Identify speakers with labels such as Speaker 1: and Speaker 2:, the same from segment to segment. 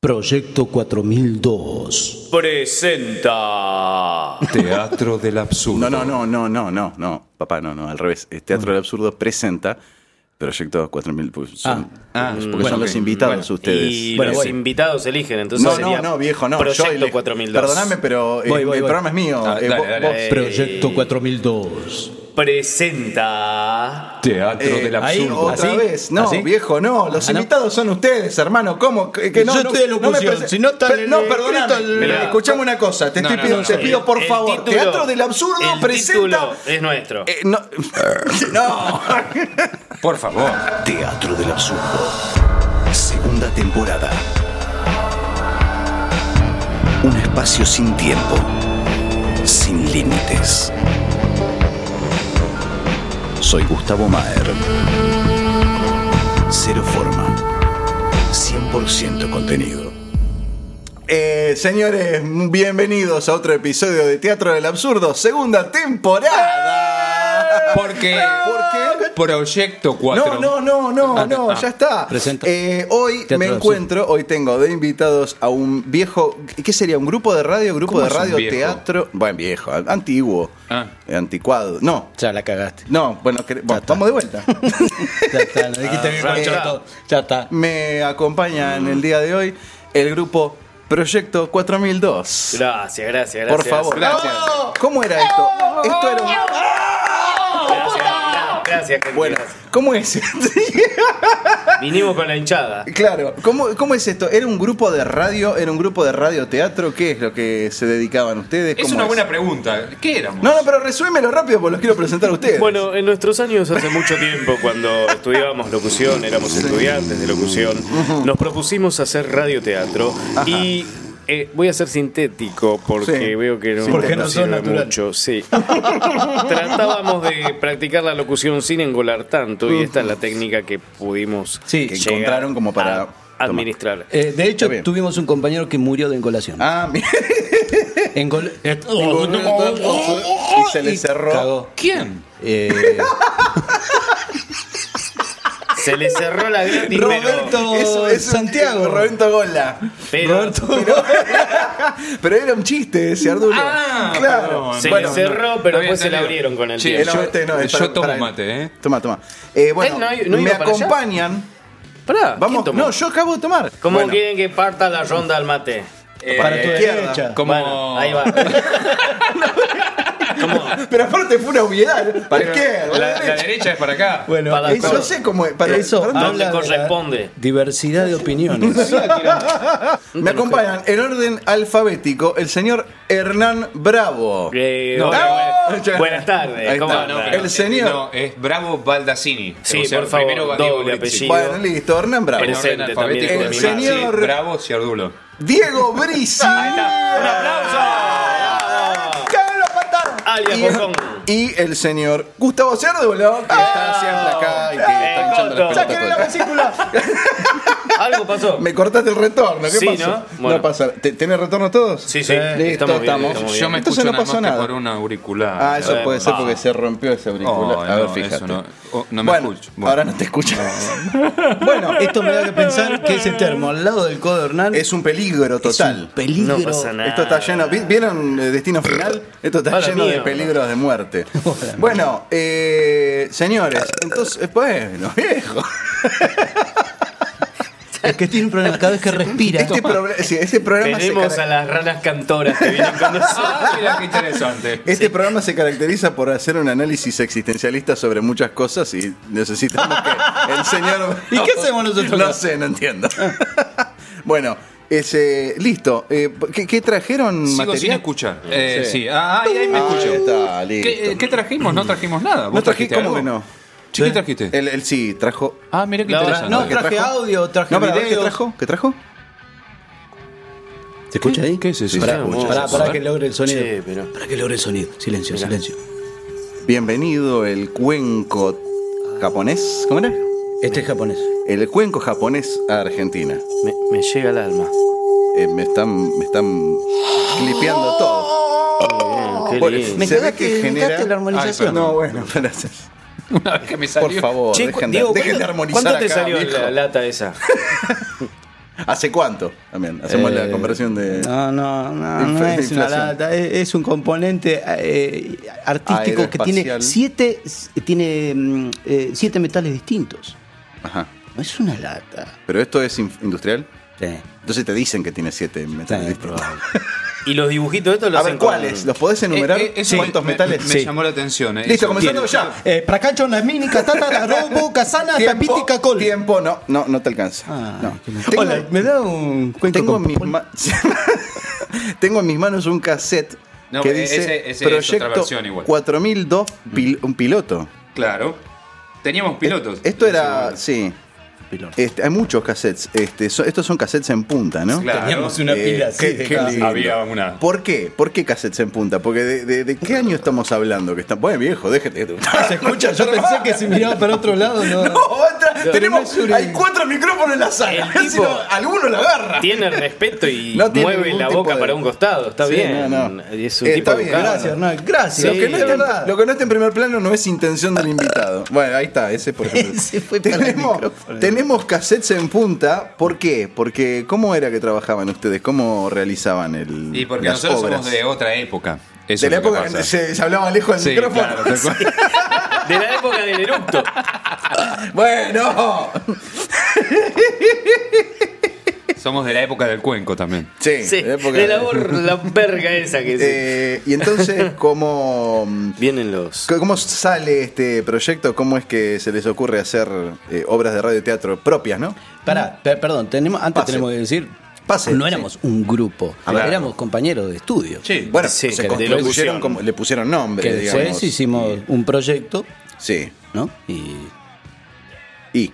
Speaker 1: Proyecto 4002.
Speaker 2: Ah.
Speaker 3: Presenta.
Speaker 4: Teatro del absurdo.
Speaker 2: No, no, no, no, no, no, no. Papá, no, no, al revés. El Teatro del Absurdo presenta Proyecto 4000. pues, son-
Speaker 4: Ah,
Speaker 2: porque
Speaker 4: bueno,
Speaker 2: son los
Speaker 4: ok.
Speaker 2: invitados ustedes.
Speaker 3: Y
Speaker 1: Bueno,
Speaker 3: los
Speaker 1: voy.
Speaker 3: invitados eligen, entonces.
Speaker 2: No,
Speaker 3: sería
Speaker 2: no, no, viejo, no.
Speaker 3: Proyecto
Speaker 2: yo ele-
Speaker 3: 4002.
Speaker 2: Perdóname, pero eh,
Speaker 1: Voy, voy,
Speaker 2: el
Speaker 1: voy.
Speaker 2: programa es mío.
Speaker 4: Ah,
Speaker 2: Eh,
Speaker 4: dale,
Speaker 2: vos- eh,
Speaker 4: dale,
Speaker 2: vos-
Speaker 4: dale.
Speaker 1: Proyecto 4002.
Speaker 3: Presenta.
Speaker 4: Teatro
Speaker 2: eh,
Speaker 4: del
Speaker 1: ahí,
Speaker 4: absurdo.
Speaker 2: otra
Speaker 1: ¿Así?
Speaker 2: vez, no,
Speaker 1: ¿Así?
Speaker 2: viejo, no. Los
Speaker 1: Ah, ¿no?
Speaker 2: invitados son ustedes, hermano. ¿Cómo? Que, que no,
Speaker 1: Yo
Speaker 2: no,
Speaker 1: estoy de
Speaker 2: no me
Speaker 1: locución,
Speaker 2: presen-
Speaker 1: si no está
Speaker 2: Pe-
Speaker 1: el-
Speaker 2: No,
Speaker 1: el-
Speaker 2: perdóname.
Speaker 1: el-
Speaker 2: Mirá, Escuchame una cosa. Te,
Speaker 4: No,
Speaker 2: estoy
Speaker 4: no,
Speaker 2: pidiendo-
Speaker 4: no,
Speaker 2: te
Speaker 4: no.
Speaker 2: pido, por
Speaker 3: El
Speaker 2: favor,
Speaker 3: título-
Speaker 2: Teatro del Absurdo
Speaker 3: el
Speaker 2: presenta.
Speaker 3: título Es nuestro.
Speaker 2: Eh, no. no.
Speaker 4: Por favor.
Speaker 5: Teatro del Absurdo. Segunda temporada. Un espacio sin tiempo, sin límites. Soy Gustavo Maher. Cero forma. 100% contenido.
Speaker 2: Eh, señores, bienvenidos a otro episodio de Teatro del Absurdo, segunda
Speaker 1: Eh,
Speaker 2: temporada.
Speaker 4: Porque, porque Proyecto 4.
Speaker 2: No, no, no, no,
Speaker 4: Ah,
Speaker 2: no,
Speaker 4: ah,
Speaker 2: ya está.
Speaker 1: presenta.
Speaker 2: Eh, hoy
Speaker 1: Teatro
Speaker 2: me
Speaker 1: del
Speaker 2: encuentro, hoy tengo de invitados a un viejo, ¿qué sería? ¿Un grupo de radio? ¿Grupo
Speaker 4: ¿Cómo
Speaker 2: de
Speaker 4: es un
Speaker 2: radio?
Speaker 4: viejo?
Speaker 2: ¿Teatro? Bueno, viejo, antiguo,
Speaker 4: Ah.
Speaker 2: eh, anticuado. No,
Speaker 1: Ya la cagaste.
Speaker 2: no, bueno, que- bueno,
Speaker 1: está.
Speaker 2: vamos de vuelta.
Speaker 1: Ya está, lo dijiste bien,
Speaker 3: Ah,
Speaker 1: Pancho,
Speaker 3: ya.
Speaker 1: todo. Ya está.
Speaker 2: me acompaña en el día de hoy el grupo Proyecto 4002.
Speaker 3: Gracias, gracias, gracias.
Speaker 2: Por favor.
Speaker 4: Gracias.
Speaker 2: ¿Cómo era esto? Esto era un-
Speaker 3: Gracias, gra- gracias, gente,
Speaker 2: Bueno,
Speaker 3: gracias.
Speaker 2: ¿cómo es esto?
Speaker 3: Vinimos con la hinchada.
Speaker 2: claro, ¿cómo, cómo es esto? ¿Era un grupo de radio? ¿Era un grupo de radioteatro? ¿Qué es lo que se dedicaban ustedes?
Speaker 4: Es
Speaker 2: ¿Cómo
Speaker 4: una buena pregunta. ¿Qué éramos?
Speaker 2: No, no, pero resúmelo rápido porque los quiero presentar a ustedes.
Speaker 3: Bueno, en nuestros años, hace mucho tiempo, cuando estudiábamos locución, éramos estudiantes de locución, nos propusimos hacer radioteatro y eh, voy a ser sintético porque
Speaker 2: Sí.
Speaker 3: veo que no,
Speaker 2: Porque no
Speaker 1: son
Speaker 3: sirve
Speaker 1: natural.
Speaker 3: mucho. Sí. Tratábamos de practicar la locución sin engolar tanto y esta es la técnica que pudimos
Speaker 1: Sí,
Speaker 2: que
Speaker 3: llegar
Speaker 2: encontraron como para
Speaker 3: a administrar.
Speaker 1: Eh, de hecho,
Speaker 2: Está bien.
Speaker 1: tuvimos un compañero que murió de engolación.
Speaker 2: Ah, mira.
Speaker 1: Engol- Oh,
Speaker 2: y se le
Speaker 1: Y
Speaker 2: cerró.
Speaker 1: cagó.
Speaker 4: ¿Quién?
Speaker 1: Eh,
Speaker 3: Se le cerró la gratis,
Speaker 1: Roberto
Speaker 2: un-
Speaker 1: Santiago.
Speaker 2: Roberto Gola.
Speaker 3: pero, pero
Speaker 2: Pero era un chiste ese Arduino.
Speaker 4: Ah,
Speaker 2: claro.
Speaker 3: se
Speaker 2: Bueno,
Speaker 3: le cerró, pero
Speaker 4: no había
Speaker 3: después se la
Speaker 4: entendido.
Speaker 3: abrieron con el
Speaker 4: Sí,
Speaker 3: tiempo.
Speaker 2: Eh, no,
Speaker 4: Yo-
Speaker 2: este no,
Speaker 4: yo
Speaker 2: para-
Speaker 4: tomo
Speaker 2: para-
Speaker 4: mate, ¿eh?
Speaker 2: Toma, toma. Eh, bueno,
Speaker 3: Él no- no
Speaker 2: me
Speaker 3: iba para allá.
Speaker 2: acompañan.
Speaker 3: Pará, ¿quién
Speaker 2: Vamos,
Speaker 3: tomó?
Speaker 2: no, yo acabo de tomar.
Speaker 3: ¿Cómo
Speaker 2: Bueno,
Speaker 3: quieren que parta la ronda al mate?
Speaker 1: Eh, para tu
Speaker 2: izquierda.
Speaker 1: derecha.
Speaker 4: Como...
Speaker 3: Bueno, ahí va. Como
Speaker 2: Pero aparte fue una obviedad. ¿Para qué?
Speaker 4: La, la derecha es para acá.
Speaker 1: Bueno,
Speaker 3: Para
Speaker 1: eso,
Speaker 2: no sé cómo es. Para,
Speaker 1: eso
Speaker 2: para-
Speaker 3: ¿Dónde
Speaker 1: habla de la
Speaker 3: corresponde?
Speaker 1: Diversidad de opiniones.
Speaker 2: me acompañan en orden alfabético el señor Hernán Bravo.
Speaker 3: Eh,
Speaker 4: No,
Speaker 3: hola,
Speaker 2: no,
Speaker 3: buena-
Speaker 2: ya.
Speaker 3: buenas
Speaker 2: Ahí
Speaker 3: tardes, ¿cómo
Speaker 2: está,
Speaker 4: Eh, No,
Speaker 2: no,
Speaker 3: andan?
Speaker 2: pero- El señor.
Speaker 4: No, es Bravo Baldassini.
Speaker 3: Sí, por favor, doble apellido.
Speaker 2: Bueno, listo, Hernán Bravo.
Speaker 3: El se-
Speaker 4: Presente
Speaker 3: Presente
Speaker 4: alfabético
Speaker 3: también,
Speaker 4: de
Speaker 2: el
Speaker 4: mi madre.
Speaker 2: señor-
Speaker 4: Sí, Bravo Ciardulo.
Speaker 2: Diego Brisi.
Speaker 3: ¡Un aplauso! Alias
Speaker 2: Y-
Speaker 3: Bocón.
Speaker 2: Y, el señor Gustavo Cerdolo, que está siempre acá y que
Speaker 3: Ah. Eh,
Speaker 2: está hinchando
Speaker 3: corto.
Speaker 2: las pelotas todo el tiempo.
Speaker 3: Algo pasó.
Speaker 2: Me cortaste el retorno, ¿qué
Speaker 3: Sí,
Speaker 2: pasó?
Speaker 3: ¿no? Bueno.
Speaker 2: pasa. ¿Te- ¿Tenés retorno todos?
Speaker 3: Sí,
Speaker 2: Listo,
Speaker 3: sí, estamos bien,
Speaker 2: estamos.
Speaker 3: estamos bien.
Speaker 4: Yo me
Speaker 2: Entonces
Speaker 4: escucho
Speaker 2: no
Speaker 4: nada más
Speaker 2: pasó
Speaker 4: que
Speaker 2: nada.
Speaker 4: por un auricular.
Speaker 2: Ah, eso
Speaker 3: Bueno,
Speaker 2: puede ser
Speaker 3: va.
Speaker 2: porque se rompió ese auricular.
Speaker 4: Oh,
Speaker 2: a ver,
Speaker 4: no,
Speaker 2: fíjate.
Speaker 4: eso no- oh, no me
Speaker 2: Bueno,
Speaker 4: escucho. Bueno.
Speaker 2: Ahora no te escuchas.
Speaker 1: bueno, esto me da que pensar que ese termo al lado del codo de Hernán
Speaker 2: es un peligro
Speaker 1: es
Speaker 2: total.
Speaker 1: un peligro.
Speaker 3: No pasa nada.
Speaker 2: Esto está lleno. ¿vi- ¿Vieron eh, Destino Final? Esto está
Speaker 3: Ahora
Speaker 2: lleno de
Speaker 3: mío.
Speaker 2: peligros de muerte. bueno, eh, señores, entonces, eh, bueno, viejo.
Speaker 1: Es que tiene un problema cada vez que respira.
Speaker 2: Este, proble- sí, este programa se
Speaker 3: Tenemos
Speaker 2: cara-
Speaker 3: a las ranas cantoras que vienen con nosotros.
Speaker 4: Ah, mira qué interesante.
Speaker 2: Este programa se caracteriza por hacer un análisis existencialista sobre muchas cosas y necesitamos que el señor.
Speaker 1: ¿Y qué hacemos nosotros acá?
Speaker 2: No sé, no entiendo. bueno, ese, listo. Eh, ¿qué, qué trajeron
Speaker 4: Sigo sin
Speaker 2: material?
Speaker 4: escuchar. Eh, sí. Ah, ahí, ahí me
Speaker 2: Ahí
Speaker 4: escucho.
Speaker 2: está, listo.
Speaker 4: ¿Qué, eh, qué trajimos? No trajimos nada. ¿Vos
Speaker 2: No traje-
Speaker 4: trajiste
Speaker 2: ¿cómo
Speaker 4: algo?
Speaker 2: que no? Eh,
Speaker 4: Sí, ¿Qué trajiste?
Speaker 2: El, el sí, trajo.
Speaker 4: Ah, mira qué
Speaker 3: No,
Speaker 4: interesante.
Speaker 1: no, traje audio, traje
Speaker 2: No, pero a ver, ¿qué
Speaker 1: video.
Speaker 2: trajo? ¿Qué trajo?
Speaker 1: ¿Se escucha ahí?
Speaker 4: ¿Qué es eso?
Speaker 1: Pará,
Speaker 3: Sí, se
Speaker 1: pará,
Speaker 3: escucha.
Speaker 1: pará que logre el sonido.
Speaker 3: Che, pero-
Speaker 1: Pará que logre el sonido. Silencio, silencio.
Speaker 2: Bienvenido el cuenco japonés. ¿Cómo era?
Speaker 1: Este es japonés.
Speaker 2: El cuenco japonés a Argentina.
Speaker 3: Me, me llega al alma.
Speaker 2: Eh, me están, me están clipeando todo.
Speaker 3: Bien, qué
Speaker 2: Oh, Bueno,
Speaker 3: lindo.
Speaker 2: Me Se ve cagaste, que me genera- cagaste la
Speaker 4: armonización.
Speaker 2: No, bueno, gracias.
Speaker 4: Una vez que me salió.
Speaker 2: Por favor,
Speaker 3: Che,
Speaker 2: dejen, de,
Speaker 3: Diego,
Speaker 2: dejen de
Speaker 3: ¿cuánto-
Speaker 2: armonizar
Speaker 3: ¿Cuánto te
Speaker 2: acá,
Speaker 3: salió
Speaker 2: viejo.
Speaker 3: la lata esa?
Speaker 2: ¿Hace cuánto? También hacemos la
Speaker 1: Eh,
Speaker 2: comparación de.
Speaker 1: No, no, no,
Speaker 2: Inf-
Speaker 1: no es una
Speaker 2: inflación.
Speaker 1: lata. Es, es un componente eh, artístico que tiene
Speaker 2: Aeroespacial.
Speaker 1: siete, tiene, mm, eh, siete metales distintos.
Speaker 2: Ajá.
Speaker 1: No es una lata.
Speaker 2: Pero esto es inf- industrial.
Speaker 1: Sí.
Speaker 2: Entonces te dicen que tiene siete metales. distintos.
Speaker 3: Y los dibujitos estos los
Speaker 2: A ver,
Speaker 3: hacen con-
Speaker 2: ¿cuáles? ¿Los podés enumerar?
Speaker 4: Eh, eh, eso
Speaker 2: ¿Cuántos
Speaker 4: me-
Speaker 2: metales?
Speaker 4: Me, me
Speaker 2: Sí.
Speaker 4: llamó la atención. eh,
Speaker 2: Listo,
Speaker 4: eso.
Speaker 2: comenzando ya.
Speaker 1: Eh, Prakacho, Nazmini, Catata, Darobo, Casana, Tapiti, Cacol.
Speaker 2: tiempo, no, no, no te alcanza.
Speaker 1: Ah,
Speaker 2: No.
Speaker 1: qué mal.
Speaker 2: Tengo-
Speaker 1: Hola, ¿me da un cuento
Speaker 2: Tengo en,
Speaker 1: con
Speaker 2: mis
Speaker 1: popol?
Speaker 2: ma- tengo en mis manos un cassette
Speaker 4: No,
Speaker 2: que
Speaker 4: eh,
Speaker 2: dice
Speaker 4: ese- ese es otra
Speaker 2: Proyecto
Speaker 4: versión igual.
Speaker 2: 4002, pil- un piloto.
Speaker 4: Claro. Teníamos pilotos.
Speaker 2: Esto era, sí.
Speaker 1: Piloto.
Speaker 2: Este, hay muchos cassettes. Este, so- estos son cassettes en punta, ¿no?
Speaker 4: Claro.
Speaker 1: Teníamos una
Speaker 2: Eh,
Speaker 1: pila así
Speaker 2: qué-
Speaker 1: de
Speaker 2: qué
Speaker 1: cada-
Speaker 2: lindo.
Speaker 4: Había una.
Speaker 2: ¿Por qué? ¿Por qué cassettes en punta? Porque de, de- de qué año estamos hablando? Que está... Bueno, viejo, déjate. de-
Speaker 1: Se escucha, yo pensé que si miraba para otro lado no.
Speaker 2: No, otra-
Speaker 1: no
Speaker 2: tenemos,
Speaker 1: es una-
Speaker 2: hay cuatro micrófonos en la sala.
Speaker 3: El
Speaker 2: Si no,
Speaker 3: tipo-
Speaker 2: alguno la agarra.
Speaker 3: Tiene respeto y
Speaker 2: No tiene
Speaker 3: mueve
Speaker 2: ningún
Speaker 3: la
Speaker 2: tipo
Speaker 3: boca
Speaker 2: de-
Speaker 3: para un costado. Está
Speaker 2: Sí,
Speaker 3: bien.
Speaker 2: no, no.
Speaker 3: Es un
Speaker 2: Eh,
Speaker 3: tipo
Speaker 2: está bien,
Speaker 3: educado.
Speaker 1: Gracias, Hernán.
Speaker 2: lo,
Speaker 1: Gracias.
Speaker 2: que no
Speaker 1: es
Speaker 2: está en,
Speaker 1: verdad.
Speaker 2: lo que no está en primer plano no es intención del invitado. Bueno, ahí está, ese por ejemplo.
Speaker 1: Ese fue para el
Speaker 2: tenemos,
Speaker 1: micrófono.
Speaker 2: tenemos cassettes en punta. ¿Por qué? Porque ¿cómo era que trabajaban ustedes? ¿Cómo realizaban el
Speaker 4: Y porque
Speaker 2: las
Speaker 4: nosotros
Speaker 2: obras?
Speaker 4: somos de otra época. Eso
Speaker 2: De la
Speaker 4: es lo que
Speaker 2: época
Speaker 4: pasa.
Speaker 2: que se, se hablaba lejos del
Speaker 4: Sí,
Speaker 2: micrófono.
Speaker 4: claro, tal cual.
Speaker 3: De la época del eructo.
Speaker 2: Bueno.
Speaker 4: Somos de la época del cuenco también.
Speaker 2: Sí,
Speaker 3: Sí,
Speaker 2: de la época
Speaker 3: de la, bor- la verga esa que se
Speaker 2: Eh, y entonces, ¿cómo,
Speaker 3: Vienen los.
Speaker 2: ¿cómo sale este proyecto? ¿Cómo es que se les ocurre hacer eh, obras de radio y teatro propias, no?
Speaker 1: Pará, per- perdón, tenemos, antes
Speaker 2: Pase.
Speaker 1: tenemos que decir.
Speaker 2: Pase,
Speaker 1: no
Speaker 2: sí.
Speaker 1: éramos un grupo,
Speaker 2: A ver.
Speaker 1: éramos compañeros de estudio.
Speaker 4: Sí.
Speaker 2: Bueno,
Speaker 3: Sí,
Speaker 2: se
Speaker 3: de
Speaker 2: construyeron
Speaker 3: locución.
Speaker 2: como, le pusieron nombre,
Speaker 1: que después
Speaker 2: digamos.
Speaker 1: hicimos un proyecto,
Speaker 2: Sí.
Speaker 1: ¿no? Y.
Speaker 2: Y.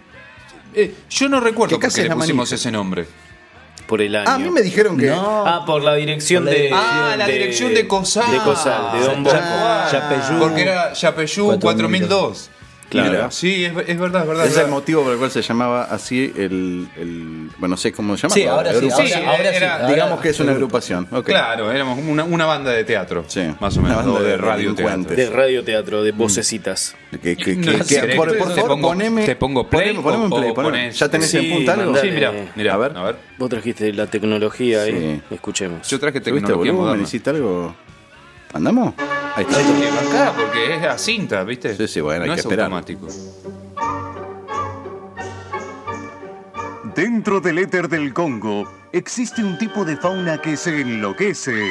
Speaker 4: Eh, yo no recuerdo
Speaker 2: ¿Qué
Speaker 4: por
Speaker 2: casa
Speaker 4: qué
Speaker 2: es
Speaker 4: le
Speaker 2: la
Speaker 4: pusimos
Speaker 2: manija?
Speaker 4: ese nombre.
Speaker 3: Por el año.
Speaker 2: Ah, a mí me dijeron que.
Speaker 1: No.
Speaker 3: Ah, por la dirección
Speaker 1: Por la
Speaker 3: de.
Speaker 4: Ah, la
Speaker 3: de-
Speaker 4: dirección de Cosal. Ah,
Speaker 3: De Cosal, de Don
Speaker 1: Ya-
Speaker 3: Bosco.
Speaker 1: Yapeyú.
Speaker 4: Porque era Yapeyú 4002.
Speaker 2: Claro.
Speaker 4: Mira, Sí, es, es verdad, es verdad.
Speaker 2: Es
Speaker 4: verdad.
Speaker 2: el motivo por el cual se llamaba así el. el- bueno, no sé cómo se llama.
Speaker 1: Sí, ahora sí,
Speaker 2: Agrupa-
Speaker 1: ahora,
Speaker 4: Sí,
Speaker 1: ahora sí,
Speaker 4: era-
Speaker 1: ahora-
Speaker 2: Digamos que es una agrupación. ok.
Speaker 4: Claro, éramos una, una banda de teatro.
Speaker 2: Sí.
Speaker 4: Más o
Speaker 2: Una
Speaker 4: menos.
Speaker 2: banda
Speaker 4: o
Speaker 2: de
Speaker 4: de radio teatro.
Speaker 2: delincuentes. Mm.
Speaker 3: De radioteatro, de vocecitas.
Speaker 2: Que- que-
Speaker 4: No,
Speaker 2: que-
Speaker 4: si
Speaker 2: que-
Speaker 4: querés,
Speaker 2: por, por
Speaker 4: te
Speaker 2: favor,
Speaker 4: pongo-
Speaker 2: poneme.
Speaker 4: te pongo play
Speaker 2: Poneme, poneme
Speaker 4: o-
Speaker 2: en play.
Speaker 4: o
Speaker 2: poneme.
Speaker 4: ponés-
Speaker 2: ¿Ya tenés en
Speaker 3: sí,
Speaker 2: punta algo?
Speaker 3: mandale.
Speaker 4: Sí, mira,
Speaker 3: Eh,
Speaker 4: mira.
Speaker 2: a ver.
Speaker 3: Vos trajiste la tecnología ahí. Escuchemos.
Speaker 4: Yo traje
Speaker 2: ¿Tuviste
Speaker 4: tecnología
Speaker 2: volumen?
Speaker 4: moderna.
Speaker 2: ¿Hiciste algo? ¿Andamos? Ahí está.
Speaker 4: Sí, bancá, porque es a cinta, ¿viste?
Speaker 2: Sí, sí, bueno, hay
Speaker 4: no
Speaker 2: que
Speaker 4: es
Speaker 2: esperar.
Speaker 4: automático.
Speaker 6: Dentro del éter del Congo existe un tipo de fauna que se enloquece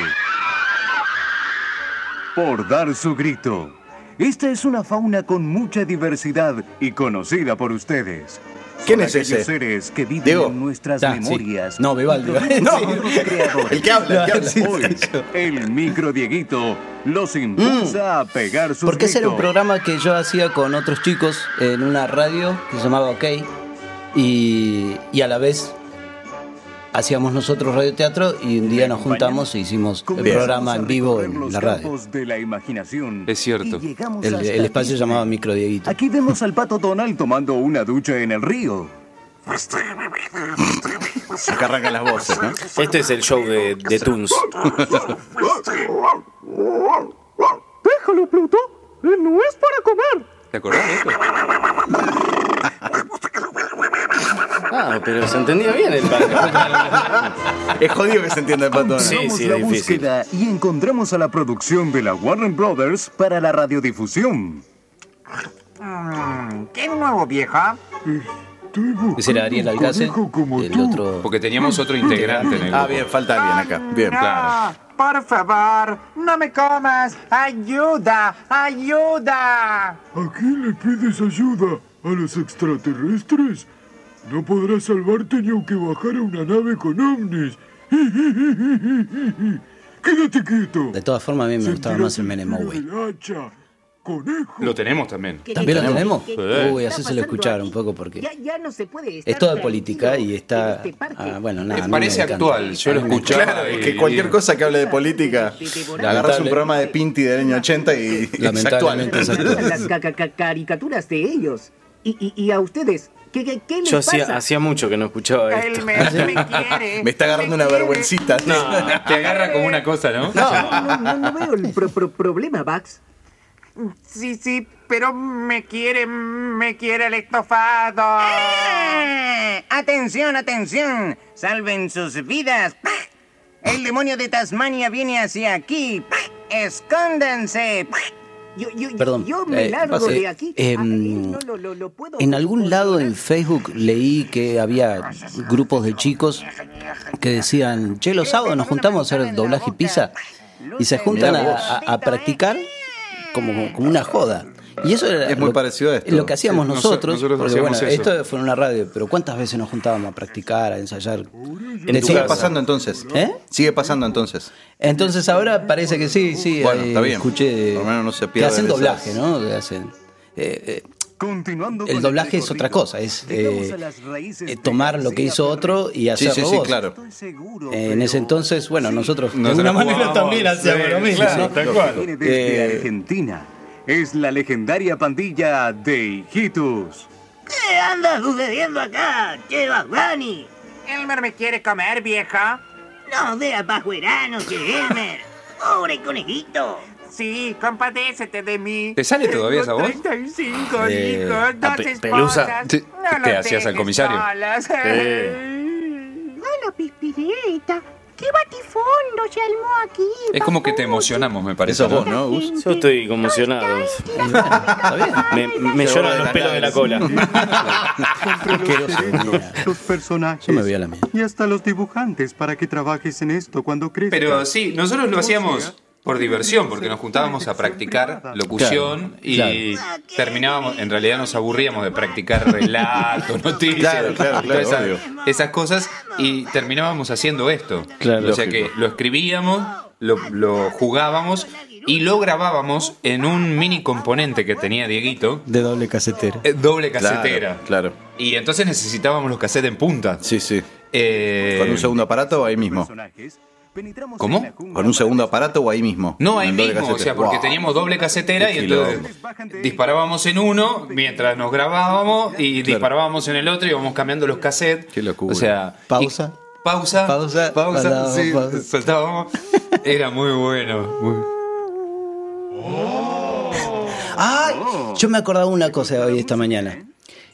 Speaker 6: por dar su grito. Esta es una fauna con mucha diversidad y conocida por ustedes. Son
Speaker 2: ¿Quién es
Speaker 6: aquellos
Speaker 2: ese?
Speaker 6: seres que viven
Speaker 2: Diego.
Speaker 6: en nuestras
Speaker 1: Ah, sí.
Speaker 6: memorias.
Speaker 1: No, Vivaldi.
Speaker 2: No. El que habla, el que habla.
Speaker 6: Hoy, el micro Dieguito los impulsa
Speaker 1: Mm.
Speaker 6: a pegar sus
Speaker 1: Porque ese era un
Speaker 6: gritos.
Speaker 1: programa que yo hacía con otros chicos en una radio que se llamaba OK. Y, y a la vez hacíamos nosotros radioteatro y un día nos juntamos e hicimos el
Speaker 6: Comenzamos
Speaker 1: programa
Speaker 6: a
Speaker 1: en vivo
Speaker 6: recorrer
Speaker 1: en
Speaker 6: los
Speaker 1: la radio.
Speaker 6: campos de la imaginación
Speaker 4: Es cierto.
Speaker 6: y llegamos
Speaker 1: El,
Speaker 6: hasta
Speaker 1: el espacio
Speaker 6: Disney.
Speaker 1: se llamaba Micro Dieguito.
Speaker 6: Aquí vemos al pato Donald tomando una ducha en el río.
Speaker 2: Acá arrancan las voces, ¿no?
Speaker 3: Este es el show de, de Toons.
Speaker 7: Déjalo, Pluto. Eh, No es para comer.
Speaker 4: ¿Te acordás de esto?
Speaker 3: Ah, pero se entendía bien el padre.
Speaker 2: Es jodido que se entienda el pato. ¿no?
Speaker 3: Sí.
Speaker 6: Continuamos
Speaker 3: es
Speaker 6: la
Speaker 3: difícil.
Speaker 6: búsqueda y encontramos a la producción de la Warner Brothers para la radiodifusión.
Speaker 8: Mm,
Speaker 9: ¿Qué nuevo, vieja?
Speaker 1: Ese era Ariel Alcácer, el otro...
Speaker 4: Porque teníamos otro integrante en el
Speaker 2: Ah,
Speaker 4: grupo.
Speaker 2: bien, falta alguien acá. Bien.
Speaker 4: Claro.
Speaker 9: No, por favor, no me comas. Ayuda, ayuda.
Speaker 7: ¿A quién le pides ayuda? ¿A los extraterrestres? No podrás salvarte ni aunque bajara una nave con ovnis. Quédate quieto.
Speaker 1: De todas formas, a mí me gustaba más el Menemowi.
Speaker 7: El hacha, conejo.
Speaker 4: Lo tenemos también.
Speaker 1: ¿También lo tenemos?
Speaker 10: ¿Qué-
Speaker 4: Sí.
Speaker 1: Uy,
Speaker 10: está
Speaker 1: hacéselo
Speaker 10: pasando
Speaker 1: escuchar
Speaker 10: aquí?
Speaker 1: un poco porque...
Speaker 10: Ya, ya no se puede estar
Speaker 1: Es toda
Speaker 10: tranquilo
Speaker 1: política y
Speaker 10: en
Speaker 1: está.
Speaker 10: este parque.
Speaker 1: ah, bueno, nada.
Speaker 10: Es
Speaker 1: a
Speaker 4: Eh,
Speaker 1: mí me
Speaker 4: Parece
Speaker 1: encanta.
Speaker 4: actual, yo lo
Speaker 1: A mí me
Speaker 4: escuchaba.
Speaker 2: Claro, es
Speaker 4: y-
Speaker 2: que cualquier cosa que hable de política,
Speaker 10: Lamentable.
Speaker 2: agarras un programa de Pinti del año 80 y es actual.
Speaker 1: Lamentablemente es
Speaker 10: Me encantan
Speaker 1: actual.
Speaker 10: las ca- ca- ca- caricaturas de ellos. Y, y, y a ustedes, ¿qué, qué, qué les
Speaker 3: Yo
Speaker 10: pasa?
Speaker 3: hacía, hacía mucho que no escuchaba esto.
Speaker 9: Él me, me quiere.
Speaker 2: Me está agarrando una
Speaker 9: me quiere.
Speaker 2: vergüencita.
Speaker 3: No,
Speaker 4: Te agarra como una cosa, ¿no?
Speaker 10: No, no, no, no veo el pro- pro- problema, Bax.
Speaker 8: Sí, sí, pero me quiere, me quiere el estofado.
Speaker 9: ¡Ah! ¡Atención, atención! ¡Salven sus vidas! ¡Pah! El demonio de Tasmania viene hacia aquí. ¡Pah! ¡Escóndanse! ¡Pah! Yo, yo-
Speaker 1: Perdón,
Speaker 9: yo me
Speaker 1: eh,
Speaker 9: largo
Speaker 1: pase,
Speaker 9: de aquí.
Speaker 1: eh,
Speaker 9: A ver, no lo- lo- lo puedo
Speaker 1: En algún lado en
Speaker 9: controlar.
Speaker 1: Facebook leí que había grupos de chicos que decían, che, los sábados nos juntamos a hacer doblaje y pizza y se juntan
Speaker 2: Mirá
Speaker 1: a,
Speaker 2: vos.
Speaker 1: a- a practicar como, como una joda. Y eso era
Speaker 2: Es muy
Speaker 1: lo-
Speaker 2: parecido a esto.
Speaker 1: Lo que hacíamos
Speaker 4: Sí, noso-
Speaker 1: nosotros,
Speaker 4: nosotros
Speaker 1: porque, bueno,
Speaker 4: hacíamos eso.
Speaker 1: esto fue en una radio, pero ¿cuántas veces nos juntábamos a practicar, a ensayar?
Speaker 2: ¿Le
Speaker 1: Decíamos-
Speaker 2: sigue pasando entonces?
Speaker 1: ¿Eh?
Speaker 2: Sigue pasando entonces.
Speaker 1: Entonces ahora parece que sí, sí.
Speaker 2: Bueno,
Speaker 1: ahí
Speaker 2: está bien.
Speaker 1: Escuché.
Speaker 2: Por lo menos no se
Speaker 1: que
Speaker 2: pierden
Speaker 1: hacen
Speaker 2: esas-
Speaker 1: doblaje, ¿no? Que hacen. eh, eh,
Speaker 6: Continuando con
Speaker 1: el doblaje es
Speaker 6: recorrido,
Speaker 1: otra cosa, es
Speaker 6: llegamos
Speaker 1: eh,
Speaker 6: a las raíces
Speaker 1: eh,
Speaker 6: de
Speaker 1: tomar lo que
Speaker 6: García
Speaker 1: hizo otro y
Speaker 2: Sí,
Speaker 1: hacerlo
Speaker 2: sí, sí,
Speaker 1: vos.
Speaker 2: claro.
Speaker 6: Estoy seguro,
Speaker 1: Eh, en ese
Speaker 6: pero
Speaker 1: entonces, bueno, nosotros de
Speaker 4: Nos
Speaker 1: alguna
Speaker 4: la
Speaker 1: manera
Speaker 4: jugamos,
Speaker 1: también hacíamos
Speaker 4: sí,
Speaker 1: lo mismo,
Speaker 4: claro,
Speaker 1: ¿no?
Speaker 4: tal cual.
Speaker 6: viene desde
Speaker 1: Eh,
Speaker 6: Argentina. Es la legendaria pandilla de Hijitus.
Speaker 9: ¿Qué anda sucediendo acá? ¿Qué va, Juani?
Speaker 8: Elmer me quiere comer, vieja.
Speaker 9: No veas bajuerano que Elmer. Pobre conejito.
Speaker 8: Sí, compadécete de mí.
Speaker 4: ¿Te sale todavía esa voz? ah,
Speaker 8: Tengo 35
Speaker 1: Eh,
Speaker 8: hijos,
Speaker 3: a
Speaker 8: dos
Speaker 3: Pe-
Speaker 8: esposas.
Speaker 3: Pelusa,
Speaker 4: te-
Speaker 8: No
Speaker 4: te
Speaker 8: los
Speaker 4: hacías al
Speaker 8: dejes
Speaker 4: comisario.
Speaker 8: solas.
Speaker 11: Hola, Pispireta. ¿Qué batifondo se armó aquí?
Speaker 4: Es como que te
Speaker 11: Papucho?
Speaker 4: emocionamos, me parece.
Speaker 2: Eso vos,
Speaker 4: ¿no?
Speaker 2: ¿no? Gus?
Speaker 11: Gente.
Speaker 3: Yo estoy conmocionado.
Speaker 11: Estoy tan tirada.
Speaker 3: Me, me lloran los pelos de la cola.
Speaker 1: Asqueroso, mira.
Speaker 6: los personajes
Speaker 1: Yo me voy a la mía.
Speaker 6: y hasta los dibujantes para que trabajes en esto cuando crezcas.
Speaker 4: Pero sí, nosotros lo hacíamos por diversión, porque nos juntábamos a practicar locución y terminábamos, en realidad nos aburríamos de practicar relatos, noticias,
Speaker 2: Claro, claro, claro,
Speaker 4: todas esas,
Speaker 2: obvio.
Speaker 4: esas cosas, y terminábamos haciendo esto.
Speaker 1: Claro.
Speaker 4: o sea que lo escribíamos, lo, lo jugábamos y lo grabábamos en un mini componente que tenía Dieguito,
Speaker 1: De doble casetera.
Speaker 4: eh, doble
Speaker 2: Claro,
Speaker 4: casetera.
Speaker 2: Claro.
Speaker 4: Y entonces necesitábamos los cassettes en punta.
Speaker 2: Sí, sí.
Speaker 4: Eh,
Speaker 2: Con un segundo aparato o ahí mismo.
Speaker 6: personajes, penetramos
Speaker 4: ¿Cómo?
Speaker 6: en la jungla
Speaker 2: Con un segundo
Speaker 6: para
Speaker 2: aparato o ahí mismo.
Speaker 4: No, ahí
Speaker 2: En doble
Speaker 4: mismo, o
Speaker 2: casete.
Speaker 4: sea, porque
Speaker 2: Wow.
Speaker 4: teníamos doble casetera
Speaker 2: Qué
Speaker 4: y entonces
Speaker 6: quilombo.
Speaker 4: disparábamos en uno mientras nos grabábamos y disparábamos en el otro y íbamos cambiando los cassettes.
Speaker 2: Qué locura.
Speaker 4: O sea,
Speaker 1: Pausa.
Speaker 4: y- pausa.
Speaker 1: Pausa,
Speaker 4: Pausa.
Speaker 1: mandábamos
Speaker 4: sí,
Speaker 1: pausa.
Speaker 4: soltábamos. Era muy bueno. muy-
Speaker 1: ¡Ay! Yo me acordaba una cosa hoy esta mañana.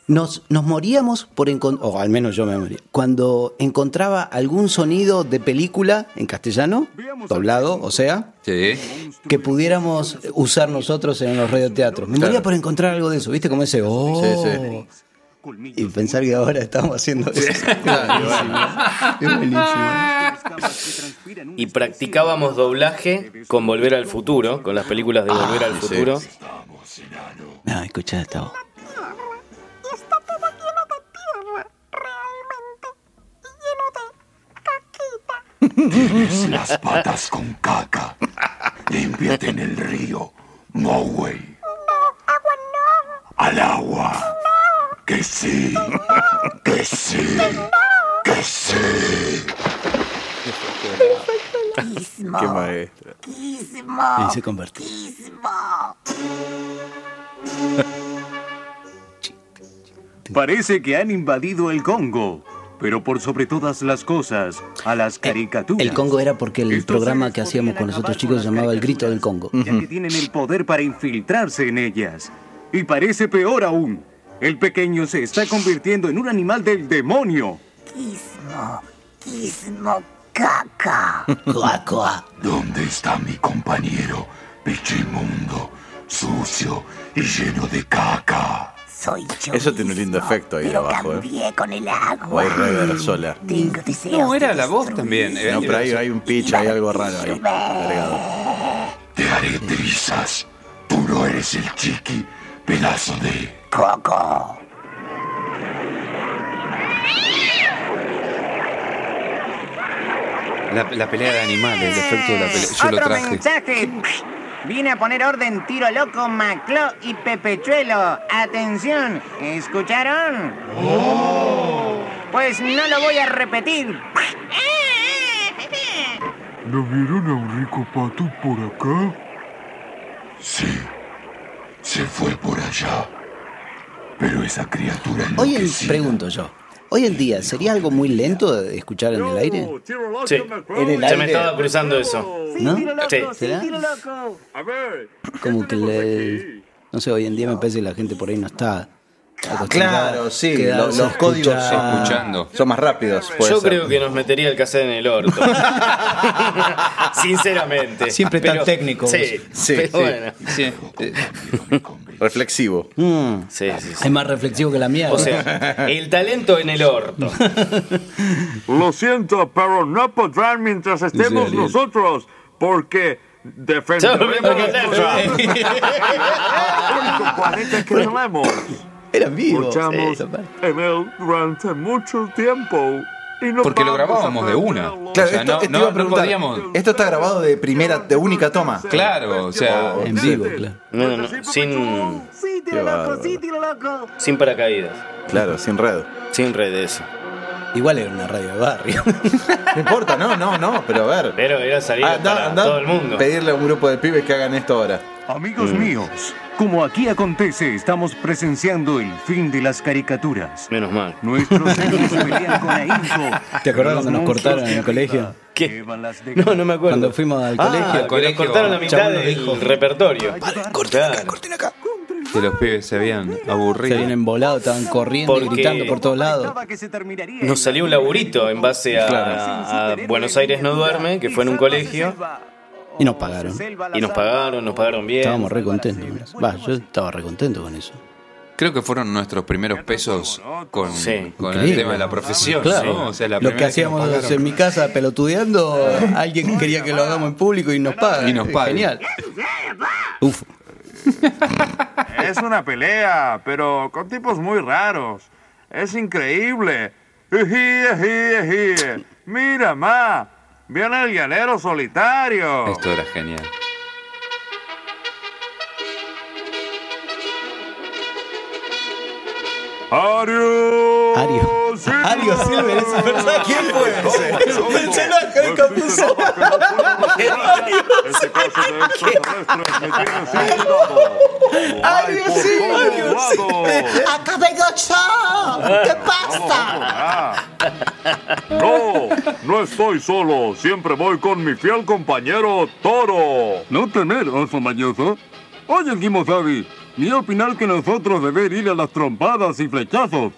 Speaker 1: Nos, nos moríamos por encontrar, o al menos yo me moría, cuando encontraba algún sonido de película en castellano, doblado, o sea,
Speaker 4: Sí.
Speaker 1: que pudiéramos usar nosotros en los radioteatros. Me moría por encontrar algo de eso, ¿viste? Como ese, oh,
Speaker 2: Sí,
Speaker 1: y pensar que ahora estamos haciendo eso. Es buenísimo.
Speaker 3: Y practicábamos doblaje con Volver al Futuro, con las películas de Volver
Speaker 2: Ah,
Speaker 3: al Futuro.
Speaker 1: No, escuchá Ah, esta voz.
Speaker 11: Tierra. Y está toda llena de tierra, realmente. Y lleno de caquita.
Speaker 12: Tienes las patas con caca. Límpiate en el río, Moway.
Speaker 11: Agua no,
Speaker 12: Al agua. Que sí. Que sí. Que sí.
Speaker 2: Qué maestro.
Speaker 1: Y se convirtió.
Speaker 6: Parece que han invadido el Congo, pero por sobre todas las cosas, a las caricaturas.
Speaker 1: Eh, El Congo era porque el
Speaker 6: Estos
Speaker 1: programa
Speaker 6: seres
Speaker 1: que hacíamos
Speaker 6: podrían
Speaker 1: con los otros
Speaker 6: acabar
Speaker 1: chicos
Speaker 6: con
Speaker 1: se
Speaker 6: las
Speaker 1: llamaba El Grito del Congo.
Speaker 6: caricaturas, Ya que tienen el poder para infiltrarse en ellas. Y parece peor aún. El pequeño se está convirtiendo en un animal del demonio.
Speaker 1: Coa, coa.
Speaker 12: ¿Dónde está mi compañero? Pichimundo, sucio y lleno de caca.
Speaker 11: soy yo.
Speaker 2: Eso tiene un lindo efecto ahí
Speaker 11: Pero
Speaker 2: abajo, ¿eh?
Speaker 11: cambié con el agua.
Speaker 2: O hay rever sola.
Speaker 11: Tengo deseos.
Speaker 4: No, era
Speaker 11: de
Speaker 4: la voz también. eh,
Speaker 2: No, pero hay, hay un pitch, hay algo raro ahí. agregado.
Speaker 12: Te haré trizas. Tú no eres el chiqui, pedazo de...
Speaker 11: Coco.
Speaker 4: la, la pelea de animales, el efecto de la pelea. Yo lo
Speaker 9: Eh, Otro
Speaker 4: traje.
Speaker 9: mensaje. Viene a poner orden Tiro Loco, Macló y Pepechuelo. Atención, ¿escucharon? Pues no lo voy a repetir.
Speaker 13: ¿No vieron a un rico pato por acá?
Speaker 12: Sí, se fue por allá. Pero esa criatura
Speaker 1: Hoy en-
Speaker 12: enloquecida
Speaker 1: pregunto yo, Hoy en día, ¿sería algo muy lento de escuchar en el aire?
Speaker 3: Sí.
Speaker 1: En el
Speaker 3: Se
Speaker 1: aire.
Speaker 3: me estaba cruzando eso.
Speaker 1: ¿No?
Speaker 3: Sí.
Speaker 1: ¿Será? Como que le- No sé, hoy en día me parece que la gente por ahí no está. acostumbrada.
Speaker 2: Claro, sí,
Speaker 1: Queda-
Speaker 2: lo- los,
Speaker 1: se
Speaker 2: códigos
Speaker 1: escucha-
Speaker 2: son- son más rápidos. puede
Speaker 3: Yo
Speaker 2: ser.
Speaker 3: creo que nos metería el cassette en el orto. Sinceramente.
Speaker 2: Siempre tan
Speaker 3: Pero-
Speaker 2: técnico.
Speaker 3: Sí,
Speaker 2: Sí,
Speaker 3: pero
Speaker 2: sí.
Speaker 3: bueno.
Speaker 2: Reflexivo.
Speaker 3: Sí, sí, sí.
Speaker 1: Es más reflexivo que la mía.
Speaker 3: O sea, el talento en el orto.
Speaker 14: Lo siento, pero no podrán mientras estemos
Speaker 3: Ariel.
Speaker 14: nosotros, porque defenderemos
Speaker 3: Porque-
Speaker 14: nuestra-
Speaker 3: porque-
Speaker 14: Único planeta que tenemos.
Speaker 1: Era vivo.
Speaker 14: Luchamos
Speaker 4: Sí.
Speaker 14: en él durante mucho tiempo. Y no
Speaker 4: Porque lo
Speaker 14: vamos a
Speaker 4: grabábamos de una.
Speaker 14: Claro,
Speaker 4: o sea,
Speaker 14: esto-
Speaker 4: no,
Speaker 14: esto
Speaker 4: no-
Speaker 14: iba a
Speaker 4: no
Speaker 14: preguntar.
Speaker 4: podíamos.
Speaker 2: Esto está grabado de primera, de única toma.
Speaker 4: Claro, o sea.
Speaker 2: En vivo,
Speaker 1: claro.
Speaker 3: No, no, no. Sin,
Speaker 12: Sí,
Speaker 2: Qué bárbaro.
Speaker 3: sin paracaídas.
Speaker 2: Claro, sin red.
Speaker 3: Sin red de eso.
Speaker 1: Igual era una radio de barrio.
Speaker 2: No importa, no, no, no, pero a ver.
Speaker 3: Pero era salir
Speaker 2: Andá,
Speaker 3: para
Speaker 2: andá,
Speaker 3: todo el mundo.
Speaker 2: Pedirle a un grupo de pibes que hagan esto ahora.
Speaker 6: Amigos
Speaker 3: Eh.
Speaker 6: míos, como aquí acontece, estamos presenciando el fin de las caricaturas.
Speaker 3: Menos mal.
Speaker 6: Nuestros niños pelean con ahínco.
Speaker 1: ¿Te acordás cuando nos
Speaker 6: Monstruos
Speaker 1: cortaron en
Speaker 6: de
Speaker 1: el colegio?
Speaker 3: ¿Qué?
Speaker 1: No, no me acuerdo. Cuando fuimos al colegio.
Speaker 3: Ah, colegio. cortaron la mitad
Speaker 1: Chabón nos
Speaker 3: del
Speaker 1: dijo,
Speaker 3: repertorio. corten acá,
Speaker 1: corten
Speaker 3: acá.
Speaker 4: Que los pibes se habían aburrido.
Speaker 1: Se habían embolado, estaban corriendo y
Speaker 3: Porque-
Speaker 1: gritando por todos lados.
Speaker 3: Nos salió un laburito en base a, a Buenos Aires No Duerme, que fue en un colegio.
Speaker 1: Y nos pagaron.
Speaker 3: Y nos pagaron, nos pagaron bien.
Speaker 1: Estábamos re contentos. con eso. Va, yo estaba re contento con eso.
Speaker 4: Creo que fueron nuestros primeros pesos con, con el
Speaker 1: Increíble.
Speaker 4: tema de la profesión,
Speaker 1: Claro.
Speaker 4: ¿no? O sea, la
Speaker 1: lo
Speaker 4: primera
Speaker 1: que
Speaker 4: nos
Speaker 1: hacíamos
Speaker 4: pagaron.
Speaker 1: en mi casa pelotudeando, alguien quería que lo hagamos en público y nos paga.
Speaker 4: Y nos paga.
Speaker 1: Genial. Uf.
Speaker 14: Es una pelea, pero con tipos muy raros. Es increíble. Ejí, ejí, ejí. Mira, ma. Viene el llanero solitario.
Speaker 4: Esto era genial.
Speaker 14: Ario.
Speaker 1: Ario.
Speaker 14: Ario
Speaker 1: Silver, es un personaje.
Speaker 2: ¿Quién fue ese?
Speaker 1: personaje de Campuzano.
Speaker 14: Este caso de extraterrestres me tiene sin
Speaker 12: Ario Silver. ¡Acá vengo yo! ¿Qué pasa?
Speaker 14: No, no estoy solo. Siempre voy con mi fiel compañero Toro.
Speaker 6: No temer, oso mañoso. Oye, Kimo Sabi, ni opinar que nosotros deber ir a las trompadas y flechazos,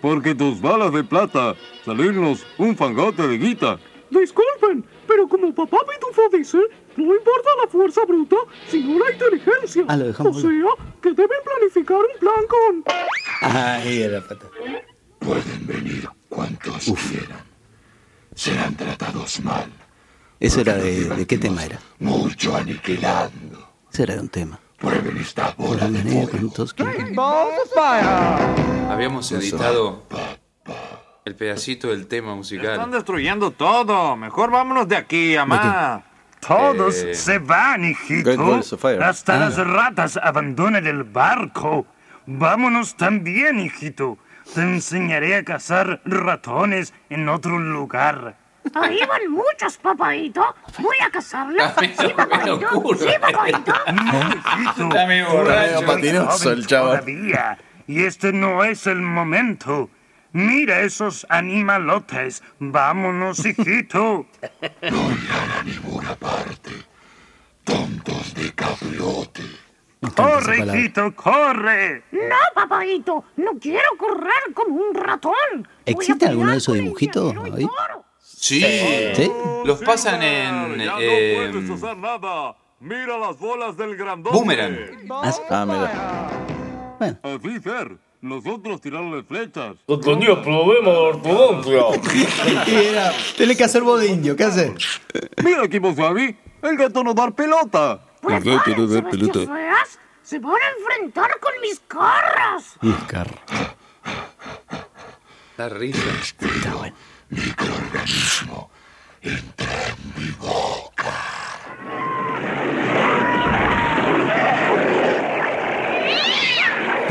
Speaker 6: porque tus balas de plata salirnos un fangote de guita.
Speaker 7: Disculpen, pero como papá Pitufo dice, no importa la fuerza bruta, sino la inteligencia.
Speaker 1: Ah, lo dejamos.
Speaker 7: O sea, que deben planificar un plan con...
Speaker 1: Ahí era pata.
Speaker 5: Pueden venir cuantos quieran. Serán tratados mal,
Speaker 1: Eso era de, de qué tema era.
Speaker 5: mucho aniquilando.
Speaker 1: Eso era de un tema.
Speaker 5: Prueben esta bola de
Speaker 1: Entonces, ¿qué?
Speaker 4: Habíamos editado el pedacito del tema musical.
Speaker 14: Están destruyendo todo. Mejor vámonos de aquí, amá.
Speaker 15: Todos
Speaker 4: Eh.
Speaker 15: se van,
Speaker 2: Great
Speaker 15: hijito.
Speaker 2: Balls of Fire.
Speaker 15: Hasta
Speaker 2: Ah.
Speaker 15: las ratas abandonan el barco. Vámonos también, hijito. Te enseñaré a cazar ratones en otro lugar.
Speaker 12: Ahí van Ah, muchos, papadito. Voy a cazarlos. Sí, papadito. Sí, papadito.
Speaker 15: Hijito,
Speaker 4: Dame
Speaker 15: tú eres
Speaker 4: borracho.
Speaker 15: muy
Speaker 2: Patinoso
Speaker 15: joven
Speaker 2: el chaval.
Speaker 15: Todavía, y este no es el momento. Mira esos animalotes. Vámonos, hijito. ¡Corre, hijito, corre!
Speaker 12: No, papadito. No quiero correr como un ratón.
Speaker 1: ¿Existe alguno de esos dibujitos? ahí?
Speaker 4: Sí.
Speaker 1: ¿Sí?
Speaker 4: Los pasan en. eh,
Speaker 14: Nada. Mira las bolas del grandote.
Speaker 4: Boomerang.
Speaker 2: Ah, mira.
Speaker 7: Así ser, nosotros tirarle flechas.
Speaker 3: No tenía problema de
Speaker 4: Oh.
Speaker 3: ortodoncia.
Speaker 1: Era, tenés que hacer bodinho, ¿qué haces?
Speaker 7: Mira, Kimo Sabi, el gato no dar pelota.
Speaker 12: feas se van a enfrentar con mis carros.
Speaker 4: La risa.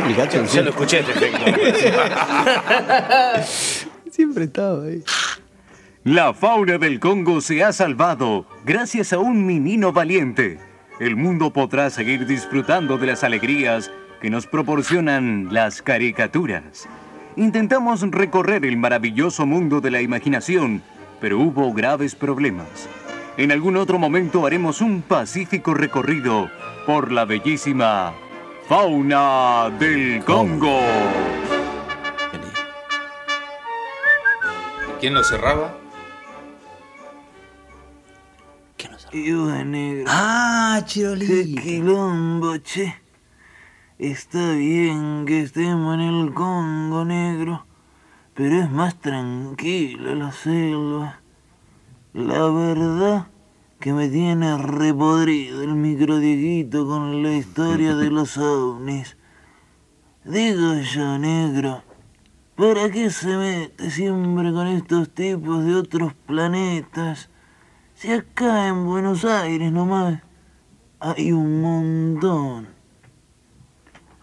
Speaker 1: El gato en
Speaker 3: Ya lo
Speaker 1: serio,
Speaker 3: escuché este efecto.
Speaker 1: siempre estaba ahí.
Speaker 6: La fauna del Congo se ha salvado gracias a un menino valiente. El mundo podrá seguir disfrutando de las alegrías que nos proporcionan las caricaturas.
Speaker 16: intentamos recorrer el maravilloso mundo de la imaginación, pero hubo graves problemas. En algún otro momento haremos un pacífico recorrido por la bellísima fauna del Congo.
Speaker 4: ¿Quién lo cerraba?
Speaker 17: Viuda negra.
Speaker 1: Ah,
Speaker 17: Qué quilombo, che. Está bien que estemos en el Congo negro, pero es más tranquila la selva. La verdad que me tiene repodrido el microdieguito con la historia de los ovnis. Digo yo, negro, ¿para qué se mete siempre con estos tipos de otros planetas? Si acá en Buenos Aires nomás hay un montón.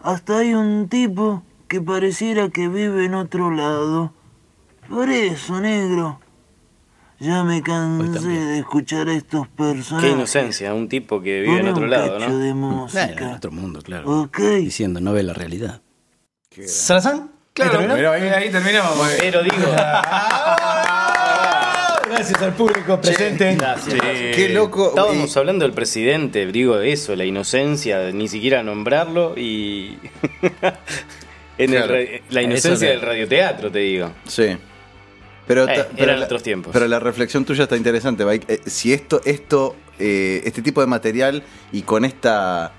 Speaker 17: Hasta hay un tipo que pareciera que vive en otro lado. Por eso, negro. Ya me cansé de escuchar a estos
Speaker 3: Qué
Speaker 17: personajes.
Speaker 3: inocencia, un tipo que vive en
Speaker 17: Pone
Speaker 3: otro
Speaker 17: un
Speaker 3: lado,
Speaker 17: cacho de
Speaker 3: ¿no?
Speaker 17: música.
Speaker 3: Claro, en otro mundo, claro.
Speaker 17: Ok.
Speaker 1: Diciendo, no ve la realidad. ¿Salazán?
Speaker 4: Claro, pero ahí, ahí terminamos. Pero digo.
Speaker 1: Gracias al público presente.
Speaker 3: Qué
Speaker 2: eh.
Speaker 3: loco. Estábamos hablando del presidente, digo eso, la inocencia, de ni siquiera nombrarlo y. en el
Speaker 2: Claro.
Speaker 3: ra- la
Speaker 2: Eso
Speaker 3: inocencia
Speaker 2: de-
Speaker 3: del radioteatro, te digo.
Speaker 2: Sí. Pero, ta-
Speaker 3: Eh,
Speaker 2: pero
Speaker 3: eran
Speaker 2: la,
Speaker 3: otros tiempos.
Speaker 2: pero la reflexión tuya está interesante, Mike. Eh, si esto, esto, eh, este tipo de material y con esta.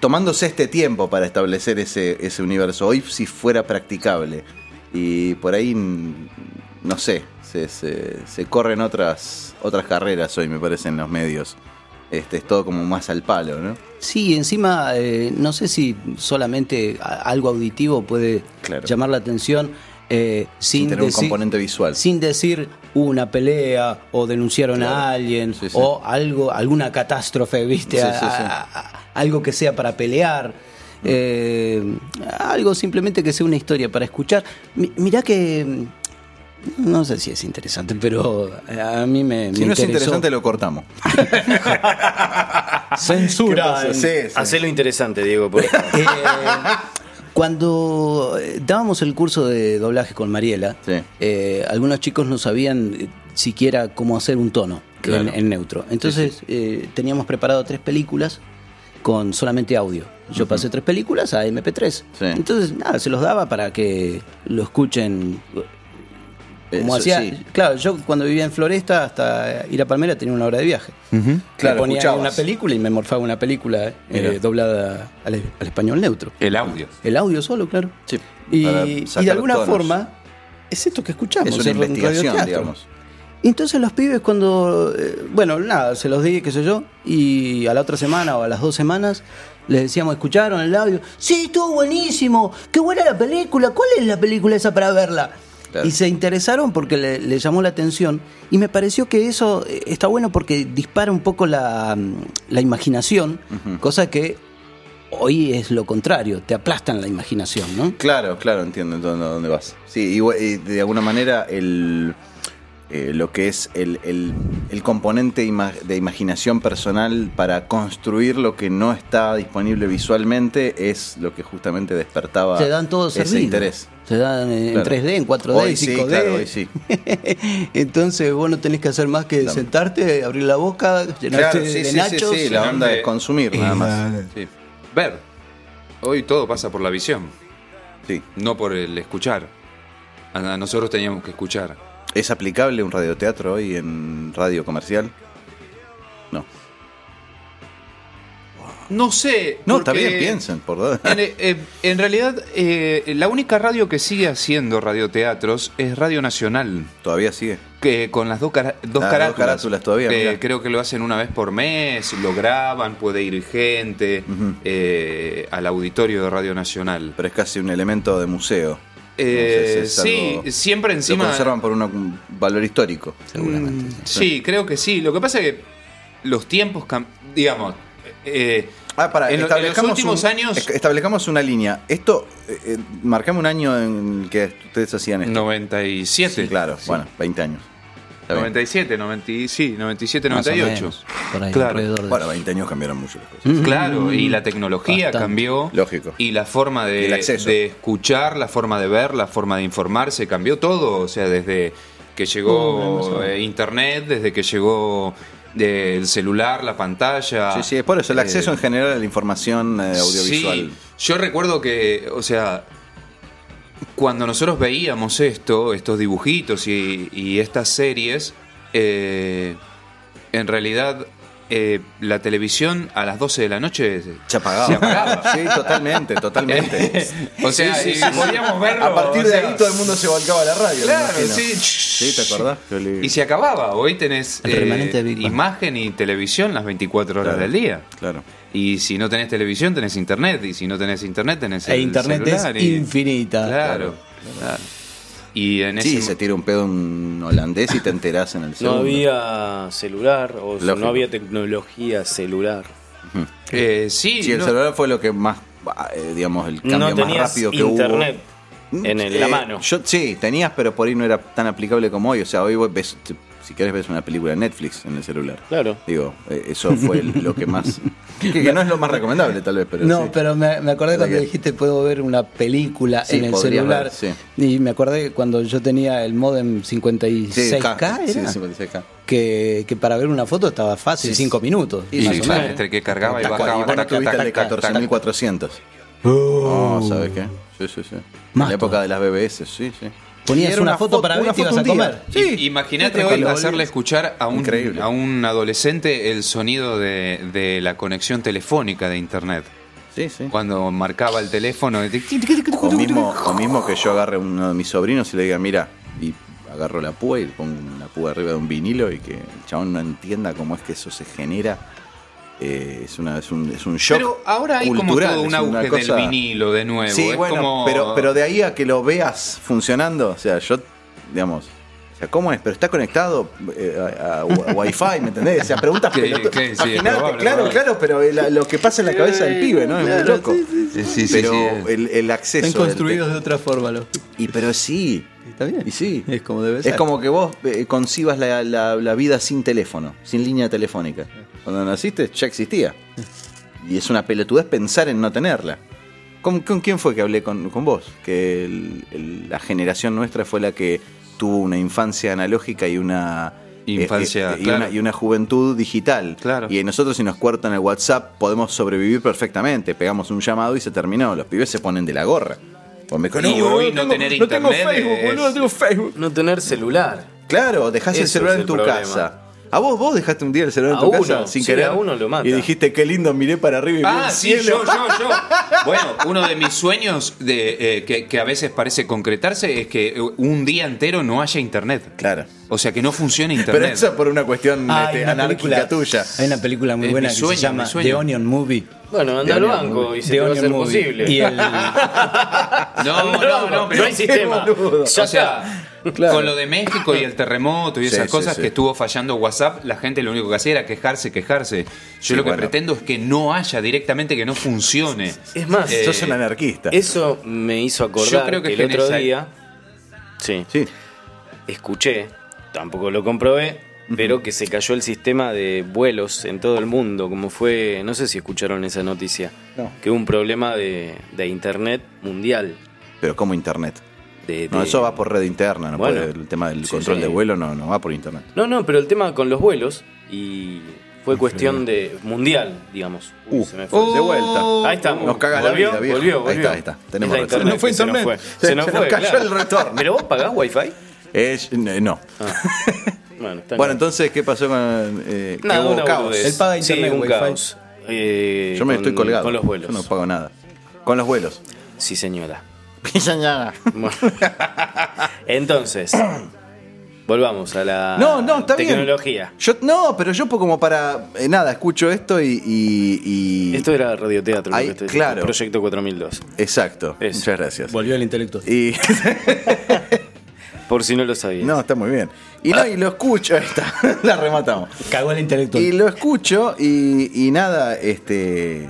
Speaker 2: tomándose este tiempo para establecer ese, ese universo, hoy si fuera practicable. Y por ahí, mm, no sé, se, se- se corren otras, otras carreras hoy, me parece, en los medios. Este, es todo como más al palo, ¿no?
Speaker 1: Sí, encima, eh, no sé si solamente a- algo auditivo puede llamar la atención. eh, sin,
Speaker 2: tener un
Speaker 1: decir-
Speaker 2: componente visual.
Speaker 1: Sin decir una pelea o denunciaron a alguien
Speaker 2: sí.
Speaker 1: o algo, alguna catástrofe, ¿viste?
Speaker 2: Sí,
Speaker 1: A-
Speaker 2: sí, sí.
Speaker 1: a- a- algo que sea para pelear. eh, algo simplemente que sea una historia para escuchar. Mi- mirá que. mm, No sé si es interesante, pero a mí me.
Speaker 2: Si
Speaker 1: me
Speaker 2: no es
Speaker 1: interesó.
Speaker 2: interesante, lo cortamos.
Speaker 1: Censura.
Speaker 3: Sí, sí. Hacelo interesante, Diego, por favor.
Speaker 2: Eh,
Speaker 1: Cuando eh, dábamos el curso de doblaje con Mariela, eh, algunos chicos no sabían eh, siquiera cómo hacer un tono
Speaker 2: Claro.
Speaker 1: en, en neutro. Entonces eh, teníamos preparado tres películas con solamente audio. Yo pasé tres películas a MP3. Entonces, nada, se los daba para que lo escuchen. eh, Como
Speaker 2: Eso,
Speaker 1: hacía,
Speaker 2: sí.
Speaker 1: claro, yo cuando vivía en Floresta hasta ir a Palmera tenía una hora de viaje.
Speaker 2: Claro,
Speaker 1: Le ponía
Speaker 2: escuchabas.
Speaker 1: una película y me morfaba una película eh,
Speaker 2: Mira.
Speaker 1: doblada al, al español neutro.
Speaker 4: El audio.
Speaker 1: El audio solo, claro. Y,
Speaker 2: para
Speaker 1: y de
Speaker 2: sacar
Speaker 1: alguna
Speaker 2: tonos.
Speaker 1: forma, es esto que escuchamos.
Speaker 2: es una
Speaker 1: en radio-
Speaker 2: investigación,
Speaker 1: radioteatro.
Speaker 2: digamos.
Speaker 1: Y entonces los pibes cuando, eh, bueno, nada, se los di, qué sé yo, y a la otra semana o a las dos semanas les decíamos, escucharon el audio, sí, estuvo buenísimo, qué buena la película, ¿cuál es la película esa para verla? Y se interesaron porque le, le llamó la atención y me pareció que eso eh, está bueno porque dispara un poco la, mm, la imaginación, cosa que hoy es lo contrario, te aplastan la imaginación, ¿no?
Speaker 2: Claro, claro, entiendo entiendo a dónde vas. Sí, igual- y de alguna manera el, eh, lo que es el, el- el componente ima- de imaginación personal para construir lo que no está disponible visualmente es lo que justamente despertaba
Speaker 1: Se dan todo
Speaker 2: ese
Speaker 1: servido.
Speaker 2: interés.
Speaker 1: Se dan en
Speaker 2: Claro.
Speaker 1: 3D, en 4D,
Speaker 2: Hoy
Speaker 1: en 5D.
Speaker 2: sí, claro, hoy sí.
Speaker 1: Entonces vos no tenés que hacer más que
Speaker 2: Claro.
Speaker 1: sentarte, abrir la boca, llenarte
Speaker 2: Claro, sí,
Speaker 1: de
Speaker 2: sí, sí,
Speaker 1: nachos.
Speaker 2: sí, la onda es consumir nada más.
Speaker 4: Sí. Ver. Hoy todo pasa por la visión.
Speaker 2: Sí.
Speaker 4: No por el escuchar. A a nosotros teníamos que escuchar.
Speaker 2: ¿Es aplicable un radioteatro hoy en radio comercial?
Speaker 4: No sé.
Speaker 2: No, está
Speaker 4: porque
Speaker 2: bien, piensen, por
Speaker 4: En, eh, eh, en realidad, eh, la única radio que sigue haciendo radioteatros es Radio Nacional.
Speaker 2: Todavía sigue.
Speaker 4: Que Eh, con las dos, cara- dos
Speaker 2: Ah, dos
Speaker 4: carátulas.
Speaker 2: carátulas todavía,
Speaker 4: Eh,
Speaker 2: mirá.
Speaker 4: creo que lo hacen una vez por mes, lo graban, puede ir gente eh, al auditorio de Radio Nacional.
Speaker 2: Pero es casi un elemento de museo.
Speaker 4: Eh,
Speaker 2: Entonces, es
Speaker 4: sí,
Speaker 2: algo-
Speaker 4: siempre encima. Mm,
Speaker 2: Lo conservan por un valor histórico, seguramente.
Speaker 4: Sí, creo que sí. Lo que pasa es que los tiempos, cam- digamos, eh, en, lo- en los últimos
Speaker 2: Ah, un-
Speaker 4: años,
Speaker 2: es- Establezcamos una línea. Esto, eh, eh, marcame un año en el que ustedes hacían esto.
Speaker 4: 97.
Speaker 2: claro, bueno, 20 años. Está bien.
Speaker 4: 97, 90, sí, 97,
Speaker 2: Más o
Speaker 4: 98.
Speaker 2: menos.
Speaker 1: por ahí.
Speaker 2: Claro.
Speaker 1: alrededor de-
Speaker 2: Bueno, 20 años cambiaron mucho las cosas.
Speaker 4: Claro, y la tecnología cambió.
Speaker 2: Lógico.
Speaker 4: Y la forma de,
Speaker 2: El acceso.
Speaker 4: de escuchar, la forma de ver, la forma de informarse, cambió todo. O sea, desde que
Speaker 2: Oh,
Speaker 4: llegó
Speaker 2: demasiado.
Speaker 4: eh, Internet, desde que llegó eh, el celular, la pantalla.
Speaker 2: Sí, sí, es por eso el
Speaker 4: Eh,
Speaker 2: acceso en general a la información eh, audiovisual.
Speaker 4: Sí, yo recuerdo que, o sea, cuando nosotros veíamos esto, estos dibujitos y, y estas series, eh, en realidad eh, la televisión a las 12 de la noche se apagaba.
Speaker 2: Sí, totalmente, totalmente.
Speaker 4: o sea,
Speaker 2: Sí, sí,
Speaker 4: y
Speaker 2: sí, sí.
Speaker 4: podíamos verlo.
Speaker 2: A partir
Speaker 4: o
Speaker 2: de
Speaker 4: sea,
Speaker 2: ahí todo el mundo se volcaba a la radio. me
Speaker 4: Claro,
Speaker 2: imagino.
Speaker 4: sí.
Speaker 2: Sí, ¿te acordás?
Speaker 4: Y se acababa. Hoy tenés
Speaker 2: El
Speaker 4: eh,
Speaker 2: remanente de Big Bang.
Speaker 4: imagen y televisión las 24 horas
Speaker 2: Claro,
Speaker 4: del día.
Speaker 2: Claro.
Speaker 4: Y si no tenés televisión, tenés internet. Y si no tenés internet, tenés
Speaker 1: E
Speaker 4: el
Speaker 1: internet es
Speaker 4: celular. y-
Speaker 1: infinita.
Speaker 4: Claro. claro. Y en
Speaker 2: Sí,
Speaker 4: ese
Speaker 2: se tira un pedo un holandés y te enterás en el
Speaker 3: No
Speaker 2: segundo.
Speaker 3: había celular o
Speaker 2: Lógico.
Speaker 3: no había tecnología celular.
Speaker 2: Eh,
Speaker 4: sí,
Speaker 2: el
Speaker 3: no-
Speaker 2: celular fue lo que más, eh, digamos, el cambio
Speaker 3: No
Speaker 2: más
Speaker 3: tenías
Speaker 2: rápido que
Speaker 3: internet
Speaker 2: hubo.
Speaker 3: en el- la mano.
Speaker 2: Yo, sí, tenías, pero por ahí no era tan aplicable como hoy. O sea, hoy vos ves, si querés ves una película de Netflix en el celular.
Speaker 3: Claro.
Speaker 2: Digo, eh, eso fue lo que más... Que, que no es lo más recomendable tal vez, pero
Speaker 1: no,
Speaker 2: sí.
Speaker 1: pero me, me acordé cuando
Speaker 2: que-
Speaker 1: dijiste puedo ver una película
Speaker 2: Sí,
Speaker 1: en el
Speaker 2: podrías
Speaker 1: celular.
Speaker 2: ver, sí.
Speaker 1: Y me acordé que cuando yo tenía el modem 56K,
Speaker 2: Sí, K, sí,
Speaker 1: era,
Speaker 2: 56K.
Speaker 1: que, que para ver una foto estaba fácil, 5 minutos.
Speaker 2: Y
Speaker 1: más
Speaker 2: sí,
Speaker 1: o menos.
Speaker 4: entre que cargaba y
Speaker 2: Taca,
Speaker 4: bajaba.
Speaker 2: Y vos no
Speaker 4: taca,
Speaker 2: tuviste el de
Speaker 4: taca, taca,
Speaker 2: 14.400.
Speaker 1: Oh.
Speaker 2: No, ¿sabes qué? Sí, sí, sí. en la época de las BBS, sí, sí.
Speaker 1: Ponías
Speaker 2: Y era
Speaker 1: una foto para ver
Speaker 2: una
Speaker 1: y te
Speaker 2: foto
Speaker 1: ibas a
Speaker 2: un día.
Speaker 1: comer.
Speaker 4: I- Imagínate
Speaker 2: Sí,
Speaker 4: hoy
Speaker 2: tranquilo.
Speaker 4: hacerle escuchar a un, a un adolescente el sonido de, de la conexión telefónica de internet.
Speaker 2: Sí, sí.
Speaker 4: Cuando marcaba el teléfono. tic, tic,
Speaker 2: O mismo, o mismo que yo agarre a uno de mis sobrinos y le diga, mira, y agarro la púa y le pongo una púa arriba de un vinilo y que el chabón no entienda cómo es que eso se genera. Eh, es, una, es, un, es un shock.
Speaker 4: Pero ahora hay como
Speaker 2: cultural,
Speaker 4: todo un
Speaker 2: es una
Speaker 4: auge
Speaker 2: cosa-
Speaker 4: del vinilo de nuevo.
Speaker 2: Sí,
Speaker 4: es
Speaker 2: bueno,
Speaker 4: como-
Speaker 2: pero, pero de ahí a que lo veas funcionando, o sea, yo, digamos, o sea, ¿cómo es? Pero está conectado eh, a, a wi- Wi-Fi, ¿me entendés? O sea, preguntas
Speaker 4: Sí,
Speaker 2: pelotudas.
Speaker 4: sí, sí, es
Speaker 2: Imaginate,
Speaker 4: probable,
Speaker 2: claro,
Speaker 4: probable.
Speaker 2: claro, pero el- lo que pasa en la cabeza del pibe, ¿no? es muy
Speaker 1: Claro,
Speaker 2: loco.
Speaker 1: sí,
Speaker 4: sí, sí,
Speaker 2: pero
Speaker 4: sí.
Speaker 2: el, el acceso.
Speaker 1: Están
Speaker 2: del te-
Speaker 1: construidos de otra forma. Los...
Speaker 2: Y pero sí.
Speaker 1: Está bien.
Speaker 2: Y sí.
Speaker 1: Es como debe ser.
Speaker 2: Es como que vos eh, concibas la, la- la vida sin teléfono, sin línea telefónica. Cuando naciste ya existía. Y es una pelotudez pensar en no tenerla. ¿Con, con quién fue que hablé con, con vos? Que el- el- la generación nuestra fue la que tuvo una infancia analógica y una... eh,
Speaker 4: Infancia,
Speaker 2: eh, y,
Speaker 4: claro.
Speaker 2: una, y una juventud digital. Y nosotros si nos cuartan el WhatsApp podemos sobrevivir perfectamente. Pegamos un llamado y se terminó. Los pibes se ponen de la gorra. Pues me
Speaker 3: Y
Speaker 2: no,
Speaker 3: hoy
Speaker 2: no
Speaker 3: no
Speaker 2: tengo-
Speaker 3: tener
Speaker 2: no tengo
Speaker 3: internet
Speaker 2: Facebook,
Speaker 3: es-
Speaker 2: boludo,
Speaker 3: tengo Facebook. No tener celular.
Speaker 2: Claro, dejás el
Speaker 3: Eso
Speaker 2: celular
Speaker 3: es
Speaker 2: en
Speaker 3: el
Speaker 2: tu
Speaker 3: problema.
Speaker 2: casa. A vos, vos dejaste un día el celular en
Speaker 3: A
Speaker 2: tu
Speaker 3: uno,
Speaker 2: casa sin
Speaker 3: sí,
Speaker 2: querer.
Speaker 3: a uno lo mata.
Speaker 2: Y dijiste, qué lindo, miré para arriba y vi
Speaker 4: Ah,
Speaker 2: el
Speaker 4: sí,
Speaker 2: cielo.
Speaker 4: yo, yo, yo. Bueno, uno de mis sueños de, eh, que, que a veces parece concretarse es que eh, un día entero no haya internet.
Speaker 2: Claro.
Speaker 4: O sea, que no funcione internet.
Speaker 2: Pero eso por una cuestión
Speaker 1: Ah, hay
Speaker 2: este,
Speaker 1: una
Speaker 2: anárquica
Speaker 1: película.
Speaker 2: tuya.
Speaker 1: Hay una película muy
Speaker 2: Es
Speaker 1: buena
Speaker 2: mi
Speaker 1: que
Speaker 2: sueño,
Speaker 1: se llama
Speaker 2: mi sueño.
Speaker 1: The Onion Movie.
Speaker 3: Bueno, anda
Speaker 1: The
Speaker 3: al
Speaker 1: Onion
Speaker 3: banco
Speaker 1: Movie.
Speaker 3: y se
Speaker 1: The
Speaker 3: te va a
Speaker 1: Onion
Speaker 3: hacer
Speaker 1: Movie.
Speaker 3: posible.
Speaker 1: Y el-
Speaker 4: No, no, no, pero
Speaker 3: No hay sistema.
Speaker 4: O
Speaker 3: Ya
Speaker 4: sea, con lo de México y el terremoto y
Speaker 2: Sí,
Speaker 4: esas
Speaker 2: sí,
Speaker 4: cosas
Speaker 2: sí.
Speaker 4: que estuvo fallando WhatsApp, la gente lo único que hacía era quejarse, quejarse. Yo
Speaker 2: Sí,
Speaker 4: lo que
Speaker 2: bueno.
Speaker 4: pretendo es que no haya directamente, que no funcione.
Speaker 3: Es más,
Speaker 4: Eh,
Speaker 2: sos un anarquista.
Speaker 3: Eso me hizo acordar
Speaker 4: Yo creo que
Speaker 3: que, el otro
Speaker 4: genera-
Speaker 3: día. Sí. Escuché, tampoco lo comprobé, pero que se cayó el sistema de vuelos en todo el mundo. Como fue. No sé si escucharon esa noticia.
Speaker 2: No.
Speaker 3: Que hubo un problema de, de internet mundial.
Speaker 2: Pero como internet.
Speaker 3: De-
Speaker 2: No,
Speaker 3: de-
Speaker 2: eso va por red interna, no
Speaker 3: Bueno.
Speaker 2: puede- el tema del control
Speaker 3: sí.
Speaker 2: de vuelo no, no va por internet.
Speaker 3: No, no, pero el tema con los vuelos y fue cuestión de mundial, digamos. Uy, se me fue.
Speaker 2: Uh.
Speaker 3: Oh.
Speaker 2: de vuelta.
Speaker 3: Ahí estamos.
Speaker 2: Nos caga la
Speaker 3: Volvió,
Speaker 2: vida, viejo.
Speaker 3: Volvió,
Speaker 2: Ahí
Speaker 3: volvió.
Speaker 2: está, ahí está. Tenemos
Speaker 3: Es la
Speaker 2: retorno. Se nos fue
Speaker 3: que se nos
Speaker 2: internet.
Speaker 3: fue. Se nos fue,
Speaker 2: cayó
Speaker 3: claro.
Speaker 2: el retorno.
Speaker 3: ¿Pero vos pagás wifi?
Speaker 2: Es- n- eh, no.
Speaker 3: Ah, Bueno, está
Speaker 2: Bueno,
Speaker 3: bien.
Speaker 2: entonces, ¿qué pasó con eh, que
Speaker 3: Nada,
Speaker 2: hubo
Speaker 3: una
Speaker 2: caos?
Speaker 3: boludez. Sí, un caos. Eh,
Speaker 2: Yo me estoy
Speaker 3: con-
Speaker 2: colgado.
Speaker 3: Con los vuelos.
Speaker 2: Yo no pago nada. Con los vuelos.
Speaker 3: Sí, señora.
Speaker 2: Señora.
Speaker 3: Bueno. Entonces, volvamos a la
Speaker 2: No, no, está bien.
Speaker 3: tecnología.
Speaker 2: Yo, no, pero yo po- como para... eh, nada, escucho esto y... y- y-
Speaker 3: Esto era radioteatro. lo
Speaker 2: Ahí,
Speaker 3: que estoy diciendo.
Speaker 2: claro.
Speaker 3: Proyecto 4002.
Speaker 2: Exacto. Muchas gracias.
Speaker 1: Volvió el intelecto.
Speaker 2: Y,
Speaker 3: Por si no lo sabías.
Speaker 2: no, está muy bien. Y no, y lo escucho. Ahí está. La rematamos.
Speaker 1: Cagó el intelecto.
Speaker 2: Y lo escucho y, y nada, este...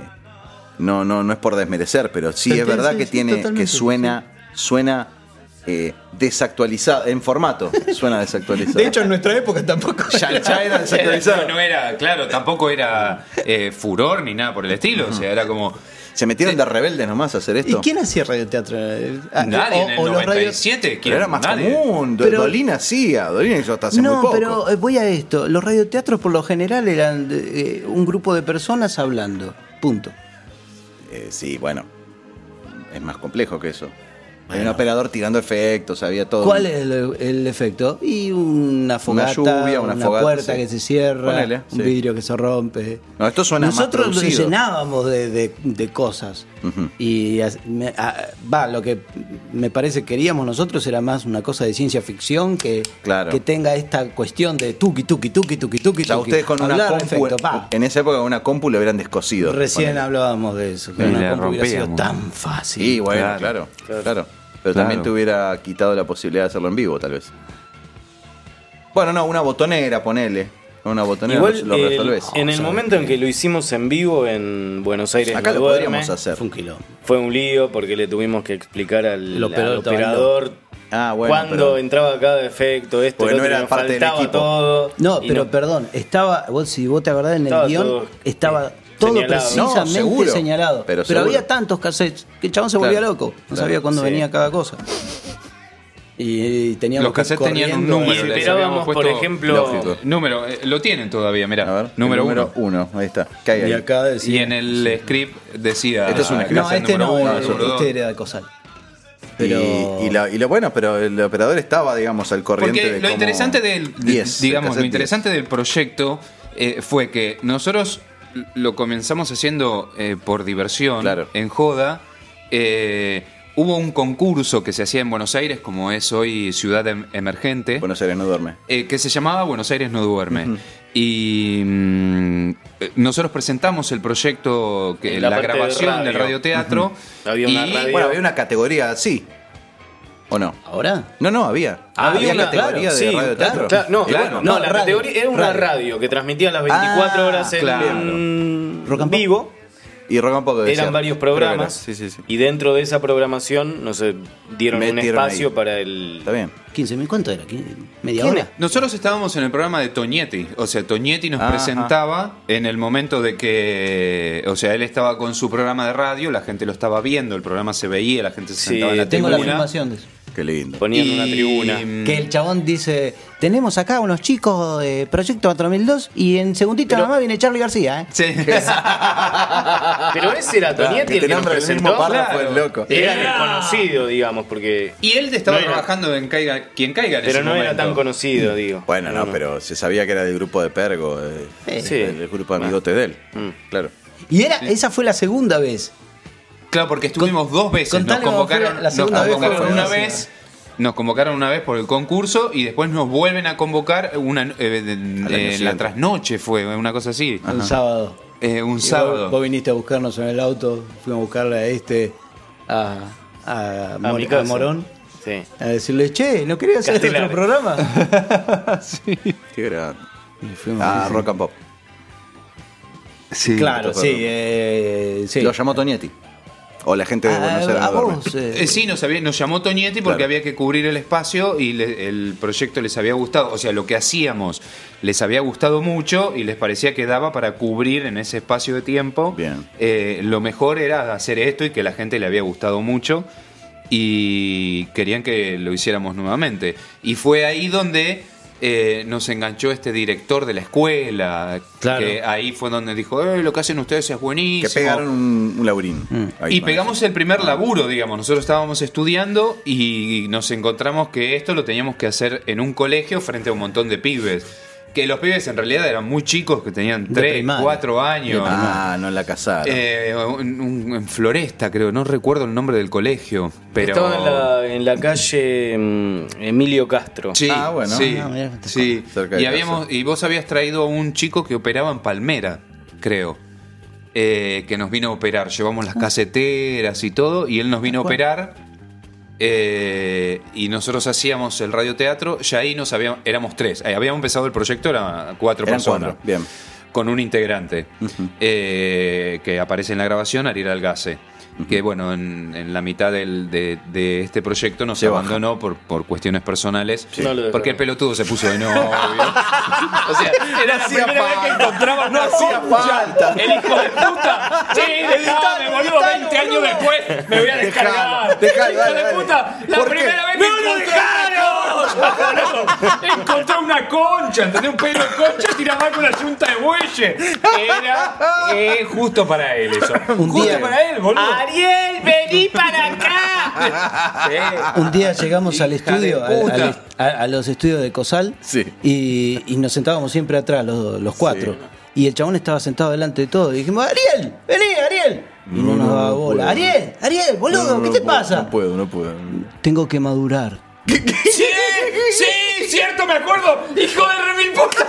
Speaker 2: No, no, no es por desmerecer, pero sí
Speaker 1: Te
Speaker 2: es verdad que
Speaker 1: entiendo, sí,
Speaker 2: tiene... Que
Speaker 1: totalmente,
Speaker 2: suena... Suena eh, desactualizado, en formato. Suena desactualizado.
Speaker 1: De hecho, en nuestra época tampoco.
Speaker 2: Ya, ya era desactualizado.
Speaker 4: No, no era, claro, tampoco era eh, furor ni nada por el estilo. O sea, era como.
Speaker 2: Se metieron de rebeldes nomás a hacer esto.
Speaker 1: ¿Y quién hacía radioteatro? Ah,
Speaker 4: Nadie
Speaker 1: o-
Speaker 4: en el
Speaker 1: o los radios-
Speaker 4: 97. ¿quién?
Speaker 2: Pero era más
Speaker 4: Nadie.
Speaker 2: común. Do-
Speaker 1: Pero-
Speaker 2: Dolina hacía. Dolina hizo hasta hace
Speaker 1: no,
Speaker 2: muy poco.
Speaker 1: pero eh, voy a esto. Los radioteatros por lo general eran eh, un grupo de personas hablando. Punto.
Speaker 2: Eh, sí, bueno. Es más complejo que eso. Hay un operador tirando efectos, había todo.
Speaker 1: ¿Cuál es el, el efecto? Y una fogata, una,
Speaker 2: lluvia, una fogata,
Speaker 1: puerta
Speaker 2: sí.
Speaker 1: que se cierra,
Speaker 2: Ponele,
Speaker 1: un
Speaker 2: sí.
Speaker 1: vidrio que se rompe.
Speaker 2: No, esto suena más
Speaker 1: Nosotros nos
Speaker 2: producido.
Speaker 1: llenábamos de, de- de cosas.
Speaker 2: Ujú.
Speaker 1: Y as- me- a- va, lo que me parece queríamos nosotros era más una cosa de ciencia ficción que,
Speaker 2: Claro.
Speaker 1: que tenga esta cuestión de tuki, tuki, tuki, tuki, tuki.
Speaker 2: O sea,
Speaker 1: tuki.
Speaker 2: ustedes con una
Speaker 1: Hablar,
Speaker 2: compu.
Speaker 1: efecto, pa.
Speaker 2: en esa época con una compu lo hubieran descosido.
Speaker 1: Recién
Speaker 2: Ponele.
Speaker 1: hablábamos de eso. que
Speaker 2: Y
Speaker 1: una
Speaker 2: la
Speaker 1: compu hubiera sido
Speaker 2: rompíamos.
Speaker 1: tan fácil.
Speaker 2: Sí, bueno, claro, claro. Pero también te
Speaker 4: Claro.
Speaker 2: hubiera quitado la posibilidad de hacerlo en vivo, tal vez. Bueno, no, una botonera, ponele. Una botonera
Speaker 3: Igual,
Speaker 2: lo
Speaker 3: el-
Speaker 2: resolvés.
Speaker 3: en el momento en que lo hicimos en vivo eh, en Buenos Aires,
Speaker 2: Acá
Speaker 3: no
Speaker 2: lo
Speaker 3: duerme,
Speaker 2: podríamos hacer.
Speaker 1: Fue un kilo.
Speaker 3: Fue un lío porque le tuvimos que explicar al,
Speaker 1: El operador
Speaker 3: al
Speaker 1: estaba
Speaker 3: operador
Speaker 2: Ah, bueno.
Speaker 3: cuándo
Speaker 2: pero-
Speaker 3: entraba cada efecto, esto,
Speaker 2: Porque
Speaker 3: lo
Speaker 2: no
Speaker 3: otro,
Speaker 2: era
Speaker 3: nos
Speaker 2: parte del
Speaker 3: faltaba
Speaker 2: equipo.
Speaker 3: todo.
Speaker 1: No,
Speaker 3: y
Speaker 1: pero
Speaker 3: no-
Speaker 1: perdón, estaba, vos, si vos te acordás en el
Speaker 3: Estaba
Speaker 1: guión,
Speaker 3: todo,
Speaker 1: estaba todo
Speaker 3: señalado.
Speaker 1: precisamente
Speaker 2: No, seguro,
Speaker 1: señalado.
Speaker 2: pero
Speaker 1: Pero,
Speaker 2: seguro.
Speaker 1: había tantos cassettes que el chabón se volvía
Speaker 2: Claro,
Speaker 1: loco, no
Speaker 2: claro,
Speaker 1: sabía cuándo
Speaker 3: sí.
Speaker 1: venía cada cosa.
Speaker 2: eh,
Speaker 1: Y, y teníamos
Speaker 4: Los
Speaker 1: que ir
Speaker 4: cassettes tenían un
Speaker 1: corriendo.
Speaker 4: número.
Speaker 3: Y
Speaker 4: les
Speaker 3: esperábamos,
Speaker 4: habíamos
Speaker 3: por
Speaker 4: puesto-
Speaker 3: ejemplo-
Speaker 4: Lógico. Número, eh, lo tienen todavía,
Speaker 2: A
Speaker 4: mirá.
Speaker 2: ver,
Speaker 4: Número
Speaker 2: el
Speaker 4: uno.
Speaker 2: uno. Ahí está. ¿Qué hay ahí?
Speaker 1: Y acá
Speaker 4: Y
Speaker 1: decía.
Speaker 4: en el script decía. ah,
Speaker 2: Este es un script.
Speaker 1: no,
Speaker 4: clase
Speaker 1: este
Speaker 4: número
Speaker 1: no,
Speaker 4: uno,
Speaker 1: era-
Speaker 4: número dos.
Speaker 1: este era de Cosal.
Speaker 2: Y,
Speaker 1: Pero.
Speaker 2: y la- y lo bueno, pero el operador estaba, digamos, al corriente
Speaker 4: Porque
Speaker 2: de
Speaker 4: lo
Speaker 2: cómo-
Speaker 4: interesante del, de-
Speaker 2: 10,
Speaker 4: digamos,
Speaker 2: cassette
Speaker 4: lo
Speaker 2: 10.
Speaker 4: interesante del proyecto eh, fue que nosotros lo comenzamos haciendo eh, por diversión,
Speaker 2: Claro.
Speaker 4: en joda. Eh, hubo un concurso que se hacía en Buenos Aires, como es hoy Ciudad Em- Emergente.
Speaker 2: Buenos Aires no duerme.
Speaker 4: eh, que se llamaba Buenos Aires no duerme. Y mm, eh, nosotros presentamos el proyecto, que,
Speaker 3: La
Speaker 4: la,
Speaker 3: parte de
Speaker 4: grabación
Speaker 3: radio.
Speaker 4: del radioteatro.
Speaker 3: Había una
Speaker 4: y-
Speaker 3: radio.
Speaker 2: Bueno, había una categoría así. ¿o no?
Speaker 1: ¿Ahora?
Speaker 2: No, no, había.
Speaker 3: Ah, Había una-
Speaker 2: categoría
Speaker 3: claro,
Speaker 2: de
Speaker 3: sí,
Speaker 2: radio teatro.
Speaker 3: claro, no,
Speaker 2: Claro.
Speaker 3: claro, no,
Speaker 1: No,
Speaker 3: la
Speaker 1: radio,
Speaker 3: categoría era una
Speaker 1: radio.
Speaker 3: radio. que transmitía las 24
Speaker 2: Ah,
Speaker 3: horas en
Speaker 2: claro.
Speaker 1: Rock and pop.
Speaker 3: vivo.
Speaker 2: Y Rock and Pop debe
Speaker 3: Eran
Speaker 2: ser.
Speaker 3: varios
Speaker 2: Creo que era.
Speaker 3: programas.
Speaker 2: Sí, sí, sí.
Speaker 3: Y dentro de esa programación nos eh, dieron un
Speaker 2: Metieron
Speaker 3: espacio
Speaker 2: ahí.
Speaker 3: para el.
Speaker 2: Está bien.
Speaker 1: 15.000, ¿cuánto era? ¿Qui- ¿Media
Speaker 3: ¿Quién
Speaker 1: hora?
Speaker 4: Nosotros estábamos en el programa de Toñetti, o sea, Toñetti nos
Speaker 2: Ajá.
Speaker 4: presentaba en el momento de que, o sea, él estaba con su programa de radio, la gente lo estaba viendo, el programa se veía, la gente se
Speaker 3: Sí,
Speaker 4: sentaba en la
Speaker 1: Tengo la
Speaker 4: tribuna.
Speaker 1: filmación de eso.
Speaker 2: Qué lindo.
Speaker 3: Ponían una
Speaker 4: Y-
Speaker 3: tribuna.
Speaker 1: Que el chabón dice, tenemos acá unos chicos de Proyecto 4002 y en segundito nada más viene Charlie García, ¿eh?
Speaker 4: Sí.
Speaker 3: Pero ese era Tonietti
Speaker 2: Ah, que te
Speaker 3: el que nos
Speaker 2: nombra el mismo
Speaker 3: presentó.
Speaker 2: párrafo,
Speaker 3: Claro.
Speaker 2: el loco.
Speaker 3: Era desconocido, digamos, porque.
Speaker 4: Y él estaba
Speaker 3: No era-
Speaker 4: trabajando en Caiga, quien caiga en
Speaker 3: Pero
Speaker 4: ese
Speaker 3: no era
Speaker 4: momento. Mm.
Speaker 3: tan conocido, digo.
Speaker 2: Bueno, no, pero se sabía que era del grupo de Pergo, eh,
Speaker 3: Sí. Mm.
Speaker 2: el grupo de amigotes de él. Claro.
Speaker 1: Y era, esa fue la segunda vez.
Speaker 4: Claro, porque estuvimos dos veces, nos
Speaker 1: contale cómo fue
Speaker 4: convocaron,
Speaker 1: la
Speaker 4: nos
Speaker 1: segunda vez,
Speaker 4: convocaron
Speaker 1: fue
Speaker 4: una
Speaker 1: buenísima.
Speaker 4: vez. Nos convocaron una vez por el concurso y después nos vuelven a convocar una eh, de- eh, la
Speaker 2: siguiente.
Speaker 4: trasnoche fue, una cosa así.
Speaker 1: Un sábado.
Speaker 4: Eh, un
Speaker 1: Y
Speaker 4: sábado.
Speaker 1: Vos, vos viniste a buscarnos en el auto, fuimos a buscarle a este, a, a,
Speaker 3: A
Speaker 1: Mor-
Speaker 3: mi casa.
Speaker 1: a Morón,
Speaker 3: Sí.
Speaker 1: a decirle, che, ¿no querías hacer
Speaker 3: Castelar.
Speaker 1: otro programa?
Speaker 2: Qué grande.
Speaker 1: Y fuimos,
Speaker 2: Ah,
Speaker 1: sí,
Speaker 2: Rock and Pop.
Speaker 1: sí. Claro,
Speaker 2: otro
Speaker 1: sí,
Speaker 2: programa.
Speaker 1: eh, sí. Ah,
Speaker 2: Lo llamó Tonietti. O la gente de Buenos Aires.
Speaker 1: a, a
Speaker 2: no duerme.
Speaker 1: vos, eh,
Speaker 4: Eh, sí, nos, había- nos llamó Toñetti porque
Speaker 2: Claro.
Speaker 4: había que cubrir el espacio y le- el proyecto les había gustado. O sea, lo que hacíamos les había gustado mucho y les parecía que daba para cubrir en ese espacio de tiempo.
Speaker 2: Bien.
Speaker 4: Eh, lo mejor era hacer esto y que la gente le había gustado mucho y querían que lo hiciéramos nuevamente. Y fue ahí donde eh, nos enganchó este director de la escuela.
Speaker 1: Claro.
Speaker 4: Que ahí fue donde dijo: "Eh, Lo que hacen ustedes es buenísimo.
Speaker 2: Que pegaron un, un laurín. Ahí
Speaker 4: Y
Speaker 2: con
Speaker 4: pegamos el
Speaker 1: Ah.
Speaker 4: primer laburo, digamos. Nosotros estábamos estudiando y nos encontramos que esto lo teníamos que hacer en un colegio frente a un montón de pibes. Que los pibes en realidad eran muy chicos, que tenían
Speaker 1: De
Speaker 4: 3,
Speaker 1: primaria.
Speaker 4: 4 años.
Speaker 2: eso. Ah, no la casaron.
Speaker 4: Eh, un- un- en Floresta, creo. No recuerdo el nombre del colegio. Pero...
Speaker 3: Estaba en la, en la calle mm, Emilio Castro.
Speaker 4: Sí,
Speaker 2: Ah, bueno.
Speaker 4: sí,
Speaker 1: Ah, mira, te-
Speaker 4: sí.
Speaker 2: Cerca de
Speaker 4: Y,
Speaker 2: casa.
Speaker 4: habíamos, y vos habías traído a un chico que operaba en Palmera, creo. eh, que nos vino a operar. Llevamos
Speaker 2: Ah.
Speaker 4: las caseteras y todo, y él nos vino a operar. eh, y nosotros hacíamos el radioteatro. Ya ahí nos habíamos, éramos tres. Eh, habíamos empezado el proyecto, eran cuatro
Speaker 2: Eran
Speaker 4: personas.
Speaker 2: cuatro. Bien.
Speaker 4: Con un integrante eh, que aparece en la grabación, Ariel Algace. que bueno, en, en la mitad del- de, de este proyecto nos
Speaker 2: Se baja.
Speaker 4: abandonó por, por cuestiones personales,
Speaker 2: Sí. No lo dejaron.
Speaker 4: porque el pelotudo se puso de novio. O sea,
Speaker 2: era la primera vez que
Speaker 3: encontraba
Speaker 2: No hacía falta.
Speaker 3: El hijo de puta. Sí, dejame, boludo. 20 años después me voy a descargar.
Speaker 2: Dejalo,
Speaker 3: Hijo
Speaker 2: dale,
Speaker 3: de
Speaker 2: dale.
Speaker 3: puta. La
Speaker 2: ¿Por qué?
Speaker 3: primera vez que
Speaker 2: ¡No lo
Speaker 3: encontré una concha, boludo. Encontré una concha, ¿entendés? Un pelo de concha tiraba con la yunta de bueyes. Era eh, justo para él eso. justo
Speaker 1: día-
Speaker 3: para él, boludo.
Speaker 12: Ariel, vení para acá.
Speaker 1: Un día llegamos al estudio, al-
Speaker 12: puta.
Speaker 1: al- a, a los estudios de Cosal, y, y nos sentábamos siempre atrás, los, los cuatro. Y el chabón estaba sentado delante de todo. Y dijimos, Ariel, vení, Ariel. Y no, nos daba bola.
Speaker 2: puedo.
Speaker 1: Ariel, Ariel, boludo,
Speaker 2: No, no,
Speaker 1: ¿qué
Speaker 2: no
Speaker 1: te
Speaker 2: puedo,
Speaker 1: pasa?
Speaker 2: No puedo, no puedo.
Speaker 1: Tengo que madurar.
Speaker 3: Sí, sí, cierto, me acuerdo. Hijo de remil puta.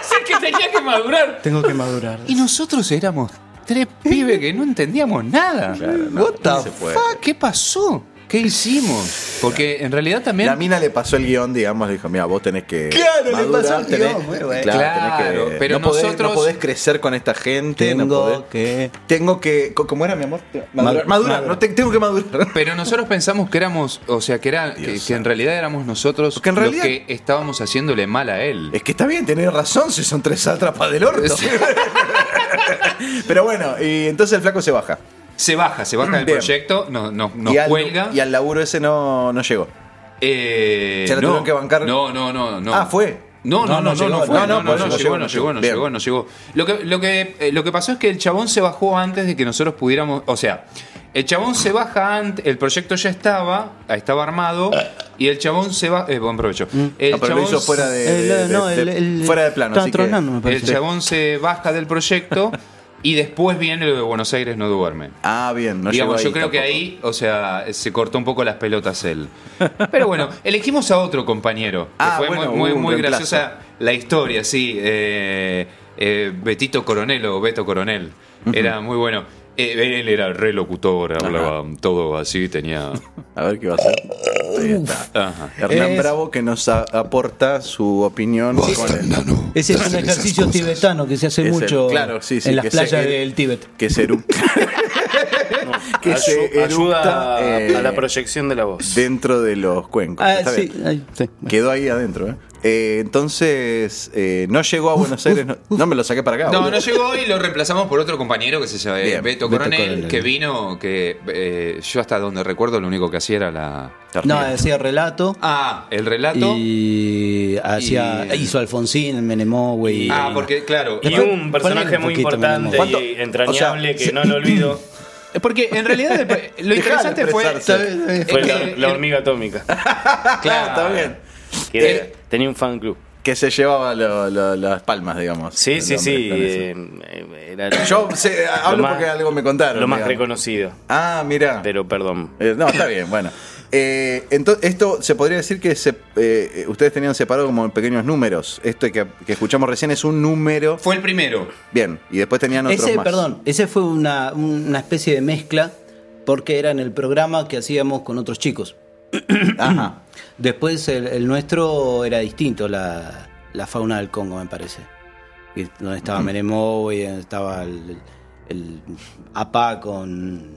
Speaker 3: Así que tenía que madurar.
Speaker 1: Tengo que madurar.
Speaker 4: Y nosotros éramos tres pibes que no entendíamos nada. What the fuck? ¿Qué pasó? ¿Qué hicimos? Porque en realidad también.
Speaker 2: La mina le pasó el guión, digamos, le dijo, mira, vos tenés que.
Speaker 1: Claro, le pasó el
Speaker 2: tenés-
Speaker 1: guión, muy bueno.
Speaker 2: Claro, tenés
Speaker 4: Claro,
Speaker 2: que.
Speaker 4: pero
Speaker 2: no podés-
Speaker 4: nosotros-
Speaker 2: no podés crecer con esta gente. no podés-
Speaker 1: que.
Speaker 2: Tengo que. co- ¿Cómo era, mi amor? Madurar.
Speaker 4: Mad-
Speaker 2: madurar,
Speaker 4: madurar.
Speaker 2: No, te- tengo que madurar.
Speaker 4: Pero nosotros pensamos que éramos, o sea, que era que, que en realidad éramos nosotros
Speaker 2: en realidad-
Speaker 4: los que estábamos haciéndole mal a él.
Speaker 2: Es que está bien, tenés razón si son tres sátrapas del orto. Pero bueno, y entonces el flaco se baja.
Speaker 4: Se baja, se baja del
Speaker 2: Bien.
Speaker 4: proyecto, no- no- nos
Speaker 2: y al,
Speaker 4: cuelga.
Speaker 2: Y al laburo ese no, no llegó.
Speaker 4: Eh,
Speaker 2: ¿Se la
Speaker 4: no,
Speaker 2: tuvieron que bancar?
Speaker 4: No, no, no, no.
Speaker 2: Ah, ¿fue?
Speaker 4: No, no, no, no, no,
Speaker 2: llegó.
Speaker 4: fue. No, no,
Speaker 2: pues
Speaker 4: no,
Speaker 2: no
Speaker 4: llegó, no llegó, no
Speaker 2: Bien.
Speaker 4: llegó, no llegó. Lo que, lo, que, eh, lo que pasó es que el chabón se bajó antes de que nosotros pudiéramos. O sea, el chabón se baja antes. El proyecto ya estaba, estaba armado. Y el chabón se va. eh, buen provecho. El
Speaker 2: Ah, pero lo hizo fuera de- de- de- de- fuera de plano, así que-
Speaker 4: El chabón se baja del proyecto. Y después viene lo de Buenos Aires no duerme.
Speaker 2: Ah, bien, no
Speaker 4: Digamos, yo
Speaker 2: llegó.
Speaker 4: creo que ahí, o sea, se cortó un poco las pelotas él. Pero bueno, elegimos a otro compañero. que
Speaker 2: Ah,
Speaker 4: fue
Speaker 2: bueno,
Speaker 4: muy,
Speaker 2: hubo
Speaker 4: muy,
Speaker 2: un
Speaker 4: muy
Speaker 2: reemplazo.
Speaker 4: graciosa la historia, sí. eh, eh, Betito Coronel o Beto Coronel. Era muy bueno. Eh, él era re locutor, hablaba
Speaker 16: Oh,
Speaker 4: todo así, tenía.
Speaker 2: A ver qué va a hacer. Ahí está.
Speaker 4: Ajá.
Speaker 2: Hernán
Speaker 1: Es-
Speaker 2: Bravo que nos a- aporta su opinión. con el-
Speaker 1: Ese es un ejercicio tibetano que se hace
Speaker 2: Es el-
Speaker 1: mucho
Speaker 2: claro, sí, sí,
Speaker 1: en las
Speaker 2: que se-
Speaker 1: playas
Speaker 2: que-
Speaker 1: del Tíbet.
Speaker 2: que se eructa. que
Speaker 3: Ayu-
Speaker 2: se eructa,
Speaker 3: ayuda a-
Speaker 2: eh,
Speaker 3: a la proyección de la voz.
Speaker 2: Dentro de los cuencos.
Speaker 1: Ah,
Speaker 2: Está
Speaker 1: sí,
Speaker 2: bien.
Speaker 1: ahí, sí.
Speaker 2: Quedó ahí adentro, ¿eh? Eh, entonces, eh, no llegó a Buenos Aires. no- no, me lo saqué para acá.
Speaker 4: No,
Speaker 2: boludo.
Speaker 4: no llegó y lo reemplazamos por otro compañero que se llama eh,
Speaker 2: Bien,
Speaker 4: Beto,
Speaker 2: Beto
Speaker 4: Coronel,
Speaker 2: Coronel.
Speaker 4: que vino, que eh, yo hasta donde recuerdo lo único que hacía era la...
Speaker 1: No, decía relato.
Speaker 4: Ah, el relato.
Speaker 1: Y hacía,
Speaker 4: Y-
Speaker 1: hizo Alfonsín, Menemó, güey.
Speaker 4: Ah, porque claro.
Speaker 3: Y un personaje muy importante y entrañable que no lo olvido
Speaker 4: Porque en realidad
Speaker 2: eh,
Speaker 4: después- lo interesante fue. es
Speaker 3: fue
Speaker 4: que-
Speaker 3: la, la hormiga atómica.
Speaker 4: claro,
Speaker 2: está bien. Eh,
Speaker 3: Que era- tenía un fan club.
Speaker 2: Que se llevaba lo- lo- las palmas, digamos.
Speaker 3: Sí,
Speaker 2: el
Speaker 3: sí,
Speaker 2: hombre
Speaker 3: sí.
Speaker 2: con eso.
Speaker 3: eh, era lo-
Speaker 2: Yo sé, hablo porque algo me contaron,
Speaker 3: Lo más
Speaker 2: digamos.
Speaker 3: reconocido.
Speaker 2: Ah, mira.
Speaker 3: Pero perdón.
Speaker 2: Eh, no, está bien, bueno. Eh, ento- esto se podría decir que se, eh, eh, ustedes tenían separado como en pequeños números. Esto que, que escuchamos recién es un número.
Speaker 4: Fue el primero.
Speaker 2: Bien, y después tenían otros
Speaker 1: Ese,
Speaker 2: más.
Speaker 1: perdón, ese fue una, una especie de mezcla porque era en el programa que hacíamos con otros chicos.
Speaker 2: Ajá.
Speaker 1: Después el, el nuestro era distinto, la, la fauna del Congo, me parece. Y Donde estaba Meremo y donde estaba el, el APA con,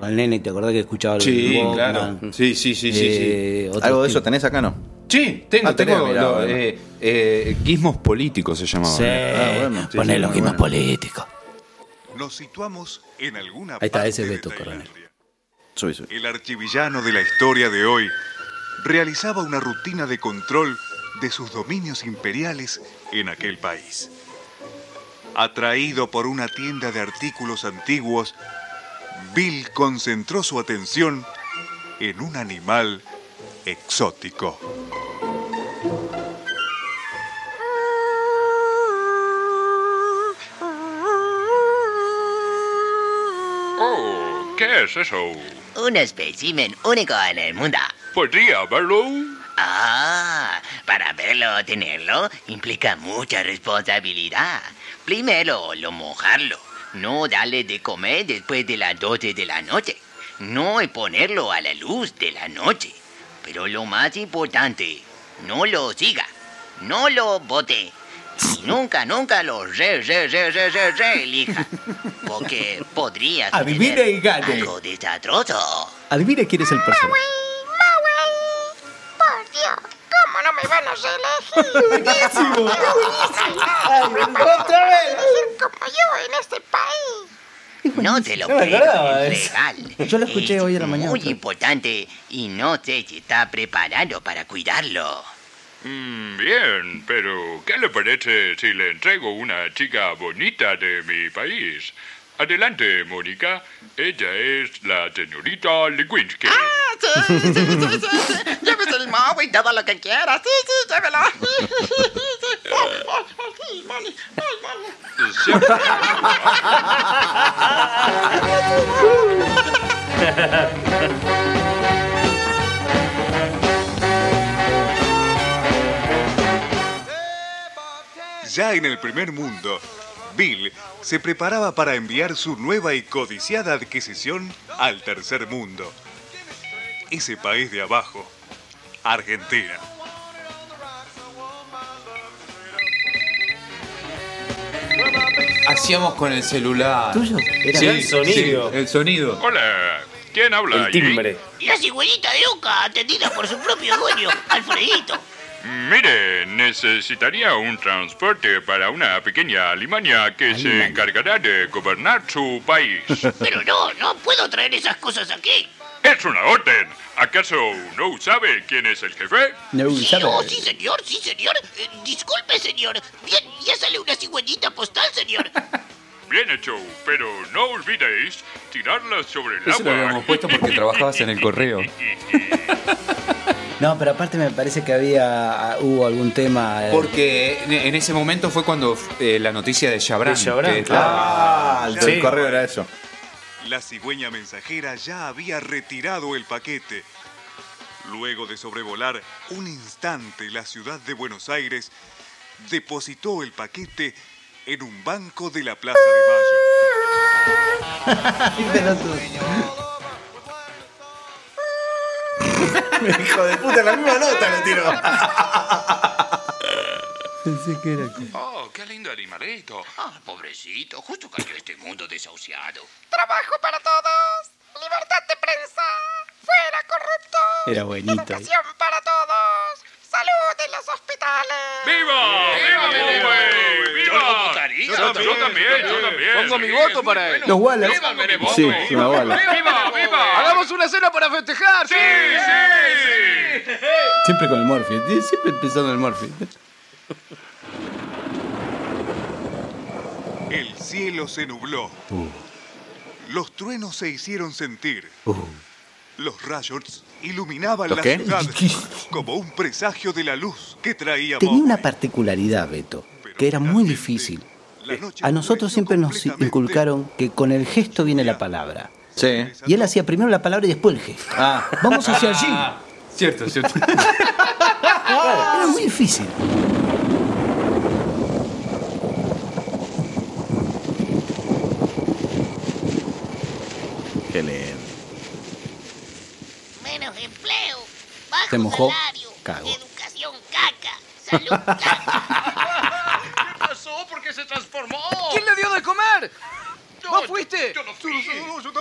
Speaker 1: con el nene, ¿te acordás que escuchaba el
Speaker 4: Sí,
Speaker 1: Walkman?
Speaker 4: claro. Sí, sí, sí, sí,
Speaker 1: Eh,
Speaker 4: sí.
Speaker 1: otros Algo de eso tipos.
Speaker 2: tenés acá, ¿no?
Speaker 4: Sí, tengo,
Speaker 2: Ah, tenés,
Speaker 4: tengo.
Speaker 2: mirá,
Speaker 4: lo-
Speaker 2: bueno.
Speaker 4: eh, eh, guismos políticos se llamaba.
Speaker 1: Sí,
Speaker 4: Ah,
Speaker 1: poné los guimas políticos.
Speaker 18: Nos situamos en alguna
Speaker 1: Ahí está,
Speaker 18: parte
Speaker 1: ese
Speaker 18: de
Speaker 1: Beto Coronel.
Speaker 18: El archivillano de la historia de hoy realizaba una rutina de control de sus dominios imperiales en aquel país. Atraído por una tienda de artículos antiguos, Bill concentró su atención en un animal exótico.
Speaker 19: Oh, ¿qué es eso?
Speaker 20: Un espécimen único en el mundo.
Speaker 19: ¿Podría verlo?
Speaker 20: Ah, para verlo o tenerlo implica mucha responsabilidad. Primero, lo mojarlo. No darle de comer después de las 12 de la noche. No exponerlo a la luz de la noche. Pero lo más importante, no lo siga. No lo bote. Y nunca, nunca lo re, re, re, re, re, re elija. Porque podría
Speaker 1: Adivine
Speaker 20: suceder
Speaker 1: y gane.
Speaker 20: algo desastroso.
Speaker 1: Adivine quién es el personaje.
Speaker 12: Por Dios, ¿cómo no me van a reelegir?
Speaker 1: Buenísimo.
Speaker 12: ¡Otra vez! como yo en este país.
Speaker 20: No te lo
Speaker 12: No me
Speaker 20: creo,
Speaker 12: acordaba de
Speaker 20: es
Speaker 12: eso.
Speaker 20: legal.
Speaker 12: Yo lo escuché
Speaker 20: Es
Speaker 12: hoy en la mañana,
Speaker 20: Muy
Speaker 12: pero-
Speaker 20: importante y no sé si está preparado para cuidarlo.
Speaker 19: Mm, Bien, pero ¿qué le parece si le entrego una chica bonita de mi país? Adelante, Mónica. Ella es la señorita Lewinsky.
Speaker 12: Sí, sí, sí, sí, sí. Llévese el moho y todo lo que quiera. Sí, sí, llévelo. Sí, Moni, ay, Moni.
Speaker 18: Ya en el primer mundo, Bill se preparaba para enviar su nueva y codiciada adquisición al tercer mundo. Ese país de abajo, Argentina.
Speaker 4: Hacíamos con el celular.
Speaker 19: ¿Tuyo? Era
Speaker 4: Sí,
Speaker 19: el sonido.
Speaker 4: sí, el sonido.
Speaker 19: Hola, ¿quién habla?
Speaker 4: El timbre.
Speaker 8: La cigüeñita de Oca, atendida por su propio dueño, Alfredito.
Speaker 19: Mire, necesitaría un transporte para una pequeña Alemania que se encargará de gobernar su país.
Speaker 8: Pero no, no puedo traer esas cosas aquí.
Speaker 19: Es una orden. ¿Acaso no sabe quién es el jefe?
Speaker 1: No,
Speaker 8: Sí,
Speaker 1: sabe.
Speaker 8: oh, sí, señor, sí, señor. Eh, disculpe, señor. Bien, ya sale una cigüeñita postal, señor.
Speaker 19: Bien hecho, pero no olvidéis tirarla sobre el
Speaker 4: Eso lo
Speaker 19: agua.
Speaker 4: habíamos puesto porque trabajabas en el correo.
Speaker 1: No, pero aparte me parece que había ah, hubo algún tema. eh,
Speaker 4: Porque en- en ese momento fue cuando eh, la noticia de Chabran.
Speaker 1: De Chabran,
Speaker 4: que-
Speaker 1: claro.
Speaker 2: Ah, el
Speaker 4: Sí.
Speaker 2: correo era eso.
Speaker 18: La cigüeña mensajera ya había retirado el paquete. Luego de sobrevolar un instante la ciudad de Buenos Aires, depositó el paquete en un banco de la Plaza de Mayo.
Speaker 2: Hijo de puta, la misma nota le tiró.
Speaker 1: Pensé que era.
Speaker 19: Oh, qué lindo animalito.
Speaker 8: Ah, pobrecito, justo cayó este mundo desahuciado.
Speaker 12: Trabajo para todos. Libertad de prensa. Fuera corrupto.
Speaker 1: Era buenito.
Speaker 12: Educación para todos. Salud en los hospitales.
Speaker 19: ¡Viva! ¡Viva, Monroe! ¡Viva!
Speaker 12: Yo lo votaría.
Speaker 19: Yo también, yo también.
Speaker 21: Pongo mi voto para él.
Speaker 1: Los Wallace. Sí, una Wallace.
Speaker 21: ¡Viva, viva! ¡Hagamos una cena para festejar! ¡Sí, sí, sí!
Speaker 1: Siempre con el Morphy, ¿sí? siempre pensando en el Morphy.
Speaker 18: El cielo se nubló.
Speaker 1: Uh.
Speaker 18: Los truenos se hicieron sentir. Los rayos iluminaban
Speaker 1: ¿Los
Speaker 18: la
Speaker 1: Uh. qué?
Speaker 18: ciudad como un presagio de la luz que traía
Speaker 1: Tenía
Speaker 18: Bob.
Speaker 1: una particularidad, Beto, que era muy difícil. A nosotros siempre nos inculcaron que con el gesto viene la palabra.
Speaker 2: Sí.
Speaker 1: Y él hacía primero la palabra y después el gesto.
Speaker 2: Ah.
Speaker 1: Vamos hacia allí.
Speaker 4: Cierto, cierto.
Speaker 1: Era muy difícil.
Speaker 2: Qué lindo.
Speaker 8: Menos empleo, bajo
Speaker 1: Se mojó.
Speaker 8: salario,
Speaker 1: Cago.
Speaker 8: educación caca, salud caca.
Speaker 21: ¿Qué pasó? ¿Por qué se transformó? ¿Quién le dio de comer? ¿Vos fuiste? Yo, no fui.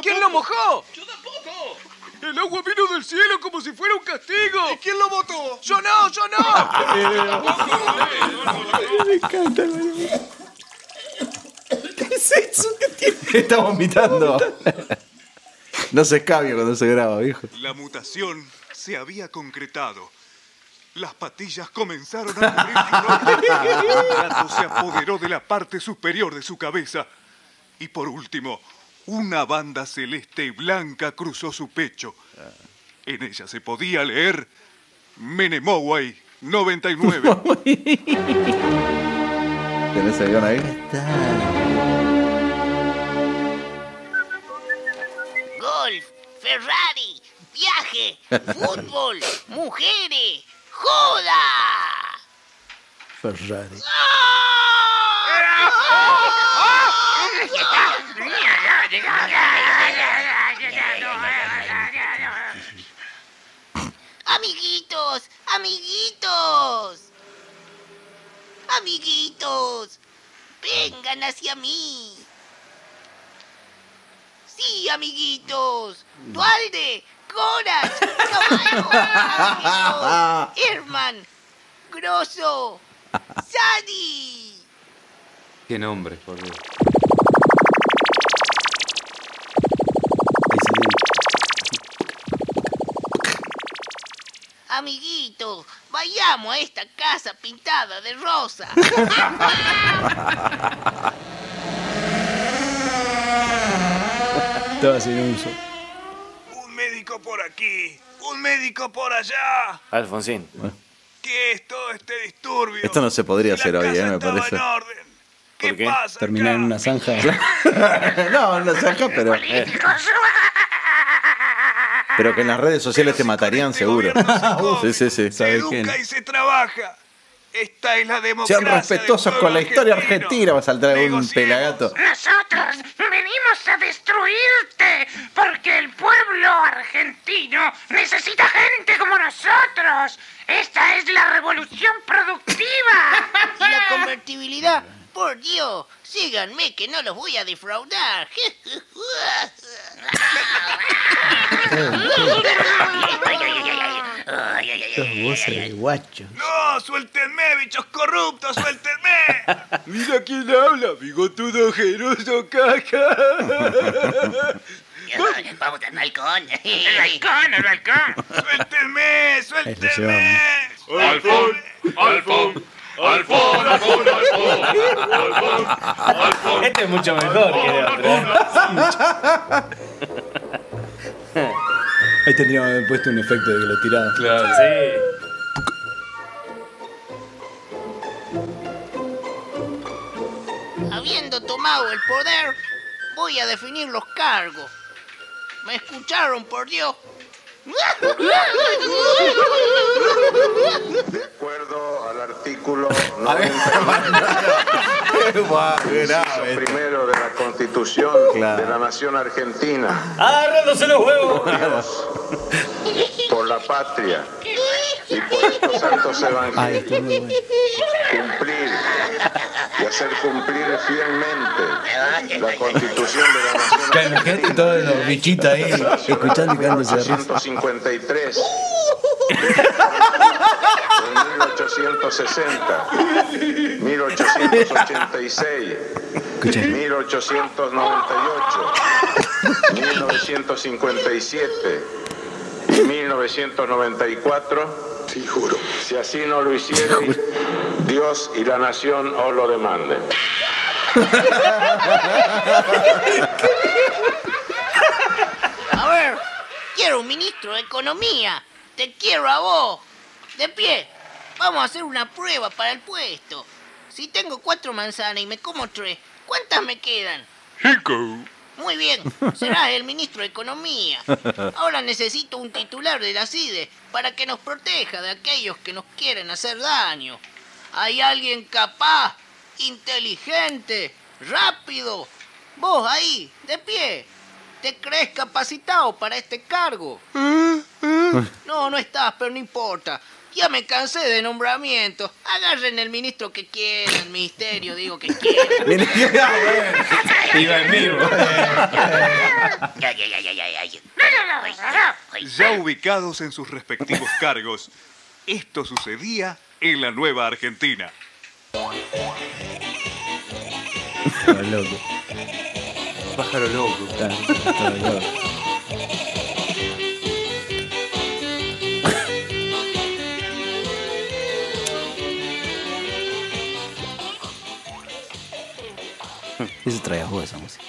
Speaker 21: ¿Quién lo mojó? Yo tampoco. El agua vino del cielo como si fuera un castigo. ¿Y quién lo votó? Yo no, yo
Speaker 1: Ah.
Speaker 21: no.
Speaker 12: Me encanta, ¿Qué es eso que tiene?
Speaker 2: Está vomitando. No se escabia cuando se graba, viejo.
Speaker 18: La mutación se había concretado. Las patillas comenzaron a cubrir su rostro. Un gato se apoderó de la parte superior de su cabeza. Y por último, una banda celeste y blanca cruzó su pecho. En ella se podía leer Menemoway 99.
Speaker 2: ¿Tenés el guión ahí?
Speaker 8: Golf, Ferrari, viaje, fútbol, mujeres, joda.
Speaker 1: Ferrari.
Speaker 4: ¡Ah!
Speaker 8: ¡Ah! Amiguitos, amiguitos. Amiguitos, vengan hacia mí. Sí, amiguitos. Dualde, Coras, Caballo, Herman, Grosso, Sadi.
Speaker 4: Qué nombre, por Dios.
Speaker 8: Amiguitos, vayamos a esta casa pintada de rosa.
Speaker 1: Estaba sin uso.
Speaker 22: Un médico por aquí, un médico por allá.
Speaker 3: Alfonsín.
Speaker 22: ¿Qué es todo este disturbio?
Speaker 2: Esto no se podría hacer hoy, eh, me parece.
Speaker 3: ¿Por qué?
Speaker 1: Terminar en una zanja.
Speaker 2: no, no saca, pero. Pero que en las redes sociales te matarían seguro. Sí, sí, sí. ¿Sabes quién?
Speaker 22: Educa y se trabaja. Esta es la democracia.
Speaker 2: Sean respetuosos con la historia argentina. Va a saltar un pelagato.
Speaker 12: Nosotros venimos a destruirte porque el pueblo argentino necesita gente como nosotros. Esta es la revolución productiva.
Speaker 8: Y la convertibilidad, por Dios, síganme que no los voy a defraudar.
Speaker 1: Los voces del guacho.
Speaker 22: ¡No! ¡Suéltenme, bichos corruptos! ¡Suéltenme! Mira quién habla, bigotudo ojeroso caca.
Speaker 8: Vamos al balcón.
Speaker 12: El balcón, el balcón.
Speaker 22: ¡Suéltenme! ¡Suéltenme!
Speaker 12: Alfón, Alfón, Alfón, Alfón, Alfón, Alfón.
Speaker 3: Este es mucho mejor que el otro.
Speaker 1: Ahí tendríamos que haber puesto un efecto de que lo tiraba.
Speaker 3: Claro, sí.
Speaker 8: Habiendo tomado el poder, voy a definir los cargos. ¿Me escucharon, por Dios?
Speaker 23: acuerdo al artículo
Speaker 2: grave.
Speaker 23: primero de la Constitución de la Nación Argentina.
Speaker 3: Agárrándose los huevos.
Speaker 23: Unidos por la patria y por estos santos evangelios. Cumplir y hacer cumplir fielmente la Constitución de la Nación
Speaker 1: Claro, gente, todos los bichitos ahí, escuchando y
Speaker 23: Argentina
Speaker 1: cagándose de risa.
Speaker 23: 153 1860 1886 1898 1957 y 1994. Si así no lo hicieron, Dios y la nación os lo demanden.
Speaker 8: A ver, quiero un ministro de Economía. Te quiero a vos. De pie. Vamos a hacer una prueba para el puesto. Si tengo cuatro manzanas y me como tres, ¿cuántas me quedan?
Speaker 19: Cinco.
Speaker 8: Muy bien, serás el ministro de Economía. Ahora necesito un titular de la CIDE E para que nos proteja de aquellos que nos quieren hacer daño. Hay alguien capaz, inteligente, rápido. Vos ahí, de pie. ¿Te crees capacitado para este cargo? No, no estás, pero no importa. Ya me cansé de nombramientos. Agarren el ministro que quieran, el ministerio, digo que quieran.
Speaker 3: Iba en vivo.
Speaker 18: Ya ubicados en sus respectivos cargos, esto sucedía en la nueva Argentina.
Speaker 1: Estaba loco.
Speaker 4: Pájaro loco.
Speaker 1: Estaba loco. Eso traías vos esa música.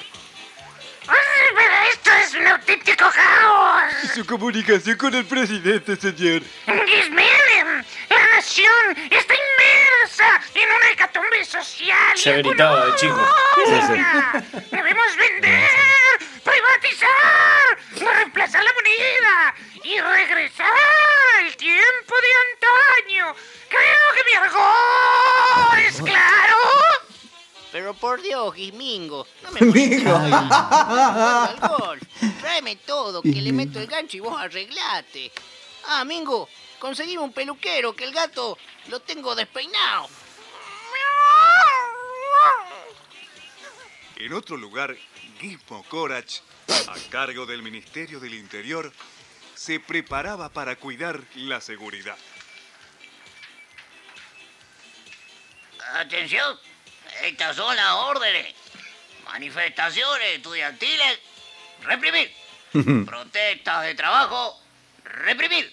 Speaker 12: Pero esto es un auténtico caos.
Speaker 6: Su comunicación con el presidente, señor.
Speaker 12: Gismelen, la nación está inmersa en una hecatombe social. y
Speaker 3: Ya gritaba de chico.
Speaker 12: económica. Debemos vender, privatizar, reemplazar la moneda y regresar al tiempo de antaño. Creo que mi argot es claro.
Speaker 8: Pero por Dios, Guismingo, no me
Speaker 12: Guismingo.
Speaker 8: molestes. Ay, al gol. Tráeme todo, que le meto el gancho y vos arreglate. Ah, Mingo, conseguime un peluquero, que el gato lo tengo despeinado.
Speaker 18: En otro lugar, Gizmo Corach, a cargo del Ministerio del Interior, se preparaba para cuidar la seguridad.
Speaker 9: Atención, estas son las órdenes. Manifestaciones estudiantiles, reprimir. Protestas de trabajo, reprimir.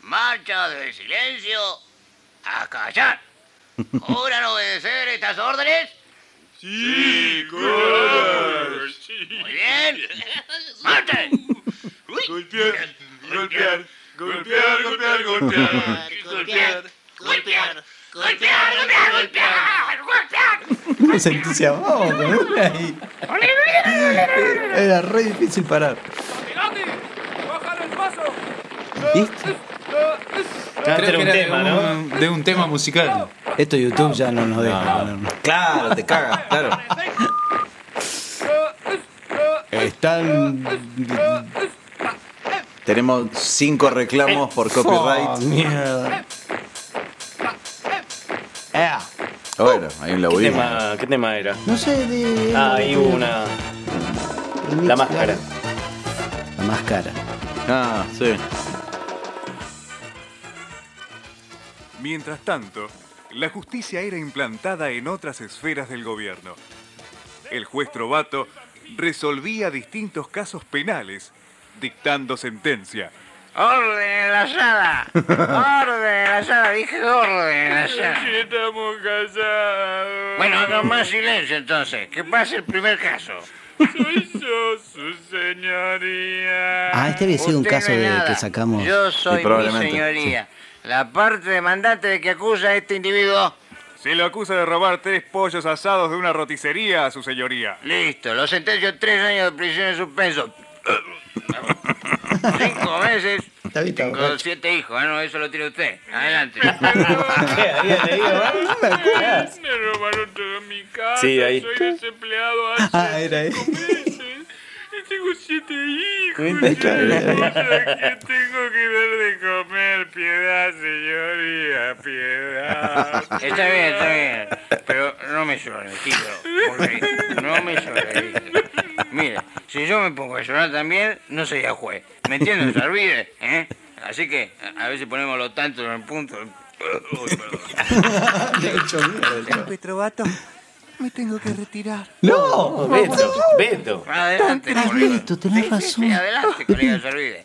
Speaker 9: Marchas de silencio, a callar. ¿Juran obedecer estas órdenes?
Speaker 12: Sí,
Speaker 9: Muy bien. ¡Marchen!
Speaker 12: Golpear, golpear, golpear, golpear, golpear.
Speaker 9: Golpear, golpear,
Speaker 12: golpear, golpear, golpear.
Speaker 1: Uno se entusiasmaba con una y- Era re difícil parar.
Speaker 4: Creo que era de un- de un tema musical.
Speaker 1: Esto YouTube ya no nos deja. no, no.
Speaker 2: Claro, te cagas, claro.
Speaker 1: Están.
Speaker 2: Tenemos cinco reclamos por copyright.
Speaker 1: Oh, mierda. Eh,
Speaker 2: Bueno, ahí lo
Speaker 3: ¿Qué
Speaker 2: oímos.
Speaker 3: tema, Ah, ¿Qué tema era?
Speaker 1: no sé, de.
Speaker 3: Ah, ahí hubo una. La máscara.
Speaker 1: La máscara.
Speaker 2: Ah, sí.
Speaker 18: Mientras tanto, la justicia era implantada en otras esferas del gobierno. El juez Trovato resolvía distintos casos penales, dictando sentencia.
Speaker 12: Orden en la sala. Orden en la sala. Dije orden en la sala.
Speaker 9: estamos casados.
Speaker 12: Bueno, hagan más silencio entonces. Que pase el primer caso. Soy yo, su señoría.
Speaker 1: Ah, este había sido un
Speaker 9: Usted
Speaker 1: caso
Speaker 9: no es
Speaker 1: de
Speaker 9: nada.
Speaker 1: que sacamos.
Speaker 9: Yo soy mi
Speaker 1: probablemente,
Speaker 9: señoría. La parte demandante de que acusa a este individuo.
Speaker 18: Se lo acusa de robar tres pollos asados de una roticería a su señoría.
Speaker 9: Listo, lo sentencio a tres años de prisión en suspenso. Cinco meses. Con siete hijos. Ah, no, eso lo tiene usted. Adelante.
Speaker 12: ¿Qué había leído? No me acuerdo.
Speaker 9: Me robaron toda mi casa.
Speaker 3: Sí, ahí.
Speaker 9: Soy desempleado
Speaker 1: Ah, era ahí.
Speaker 9: Tengo siete hijos.
Speaker 12: Cuenta, claro, ahí.
Speaker 9: ¿Qué tengo que ver de comer? Piedad, señoría, piedad.
Speaker 12: Está bien, está bien.
Speaker 9: Pero no me llores, chico. porque No me llores. Mira, si yo me pongo a llorar también, no sería juez. ¿Me entiendes, Arvide? ¿Eh? Así que a a veces ponemos los tantos en el punto. Uy, perdón.
Speaker 12: Petrovato, me tengo que retirar.
Speaker 1: ¡No!
Speaker 9: Beto,
Speaker 3: Beto.
Speaker 9: Adelante, colega.
Speaker 1: Beto, tenés razón.
Speaker 9: Sí, adelante, colega Servide.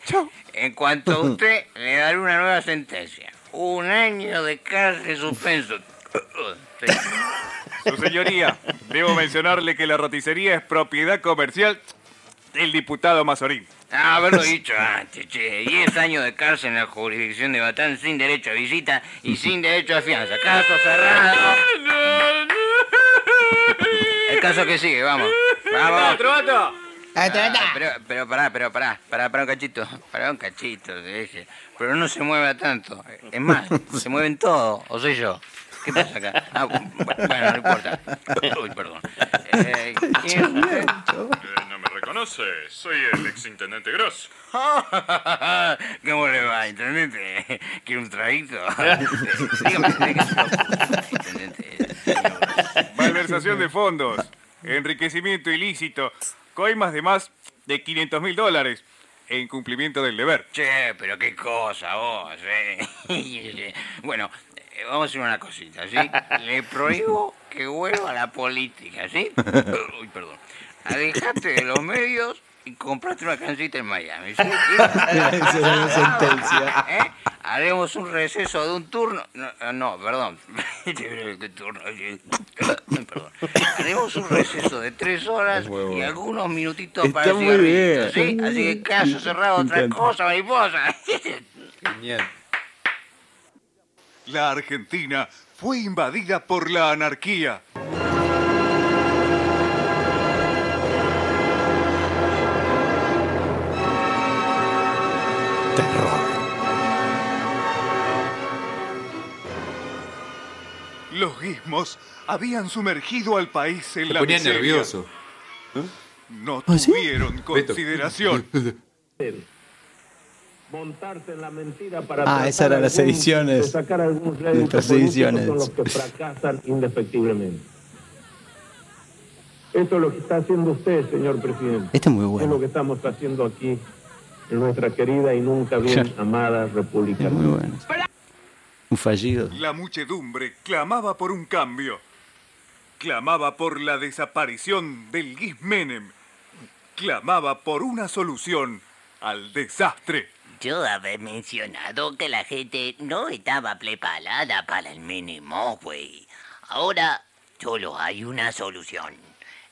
Speaker 9: En cuanto a usted, le daré una nueva sentencia. Un año de cárcel suspenso. Sí.
Speaker 18: Su señoría, debo mencionarle que la roticería es propiedad comercial del diputado Mazorín.
Speaker 9: Ah, haberlo dicho antes, che. 10 años de cárcel en la jurisdicción de Batán sin derecho a visita y sin derecho a fianza. Caso cerrado. El caso que sigue, vamos. Vamos.
Speaker 12: Petrovato.
Speaker 9: Ah, pero, pero pará, pero pará, pará, pará un cachito, pará un cachito, te dije. Pero no se mueva tanto. Es más, se mueven todos, o soy yo. ¿Qué pasa acá? Ah, bu- bueno, no importa. Uy, perdón. Eh, ¿quién es usted?
Speaker 19: Eh, no me reconoce, soy el exintendente Gross.
Speaker 9: ¿Cómo le va, intendente? ¿Quiere un traguito? Dígame, dígame. eh,
Speaker 18: Malversación de fondos, enriquecimiento ilícito, coimas de más de 500 mil dólares e incumplimiento del deber.
Speaker 9: Che, pero qué cosa vos, eh. bueno, eh, vamos a hacer una cosita, ¿sí? Le prohíbo que vuelva a la política, ¿sí? Uy, perdón. Alejate de los medios y comprate una cancita en Miami, ¿sí? Ah,
Speaker 12: Esa era la sentencia.
Speaker 9: ¿Eh? Haremos un receso de un turno. No, eh, no perdón. ¿Qué turno? Ay, perdón. Haremos un receso de tres horas
Speaker 18: eh.
Speaker 9: y algunos minutitos
Speaker 12: Está
Speaker 9: para el
Speaker 12: muy bien.
Speaker 9: cigarrito, ¿sí? Así que caso cerrado,
Speaker 12: Me
Speaker 9: otra
Speaker 12: encanta.
Speaker 9: cosa, mariposa.
Speaker 18: La Argentina fue invadida por la anarquía. Los guismos habían sumergido al país en la
Speaker 4: ponía
Speaker 18: miseria.
Speaker 4: nervioso.
Speaker 18: No
Speaker 4: ¿Ah, sí?
Speaker 18: tuvieron consideración.
Speaker 24: Montarse en la mentira para.
Speaker 1: Ah, esas eran las ediciones.
Speaker 24: Sacar algún rédito
Speaker 1: Nuestras
Speaker 24: político
Speaker 1: ediciones.
Speaker 24: Son los que fracasan indefectiblemente.
Speaker 6: Esto es lo que está haciendo usted, señor presidente.
Speaker 1: Este es muy bueno.
Speaker 6: Es lo que estamos haciendo aquí en nuestra querida y nunca bien amada República.
Speaker 1: Muy bueno. Un fallido.
Speaker 18: La muchedumbre clamaba por un cambio. Clamaba por la desaparición del Gis Menem. Clamaba por una solución al desastre.
Speaker 20: Yo había mencionado que la gente no estaba preparada para el mínimo, güey. Ahora solo hay una solución.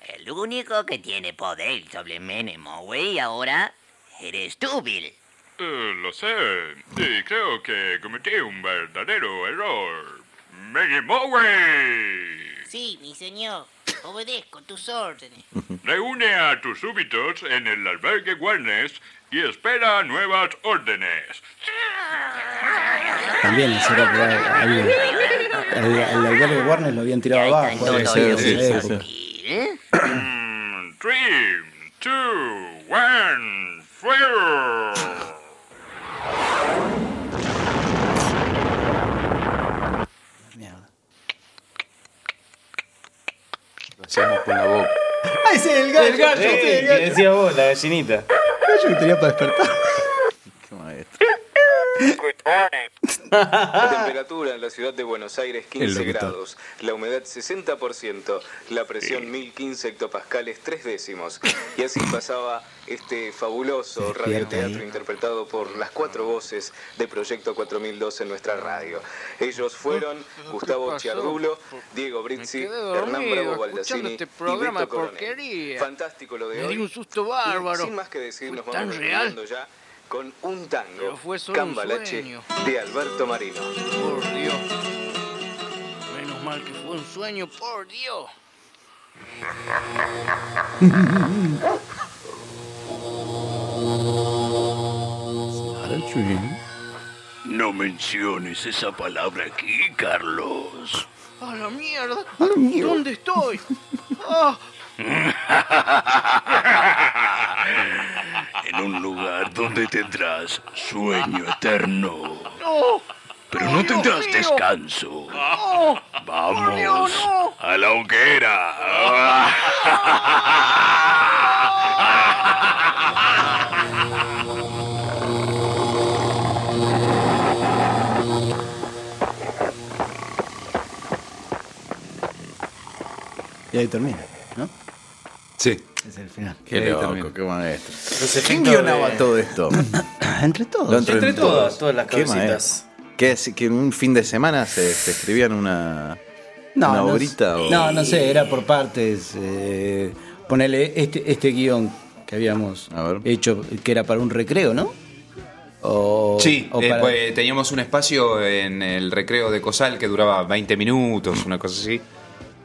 Speaker 20: El único que tiene poder sobre el mínimo, güey, ahora eres tú, Bill.
Speaker 19: Eh, lo sé, y creo que cometí un verdadero error. ¡Menimowe!
Speaker 8: Sí, mi señor. Obedezco tus órdenes.
Speaker 19: Reúne a tus súbitos en el albergue Wellness y espera nuevas órdenes.
Speaker 1: También el cero por ahí, ahí, El, el albergue de Warner lo habían tirado abajo.
Speaker 19: todos
Speaker 1: Sí,
Speaker 19: ellos.
Speaker 1: sí, sí, sí.
Speaker 19: Three, two, one, fire!
Speaker 4: Lo hacíamos con la boca.
Speaker 1: ¡Ay, sí, el gallo!
Speaker 25: El gallo,
Speaker 1: sí,
Speaker 25: sí,
Speaker 1: el
Speaker 25: que
Speaker 1: gallo.
Speaker 25: decías vos, la gallinita.
Speaker 1: Yo que tenía para despertar.
Speaker 3: La temperatura en la ciudad de Buenos Aires 15
Speaker 2: El locutor.
Speaker 3: grados, la humedad 60%, la presión 1015 hectopascales 3 décimos. Y así pasaba este fabuloso
Speaker 1: Despierta
Speaker 3: radioteatro
Speaker 1: ahí.
Speaker 3: interpretado por las cuatro voces de Proyecto 4002 en nuestra radio.
Speaker 6: Mm.
Speaker 3: Ellos fueron Gustavo
Speaker 6: pasó?
Speaker 3: Chiardulo, Diego Brizzi,
Speaker 6: quedé
Speaker 3: Hernán
Speaker 6: dormido
Speaker 3: Bravo
Speaker 6: escuchando
Speaker 3: Baldassini
Speaker 6: este
Speaker 3: y
Speaker 6: programa de
Speaker 3: Beto Coronel.
Speaker 6: porquería.
Speaker 3: Fantástico lo de
Speaker 6: Me
Speaker 3: hoy.
Speaker 6: dio un susto
Speaker 3: Y
Speaker 6: bárbaro.
Speaker 3: sin más que decir,
Speaker 6: Fue
Speaker 3: nos
Speaker 6: tan
Speaker 3: vamos
Speaker 6: real.
Speaker 3: despidiendo ya con un tango,
Speaker 6: fue solo un
Speaker 3: Cambalache,
Speaker 6: sueño.
Speaker 3: de Alberto Marino.
Speaker 6: Por Dios. Menos mal que fue un sueño, por Dios.
Speaker 12: No menciones esa palabra aquí, Carlos.
Speaker 6: ¡A la mierda!
Speaker 12: A la mierda.
Speaker 6: ¿Dónde estoy? ¡Ah!
Speaker 12: en un lugar donde tendrás sueño eterno,
Speaker 6: ¡No!
Speaker 12: pero no tendrás descanso.
Speaker 6: ¡No!
Speaker 12: Vamos a la hoguera.
Speaker 1: Y ahí termina, ¿no?
Speaker 2: Sí.
Speaker 1: Es el final.
Speaker 2: Qué
Speaker 1: Ahí
Speaker 2: loco,
Speaker 1: termina.
Speaker 2: qué maestro.
Speaker 1: Los
Speaker 2: ¿Quién
Speaker 1: efectos
Speaker 2: guionaba
Speaker 1: de-
Speaker 2: todo esto?
Speaker 1: Entre todos.
Speaker 2: Lo entre-
Speaker 1: Entre todas, todas las
Speaker 2: Qué
Speaker 1: cabecitas.
Speaker 2: maestro. ¿Qué es? ¿Que en un fin de semana se, se escribían una, una
Speaker 1: no,
Speaker 2: obrita? o-
Speaker 1: No, no sé, era por partes. eh, ponele este, este guión que habíamos hecho, que era para un recreo, ¿no? O,
Speaker 4: Sí,
Speaker 1: o
Speaker 4: eh,
Speaker 1: para-
Speaker 4: pues, teníamos un espacio en el recreo de Cosal que duraba 20 minutos, una cosa así.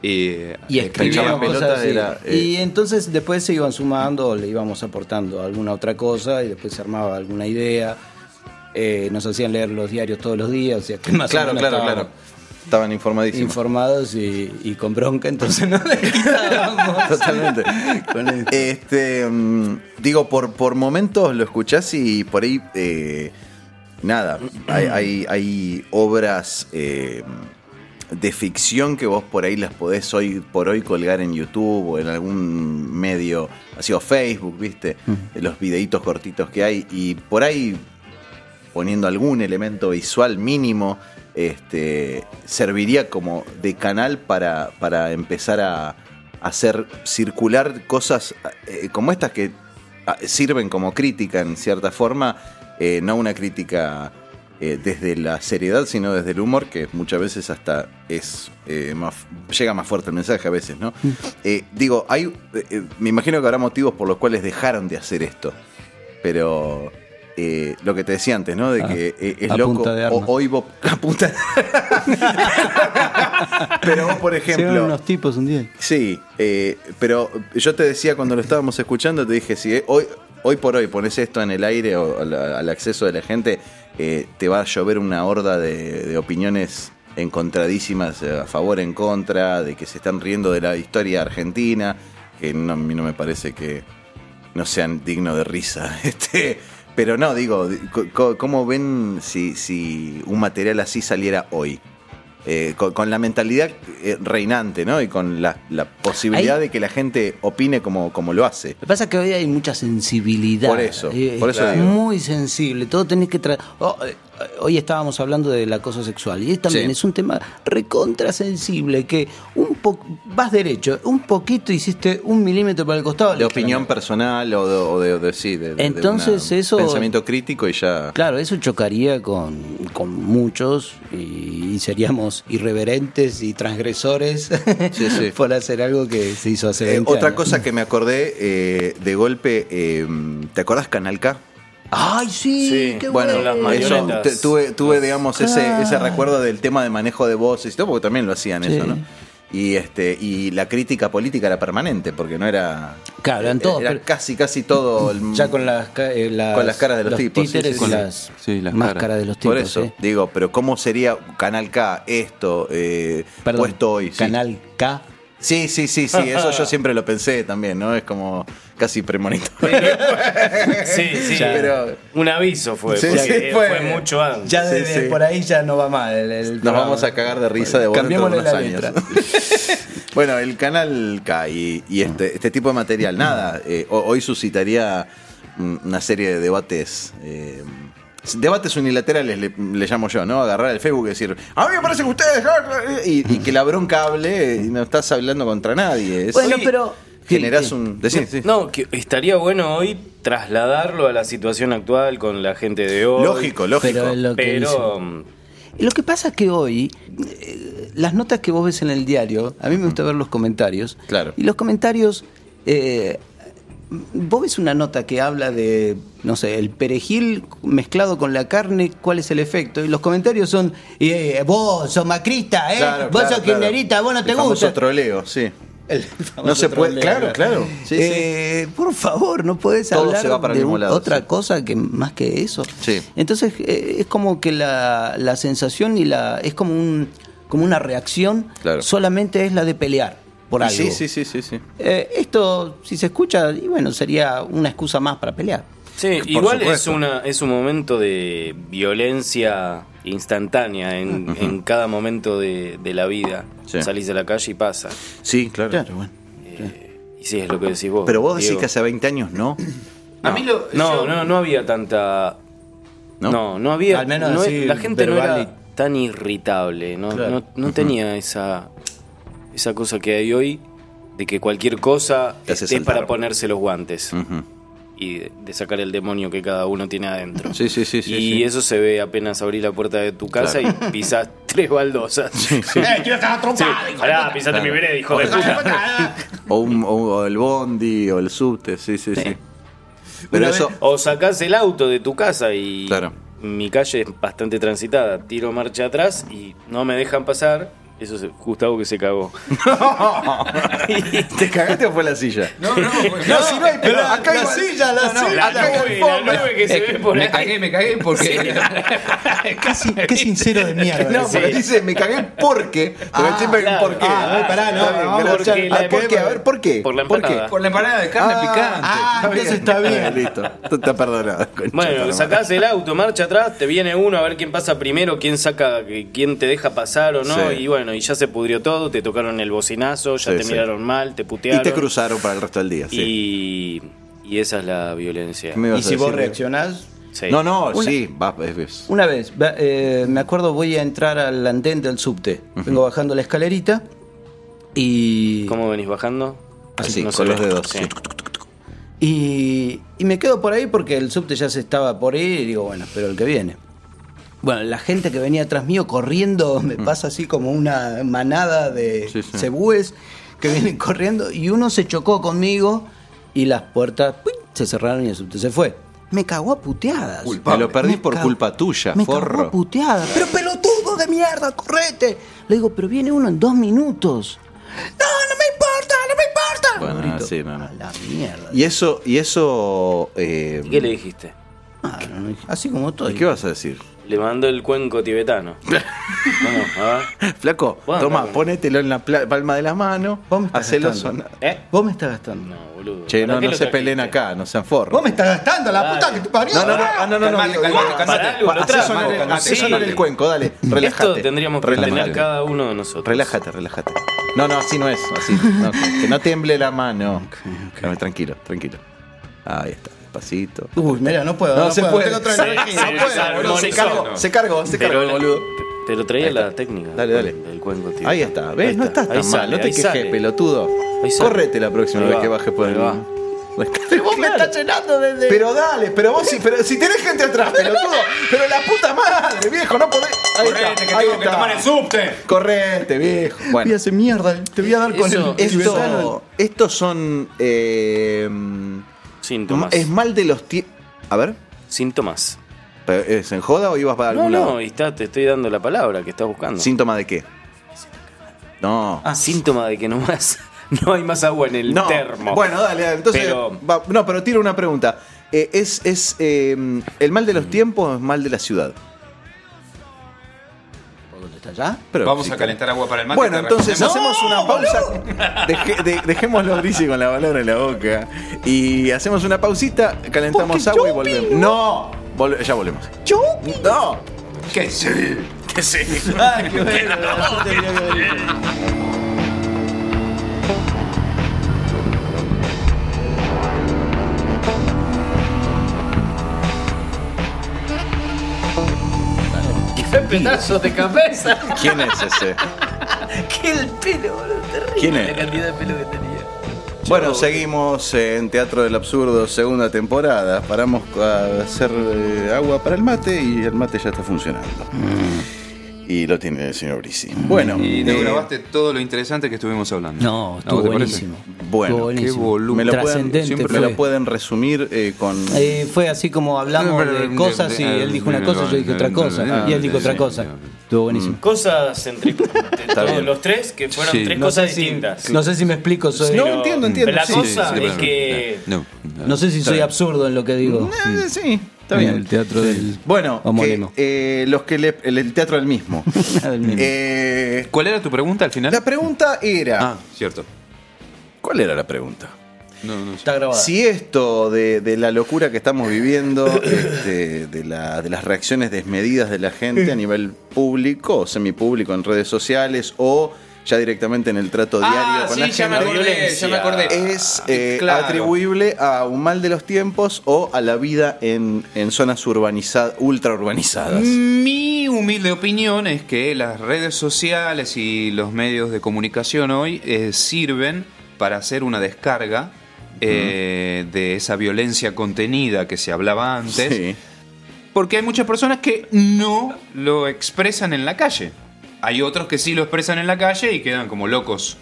Speaker 4: Y,
Speaker 1: y
Speaker 4: eh,
Speaker 1: escribíamos
Speaker 4: penchábamos
Speaker 1: cosas
Speaker 4: pelotas,
Speaker 1: así.
Speaker 4: era, eh,
Speaker 1: Y entonces después se iban sumando, le íbamos aportando alguna otra cosa y después se armaba alguna idea. Eh, nos hacían leer los diarios todos los días, o sea, que más o
Speaker 2: Claro,
Speaker 1: menos
Speaker 2: claro,
Speaker 1: estábamos
Speaker 2: claro. Estaban informadísimos.
Speaker 1: Informados y, y con bronca, entonces no
Speaker 2: Totalmente. este, mm, digo, por, por momentos lo escuchás y por ahí, eh, nada, hay, hay- hay obras eh, de ficción que vos por ahí las podés hoy por hoy colgar en YouTube o en algún medio, así o Facebook, viste, los videitos cortitos que hay y por ahí poniendo algún elemento visual mínimo, este, serviría como de canal para, para empezar a hacer circular cosas eh, como estas que ah, sirven como crítica en cierta forma, eh, no una crítica eh, desde la seriedad, sino desde el humor, que muchas veces hasta es eh, más, llega más fuerte el mensaje a veces, ¿no?
Speaker 1: Mm.
Speaker 2: Eh, digo, hay, eh, eh, me imagino que habrá motivos por los cuales dejaron de hacer esto, pero eh, lo que te decía antes, ¿no? De que eh, es
Speaker 1: Ah, a
Speaker 2: loco.
Speaker 1: punta de
Speaker 2: o-
Speaker 1: arma.
Speaker 2: hoy vos, a punta de- pero vos, por ejemplo,
Speaker 1: unos tipos un día.
Speaker 2: Sí, eh, pero yo te decía cuando lo estábamos escuchando, te dije, si eh, hoy, hoy por hoy pones esto en el aire o al, al acceso de la gente, eh, te va a llover una horda de, de opiniones encontradísimas eh, a favor, en contra, de que se están riendo de la historia argentina, que no, a mí no me parece que no sean dignos de risa. Este, pero no, digo, co- co- ¿cómo ven si, si un material así saliera hoy? eh, con, con la mentalidad eh, reinante, ¿no? Y con la, la posibilidad
Speaker 1: Ahí-
Speaker 2: de que la gente opine como, como lo hace.
Speaker 1: Lo que pasa es que hoy hay mucha sensibilidad.
Speaker 2: Por eso,
Speaker 1: Eh,
Speaker 2: por eso
Speaker 1: es
Speaker 2: digo.
Speaker 1: muy sensible. Todo tenés que tra- Oh, eh, eh, hoy estábamos hablando del acoso sexual y también
Speaker 2: Sí.
Speaker 1: es un tema recontrasensible que un po- vas derecho, un poquito hiciste un milímetro para el costado.
Speaker 2: De opinión personal o de, o de- de- sí, de- de- de
Speaker 1: Entonces,
Speaker 2: una-
Speaker 1: eso-
Speaker 2: pensamiento crítico y ya.
Speaker 1: Claro, eso chocaría con, con muchos y, y seríamos irreverentes y transgresores por hacer algo que se hizo hace
Speaker 2: Eh,
Speaker 1: 20
Speaker 2: otra
Speaker 1: años.
Speaker 2: cosa que me acordé eh, de golpe, eh, ¿te acordás Canal K?
Speaker 1: ¡Ay, sí! qué
Speaker 2: bueno,
Speaker 1: bueno.
Speaker 2: eso, te- tuve, tuve, digamos, ese,
Speaker 1: Claro.
Speaker 2: ese recuerdo del tema de manejo de voces y todo, porque también lo hacían eso, ¿no? Y, este, y la crítica política era permanente, porque no era.
Speaker 1: Claro, eran todos,
Speaker 2: eh, Era
Speaker 1: pero-
Speaker 2: casi, casi todo. el-
Speaker 1: Ya con las, ca- eh,
Speaker 2: con las caras de los, tipos. sí,
Speaker 1: títeres
Speaker 2: sí,
Speaker 1: y
Speaker 2: sí.
Speaker 1: las, máscaras de los tipos.
Speaker 2: Por eso,
Speaker 1: ¿eh?
Speaker 2: digo, pero ¿cómo sería Canal K esto eh, puesto hoy?
Speaker 1: Canal K.
Speaker 2: Sí, sí, sí, sí, eso yo siempre lo pensé también, ¿no? Es como casi premonitorio.
Speaker 3: Sí, sí.
Speaker 2: Ya. Pero-
Speaker 3: Un aviso fue,
Speaker 2: Sí,
Speaker 3: porque
Speaker 2: sí,
Speaker 3: eh,
Speaker 2: fue.
Speaker 3: fue. mucho antes.
Speaker 1: Pues Ya desde por ahí ya no va mal. el- el
Speaker 2: Nos
Speaker 1: programa.
Speaker 2: vamos a cagar de risa de vuelta en
Speaker 1: Cambiémosle
Speaker 2: unos
Speaker 1: la
Speaker 2: años.
Speaker 1: letra.
Speaker 2: bueno, el Canal K y, y este, este tipo de material, nada, eh, ho- hoy suscitaría mm, una serie de debates. eh, Debates unilaterales le, le llamo yo, ¿no? Agarrar el Facebook y decir, a mí me parece que ustedes... ah, ah", Y, y que la bronca hable y no estás hablando contra nadie. es-
Speaker 3: Bueno, pero-
Speaker 2: Generás un... decir, sí.
Speaker 3: No, que estaría bueno hoy trasladarlo a la situación actual con la gente de hoy.
Speaker 2: Lógico, lógico.
Speaker 1: Pero es lo que
Speaker 3: Pero, mm,
Speaker 1: dicen. Lo que pasa es que hoy, eh, las notas que vos ves en el diario, a mí me gusta ver los comentarios. Claro. Y los comentarios, eh, vos ves una nota que habla de, no sé, el perejil mezclado con la carne, cuál es el efecto. Y los comentarios son, eh, vos sos macrista, ¿eh?
Speaker 2: Claro,
Speaker 1: vos
Speaker 2: claro,
Speaker 1: sos kirchnerista,
Speaker 2: claro.
Speaker 1: vos no te
Speaker 2: El famoso
Speaker 1: gusta.
Speaker 2: troleo, sí.
Speaker 1: famoso
Speaker 2: No se puede,
Speaker 1: troleo.
Speaker 2: claro, claro. Sí, sí.
Speaker 1: Eh, Por favor, no puedes
Speaker 2: Todo
Speaker 1: hablar
Speaker 2: se va para el
Speaker 1: de
Speaker 2: mismo
Speaker 1: un-
Speaker 2: lado,
Speaker 1: otra
Speaker 2: sí.
Speaker 1: cosa que más que eso.
Speaker 2: Sí.
Speaker 1: Entonces eh, es como que la, la sensación y la es como un como una reacción solamente es la de pelear por
Speaker 2: Y
Speaker 1: algo.
Speaker 2: Sí, sí, sí, sí, sí.
Speaker 1: Eh, esto si se escucha y bueno sería una excusa más para pelear.
Speaker 3: sí,
Speaker 1: Por
Speaker 3: igual es,
Speaker 1: supuesto.
Speaker 3: una, es un momento de violencia instantánea en, en cada momento de, de la vida. Salís de la calle y pasa.
Speaker 2: Sí, claro.
Speaker 3: Eh, Y sí, es lo que decís vos.
Speaker 2: Pero vos decís
Speaker 3: Diego.
Speaker 2: que hace 20 años no.
Speaker 3: No, no, no, no había tanta. No, no, había.
Speaker 1: Al menos
Speaker 3: no-
Speaker 1: así,
Speaker 3: la gente no
Speaker 1: verbal
Speaker 3: era tan irritable. No,
Speaker 1: Claro.
Speaker 3: no, no
Speaker 1: Ujú.
Speaker 3: tenía esa, esa cosa que hay hoy de que cualquier cosa
Speaker 2: Te hace
Speaker 3: es para
Speaker 2: saltar.
Speaker 3: ponerse los guantes y de, de sacar el demonio que cada uno tiene adentro.
Speaker 2: Sí, sí, sí, sí,
Speaker 3: y
Speaker 2: sí.
Speaker 3: eso se ve apenas abrir la puerta de tu casa
Speaker 2: Claro.
Speaker 3: y pisas tres baldosas.
Speaker 12: Eh, yo estaba trompado,
Speaker 3: Sí,
Speaker 12: hijo de
Speaker 3: pará,
Speaker 12: puta.
Speaker 3: pisate mi
Speaker 2: Claro.
Speaker 3: vereda, hijo de puta.
Speaker 2: O, un- o- o el bondi o el subte, sí, sí, sí. Pero
Speaker 3: Una
Speaker 2: eso.
Speaker 3: vez- o sacás el auto de tu casa y mi calle es bastante transitada, tiro marcha atrás y no me dejan pasar. Eso es Gustavo que se cagó.
Speaker 2: ¿Te cagaste o fue la silla?
Speaker 3: No, no,
Speaker 2: No, si no hay, pero acá hay
Speaker 1: silla, la
Speaker 4: No, no,
Speaker 1: silla,
Speaker 4: la
Speaker 1: acá hay
Speaker 4: nube, la
Speaker 1: alfombra.
Speaker 4: nube que se
Speaker 1: Es
Speaker 4: ve
Speaker 1: que
Speaker 4: por
Speaker 1: me
Speaker 4: ahí.
Speaker 1: cagué,
Speaker 4: me cagué porque...
Speaker 1: Casi, qué sincero de mierda.
Speaker 2: No, pero
Speaker 1: Sí.
Speaker 2: dice, me cagué porque. Porque
Speaker 1: Ah,
Speaker 2: siempre hay un
Speaker 1: claro.
Speaker 2: porqué.
Speaker 1: Ah, a ver, pará, no,
Speaker 2: Está bien,
Speaker 1: vamos,
Speaker 2: pero-
Speaker 1: porque
Speaker 2: ah,
Speaker 1: la-
Speaker 2: ¿por qué? A ver, ¿por qué? Por la
Speaker 3: empanada.
Speaker 4: Por la empanada de carne picante.
Speaker 2: Ah,
Speaker 1: entonces está bien.
Speaker 2: Listo. Tú estás perdonado. concha de tu
Speaker 3: Bueno,
Speaker 2: madre.
Speaker 3: sacás el auto, marcha atrás, te viene uno a ver quién pasa primero, quién saca, quién te deja pasar o no,
Speaker 2: Sí.
Speaker 3: y bueno, y ya se pudrió todo, te tocaron el bocinazo, ya
Speaker 2: Sí,
Speaker 3: te
Speaker 2: sí.
Speaker 3: miraron mal, te putearon.
Speaker 2: Y te cruzaron para el resto del día, sí.
Speaker 3: Y, y esa es la violencia.
Speaker 2: ¿Qué me ibas
Speaker 1: Y si vos reaccionás,
Speaker 3: Sí.
Speaker 2: No, no,
Speaker 1: Una-
Speaker 2: Oh, sí, va, es- es-
Speaker 1: Una vez, va- eh, me acuerdo, voy a entrar al andén del subte. Vengo bajando la escalerita y.
Speaker 3: ¿Cómo venís bajando?
Speaker 2: Así,
Speaker 3: se
Speaker 2: con
Speaker 3: ve.
Speaker 2: los dedos.
Speaker 3: Sí.
Speaker 1: Y, y me quedo por ahí porque el subte ya se estaba por ahí y digo, bueno, pero el que viene. Bueno, la gente que venía atrás mío corriendo me pasa así como una manada de cebúes que vienen corriendo y uno se chocó conmigo y las puertas ¡pui! se cerraron y el subte se fue. Me cagó a puteadas.
Speaker 2: Me lo perdí por
Speaker 1: cago-
Speaker 2: culpa tuya,
Speaker 1: me cagó a
Speaker 2: forro.
Speaker 1: puteadas. Pero pelotudo de mierda, correte. Le digo, pero viene uno en dos minutos. No, no me importa, no me importa.
Speaker 2: Bueno, sí, no, no.
Speaker 1: La mierda.
Speaker 2: Y eso, y eso. eh, Ah,
Speaker 3: ¿Qué le dijiste?
Speaker 1: Así como todo.
Speaker 2: ¿Qué vas a decir?
Speaker 3: Le mandó el cuenco tibetano. Vamos, a ver.
Speaker 2: Flaco,
Speaker 3: Bueno,
Speaker 2: toma,
Speaker 3: claro.
Speaker 2: pónetelo en la pla- palma de la mano, hacelo
Speaker 1: gastando.
Speaker 2: sonar. Vos me estás gastando. Che, no,
Speaker 1: ¿Para qué
Speaker 2: no
Speaker 1: lo
Speaker 2: se
Speaker 1: trajiste?
Speaker 2: peleen acá, no sean forros.
Speaker 14: Vos me estás gastando la puta que te parió.
Speaker 2: No, no, no, ah, no, no, no,
Speaker 14: Calmate,
Speaker 2: no,
Speaker 14: calmate,
Speaker 2: no,
Speaker 14: calmate.
Speaker 2: pará, lo
Speaker 14: Hacé
Speaker 2: trajo,
Speaker 14: sonar el-
Speaker 2: calmate.
Speaker 14: hacé sonar el
Speaker 2: cuenco, dale, relájate.
Speaker 3: Esto tendríamos que
Speaker 2: Relájate.
Speaker 3: tener cada uno de nosotros.
Speaker 2: Relájate, relájate. No, no, así no es, así. no, que no tiemble la mano. Dame, tranquilo, tranquilo. Ahí está, despacito.
Speaker 14: Uy, mira, no puedo.
Speaker 2: No,
Speaker 14: No,
Speaker 2: se
Speaker 14: puedo.
Speaker 2: puede.
Speaker 14: Tengo otra
Speaker 2: Se-
Speaker 14: energía.
Speaker 2: se-
Speaker 14: No puedo,
Speaker 2: se
Speaker 14: boludo.
Speaker 2: armonizó.
Speaker 14: Se cargó,
Speaker 2: se cargó, se cargó,
Speaker 3: Pero-
Speaker 2: boludo.
Speaker 3: Te lo traía la técnica.
Speaker 2: Dale, dale.
Speaker 3: El cuenco tibetano.
Speaker 2: Ahí está, ves,
Speaker 3: Ahí
Speaker 2: no estás
Speaker 3: Ahí
Speaker 2: tan mal,
Speaker 3: sale,
Speaker 2: no te
Speaker 3: ahí
Speaker 2: quejes,
Speaker 3: sale.
Speaker 2: pelotudo.
Speaker 3: sale.
Speaker 2: Correte la próxima
Speaker 3: Ahí
Speaker 2: vez
Speaker 3: va,
Speaker 2: que bajes por
Speaker 3: ahí
Speaker 2: el.
Speaker 3: va.
Speaker 14: Vos me estás llenando desde.
Speaker 2: Pero dale, pero vos sí, pero si tenés gente atrás, pelotudo, pero la puta madre, viejo, no podés. Ahí está, ahí está.
Speaker 14: subte.
Speaker 2: Correte, viejo. Bueno.
Speaker 14: Voy a hacer mierda. Te voy a dar con
Speaker 2: Eso-
Speaker 14: el tibetano.
Speaker 2: esto- estos son eh,
Speaker 3: Síntomas.
Speaker 2: Es mal de los tiempos. A ver.
Speaker 3: Síntomas.
Speaker 2: Pero, ¿Es en joda o ibas para
Speaker 3: No,
Speaker 2: algún lado?
Speaker 3: no, y está, te estoy dando la palabra que estás buscando.
Speaker 2: ¿Síntoma de qué? No.
Speaker 3: Ah, síntoma de que no más. No hay más agua en el
Speaker 2: No.
Speaker 3: termo.
Speaker 2: Bueno, dale, dale. Entonces,
Speaker 3: Pero-
Speaker 2: va- no, pero tiro una pregunta. Eh, ¿Es, es eh, el mal de
Speaker 3: Mm.
Speaker 2: los tiempos o es mal de la ciudad?
Speaker 1: ¿Dónde está ya?
Speaker 2: Pero
Speaker 4: Vamos
Speaker 2: sí,
Speaker 4: a calentar agua para el mate.
Speaker 2: Bueno,
Speaker 4: te
Speaker 2: entonces
Speaker 4: respondemos.
Speaker 2: hacemos una pausa. Dejé- de- dejémoslo Brisi con la balona en la boca. Y hacemos una pausita, calentamos agua y volvemos. No, Vol- ya volvemos. No.
Speaker 4: ¿Qué sí? ¿Qué sí?
Speaker 2: Ay, qué bueno,
Speaker 4: No, ¿qué sí?
Speaker 14: ¡Qué pedazo de cabeza!
Speaker 2: ¿Quién es ese?
Speaker 14: ¡Qué el pelo, boludo! Terrible
Speaker 2: ¿Quién es?
Speaker 14: la cantidad de pelo que tenía.
Speaker 2: Bueno, seguimos en Teatro del Absurdo, segunda temporada. Paramos a hacer eh, agua para el mate y el mate ya está funcionando. Y lo tiene el señor Brisi. Bueno.
Speaker 4: Mm. Y no
Speaker 2: eh,
Speaker 4: grabaste todo lo interesante que estuvimos hablando.
Speaker 2: No, estuvo
Speaker 4: ¿A vos te parece?
Speaker 2: Bueno, qué volumen. Me lo pueden,
Speaker 1: Trascendente
Speaker 2: siempre me
Speaker 1: fue.
Speaker 2: lo pueden resumir eh, con.
Speaker 1: Eh, fue así como hablamos de cosas y él dijo una cosa, yo dije otra cosa y él dijo otra cosa. Estuvo buenísimo.
Speaker 3: Cosas entre todos
Speaker 1: bien.
Speaker 3: los tres que fueron
Speaker 1: Sí.
Speaker 3: tres
Speaker 1: No
Speaker 3: cosas
Speaker 1: sé si-
Speaker 3: distintas.
Speaker 1: no sé si me explico, soy- No, entiendo, entiendo,
Speaker 3: La
Speaker 1: sí.
Speaker 3: cosa
Speaker 1: Sí, sí,
Speaker 3: es
Speaker 1: sí,
Speaker 3: que.
Speaker 4: No,
Speaker 1: No sé si soy absurdo en lo que digo.
Speaker 2: Eh, sí, está
Speaker 1: En
Speaker 2: bien.
Speaker 1: El teatro del
Speaker 2: Bueno,
Speaker 1: homónimo.
Speaker 2: que, eh, los que le- el, el teatro del mismo. Eh,
Speaker 4: ¿Cuál era tu pregunta al final?
Speaker 2: La pregunta era.
Speaker 4: Ah, cierto.
Speaker 2: ¿Cuál era la pregunta?
Speaker 4: No, no sé.
Speaker 1: Está grabado.
Speaker 2: Si esto de, de la locura que estamos viviendo, este, de, la- de las reacciones desmedidas de la gente a nivel público o semipúblico en redes sociales o ya directamente en el trato diario
Speaker 4: Ah,
Speaker 2: con
Speaker 4: sí,
Speaker 2: la
Speaker 4: ya me
Speaker 2: gente,
Speaker 4: acordé, ya me acordé.
Speaker 2: es eh,
Speaker 4: Claro.
Speaker 2: atribuible a un mal de los tiempos o a la vida en, en zonas urbanizadas, ultra urbanizadas.
Speaker 4: Mi humilde opinión es que las redes sociales y los medios de comunicación hoy eh, sirven para hacer una descarga eh, de esa violencia contenida que se hablaba antes. Porque hay muchas personas que no lo expresan en la calle. Hay otros que sí lo expresan en la calle y quedan como locos.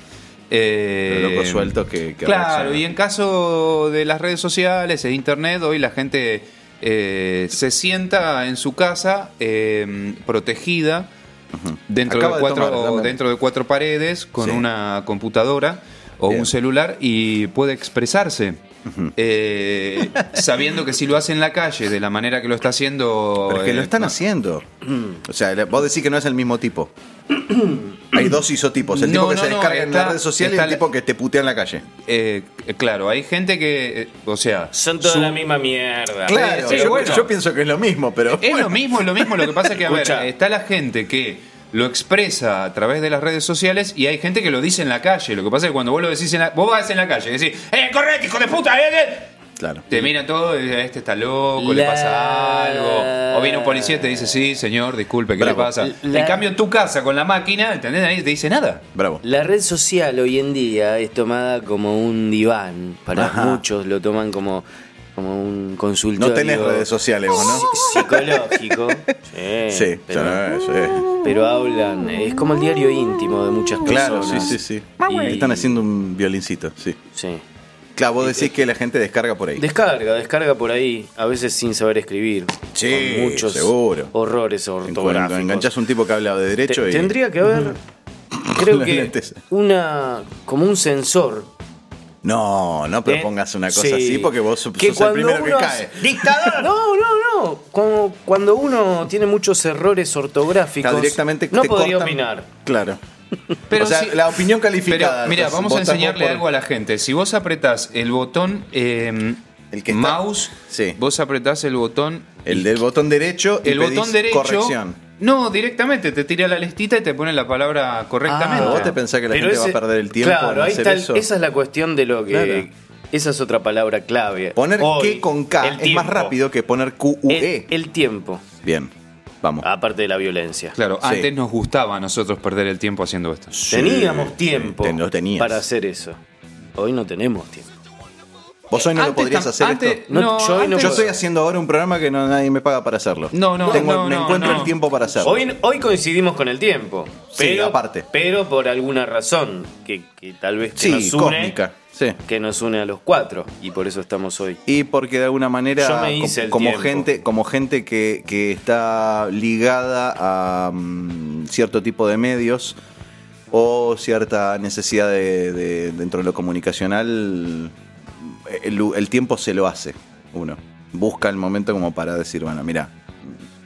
Speaker 4: Eh,
Speaker 2: Los locos sueltos que, que
Speaker 4: Claro,
Speaker 2: reaccionan.
Speaker 4: y en caso de las redes sociales e internet, hoy la gente eh, se sienta en su casa eh, protegida dentro
Speaker 2: Acaba
Speaker 4: de,
Speaker 2: de
Speaker 4: cuatro,
Speaker 2: tomar, dame.
Speaker 4: dentro de cuatro paredes con
Speaker 2: Sí.
Speaker 4: una computadora o
Speaker 2: Bien.
Speaker 4: un celular y puede expresarse. Eh, sabiendo que si lo hace en la calle de la manera que lo está haciendo
Speaker 2: Pero es que lo
Speaker 4: eh,
Speaker 2: están haciendo. O sea, le- vos decís que no es el mismo tipo. Hay dos isotipos. El
Speaker 4: No,
Speaker 2: tipo que
Speaker 4: no,
Speaker 2: se
Speaker 4: no,
Speaker 2: descarga en
Speaker 4: está-
Speaker 2: las redes sociales y
Speaker 4: está
Speaker 2: el
Speaker 4: la-
Speaker 2: tipo que te putea en la calle.
Speaker 4: Eh, claro, hay gente que, eh, o sea,
Speaker 3: Son toda la misma mierda.
Speaker 2: Claro,
Speaker 3: Pero
Speaker 2: yo,
Speaker 3: bueno,
Speaker 2: yo pienso que es lo mismo, pero...
Speaker 4: Es lo mismo, es lo mismo. Lo que pasa es que, a ver,
Speaker 3: Escucha.
Speaker 4: está la gente que lo expresa a través de las redes sociales y hay gente que lo dice en la calle. Lo que pasa es que cuando vos lo decís en la, vos vas en la calle y decís, ¡eh, correte, hijo de puta! eh, eh".
Speaker 2: Claro.
Speaker 4: Te miran todo, y, este está loco, le pasa algo. O viene un policía y te dice, sí, señor, disculpe, ¿qué
Speaker 3: Bravo.
Speaker 4: le pasa?
Speaker 3: La-
Speaker 4: En cambio, en tu casa con la máquina, ¿entendés? Nadie te dice nada.
Speaker 2: Bravo.
Speaker 3: La red social hoy en día es tomada como un diván. Para
Speaker 2: Ajá.
Speaker 3: muchos lo toman como, como un consultorio.
Speaker 2: No tenés redes sociales, vos, ¿no?
Speaker 3: Psicológico. Sí,
Speaker 2: Sí,
Speaker 3: pero,
Speaker 2: ya, sí.
Speaker 3: pero hablan. Es como el diario íntimo de muchas
Speaker 2: Claro,
Speaker 3: personas.
Speaker 2: sí, sí, sí.
Speaker 4: Ah,
Speaker 3: Y-
Speaker 2: Están haciendo un violincito, sí.
Speaker 3: Sí.
Speaker 2: Claro, vos decís que la gente descarga por ahí.
Speaker 3: Descarga, descarga por ahí, a veces sin saber escribir.
Speaker 2: Sí,
Speaker 3: con muchos
Speaker 2: seguro.
Speaker 3: horrores
Speaker 2: Cuando
Speaker 3: ortográficos.
Speaker 2: enganchás un tipo que habla de derecho y...
Speaker 3: Te- Tendría que haber, creo
Speaker 2: Los
Speaker 3: que,
Speaker 2: lentes.
Speaker 3: una como un sensor
Speaker 2: No, no propongas una cosa
Speaker 3: Sí.
Speaker 2: así porque vos sos,
Speaker 3: Que
Speaker 2: sos el
Speaker 3: cuando
Speaker 2: primero que
Speaker 3: uno
Speaker 2: cae.
Speaker 3: ¡Dictador! No, no, no. Como cuando uno tiene muchos errores ortográficos,
Speaker 2: Claro, directamente
Speaker 3: no
Speaker 2: te
Speaker 3: podría
Speaker 2: cortan.
Speaker 3: opinar.
Speaker 2: Claro.
Speaker 4: Pero
Speaker 2: o sea,
Speaker 4: si-
Speaker 2: la opinión calificada.
Speaker 4: Pero mira,
Speaker 2: Entonces,
Speaker 4: vamos a
Speaker 2: votás
Speaker 4: enseñarle
Speaker 2: por-
Speaker 4: algo a la gente. Si vos apretás el botón eh, mouse, vos apretás el botón...
Speaker 2: El del botón derecho y
Speaker 4: El
Speaker 2: pedís
Speaker 4: botón derecho...
Speaker 2: corrección.
Speaker 4: No, directamente, te tira la listita y te pone la palabra correctamente.
Speaker 2: Ah, ¿vos te pensás que la gente va a perder el tiempo en
Speaker 3: Claro, ahí
Speaker 2: hacer
Speaker 3: está el-
Speaker 2: eso?
Speaker 3: esa es la cuestión de lo que.
Speaker 2: Claro.
Speaker 3: Esa es otra palabra clave.
Speaker 2: Poner
Speaker 3: Hoy,
Speaker 2: que con K
Speaker 3: el
Speaker 2: es más
Speaker 3: tiempo.
Speaker 2: rápido que poner QUE.
Speaker 3: El, el tiempo.
Speaker 2: Bien, vamos.
Speaker 3: Aparte de la violencia.
Speaker 4: Claro, antes nos gustaba a nosotros perder el tiempo haciendo esto.
Speaker 3: Teníamos tiempo
Speaker 4: Ten- lo tenías.
Speaker 3: para hacer eso. Hoy no tenemos tiempo.
Speaker 2: ¿Vos hoy no lo
Speaker 3: Antes
Speaker 2: podrías
Speaker 3: tam-
Speaker 2: hacer
Speaker 3: antes-
Speaker 2: esto?
Speaker 3: no, No, yo hoy no
Speaker 2: yo
Speaker 3: puedo.
Speaker 2: estoy haciendo ahora un programa que no, nadie me paga para hacerlo.
Speaker 3: No, no,
Speaker 2: Tengo-
Speaker 3: no,
Speaker 2: Me
Speaker 3: no,
Speaker 2: encuentro
Speaker 3: no.
Speaker 2: el tiempo para hacerlo.
Speaker 3: Hoy, hoy coincidimos con el tiempo.
Speaker 2: Sí,
Speaker 3: Pero,
Speaker 2: aparte.
Speaker 3: Pero por alguna razón que, que tal vez que
Speaker 2: Sí,
Speaker 3: nos une.
Speaker 2: cósmica,
Speaker 3: Que nos une a los cuatro. Y por eso estamos hoy.
Speaker 2: Y porque de alguna manera,
Speaker 3: Yo me
Speaker 2: com-
Speaker 3: hice el
Speaker 2: como,
Speaker 3: tiempo.
Speaker 2: gente, como gente que, que está ligada a mm, cierto tipo de medios o cierta necesidad de, de- dentro de lo comunicacional, el, el tiempo se lo hace uno. Busca el momento como para decir, bueno, mira,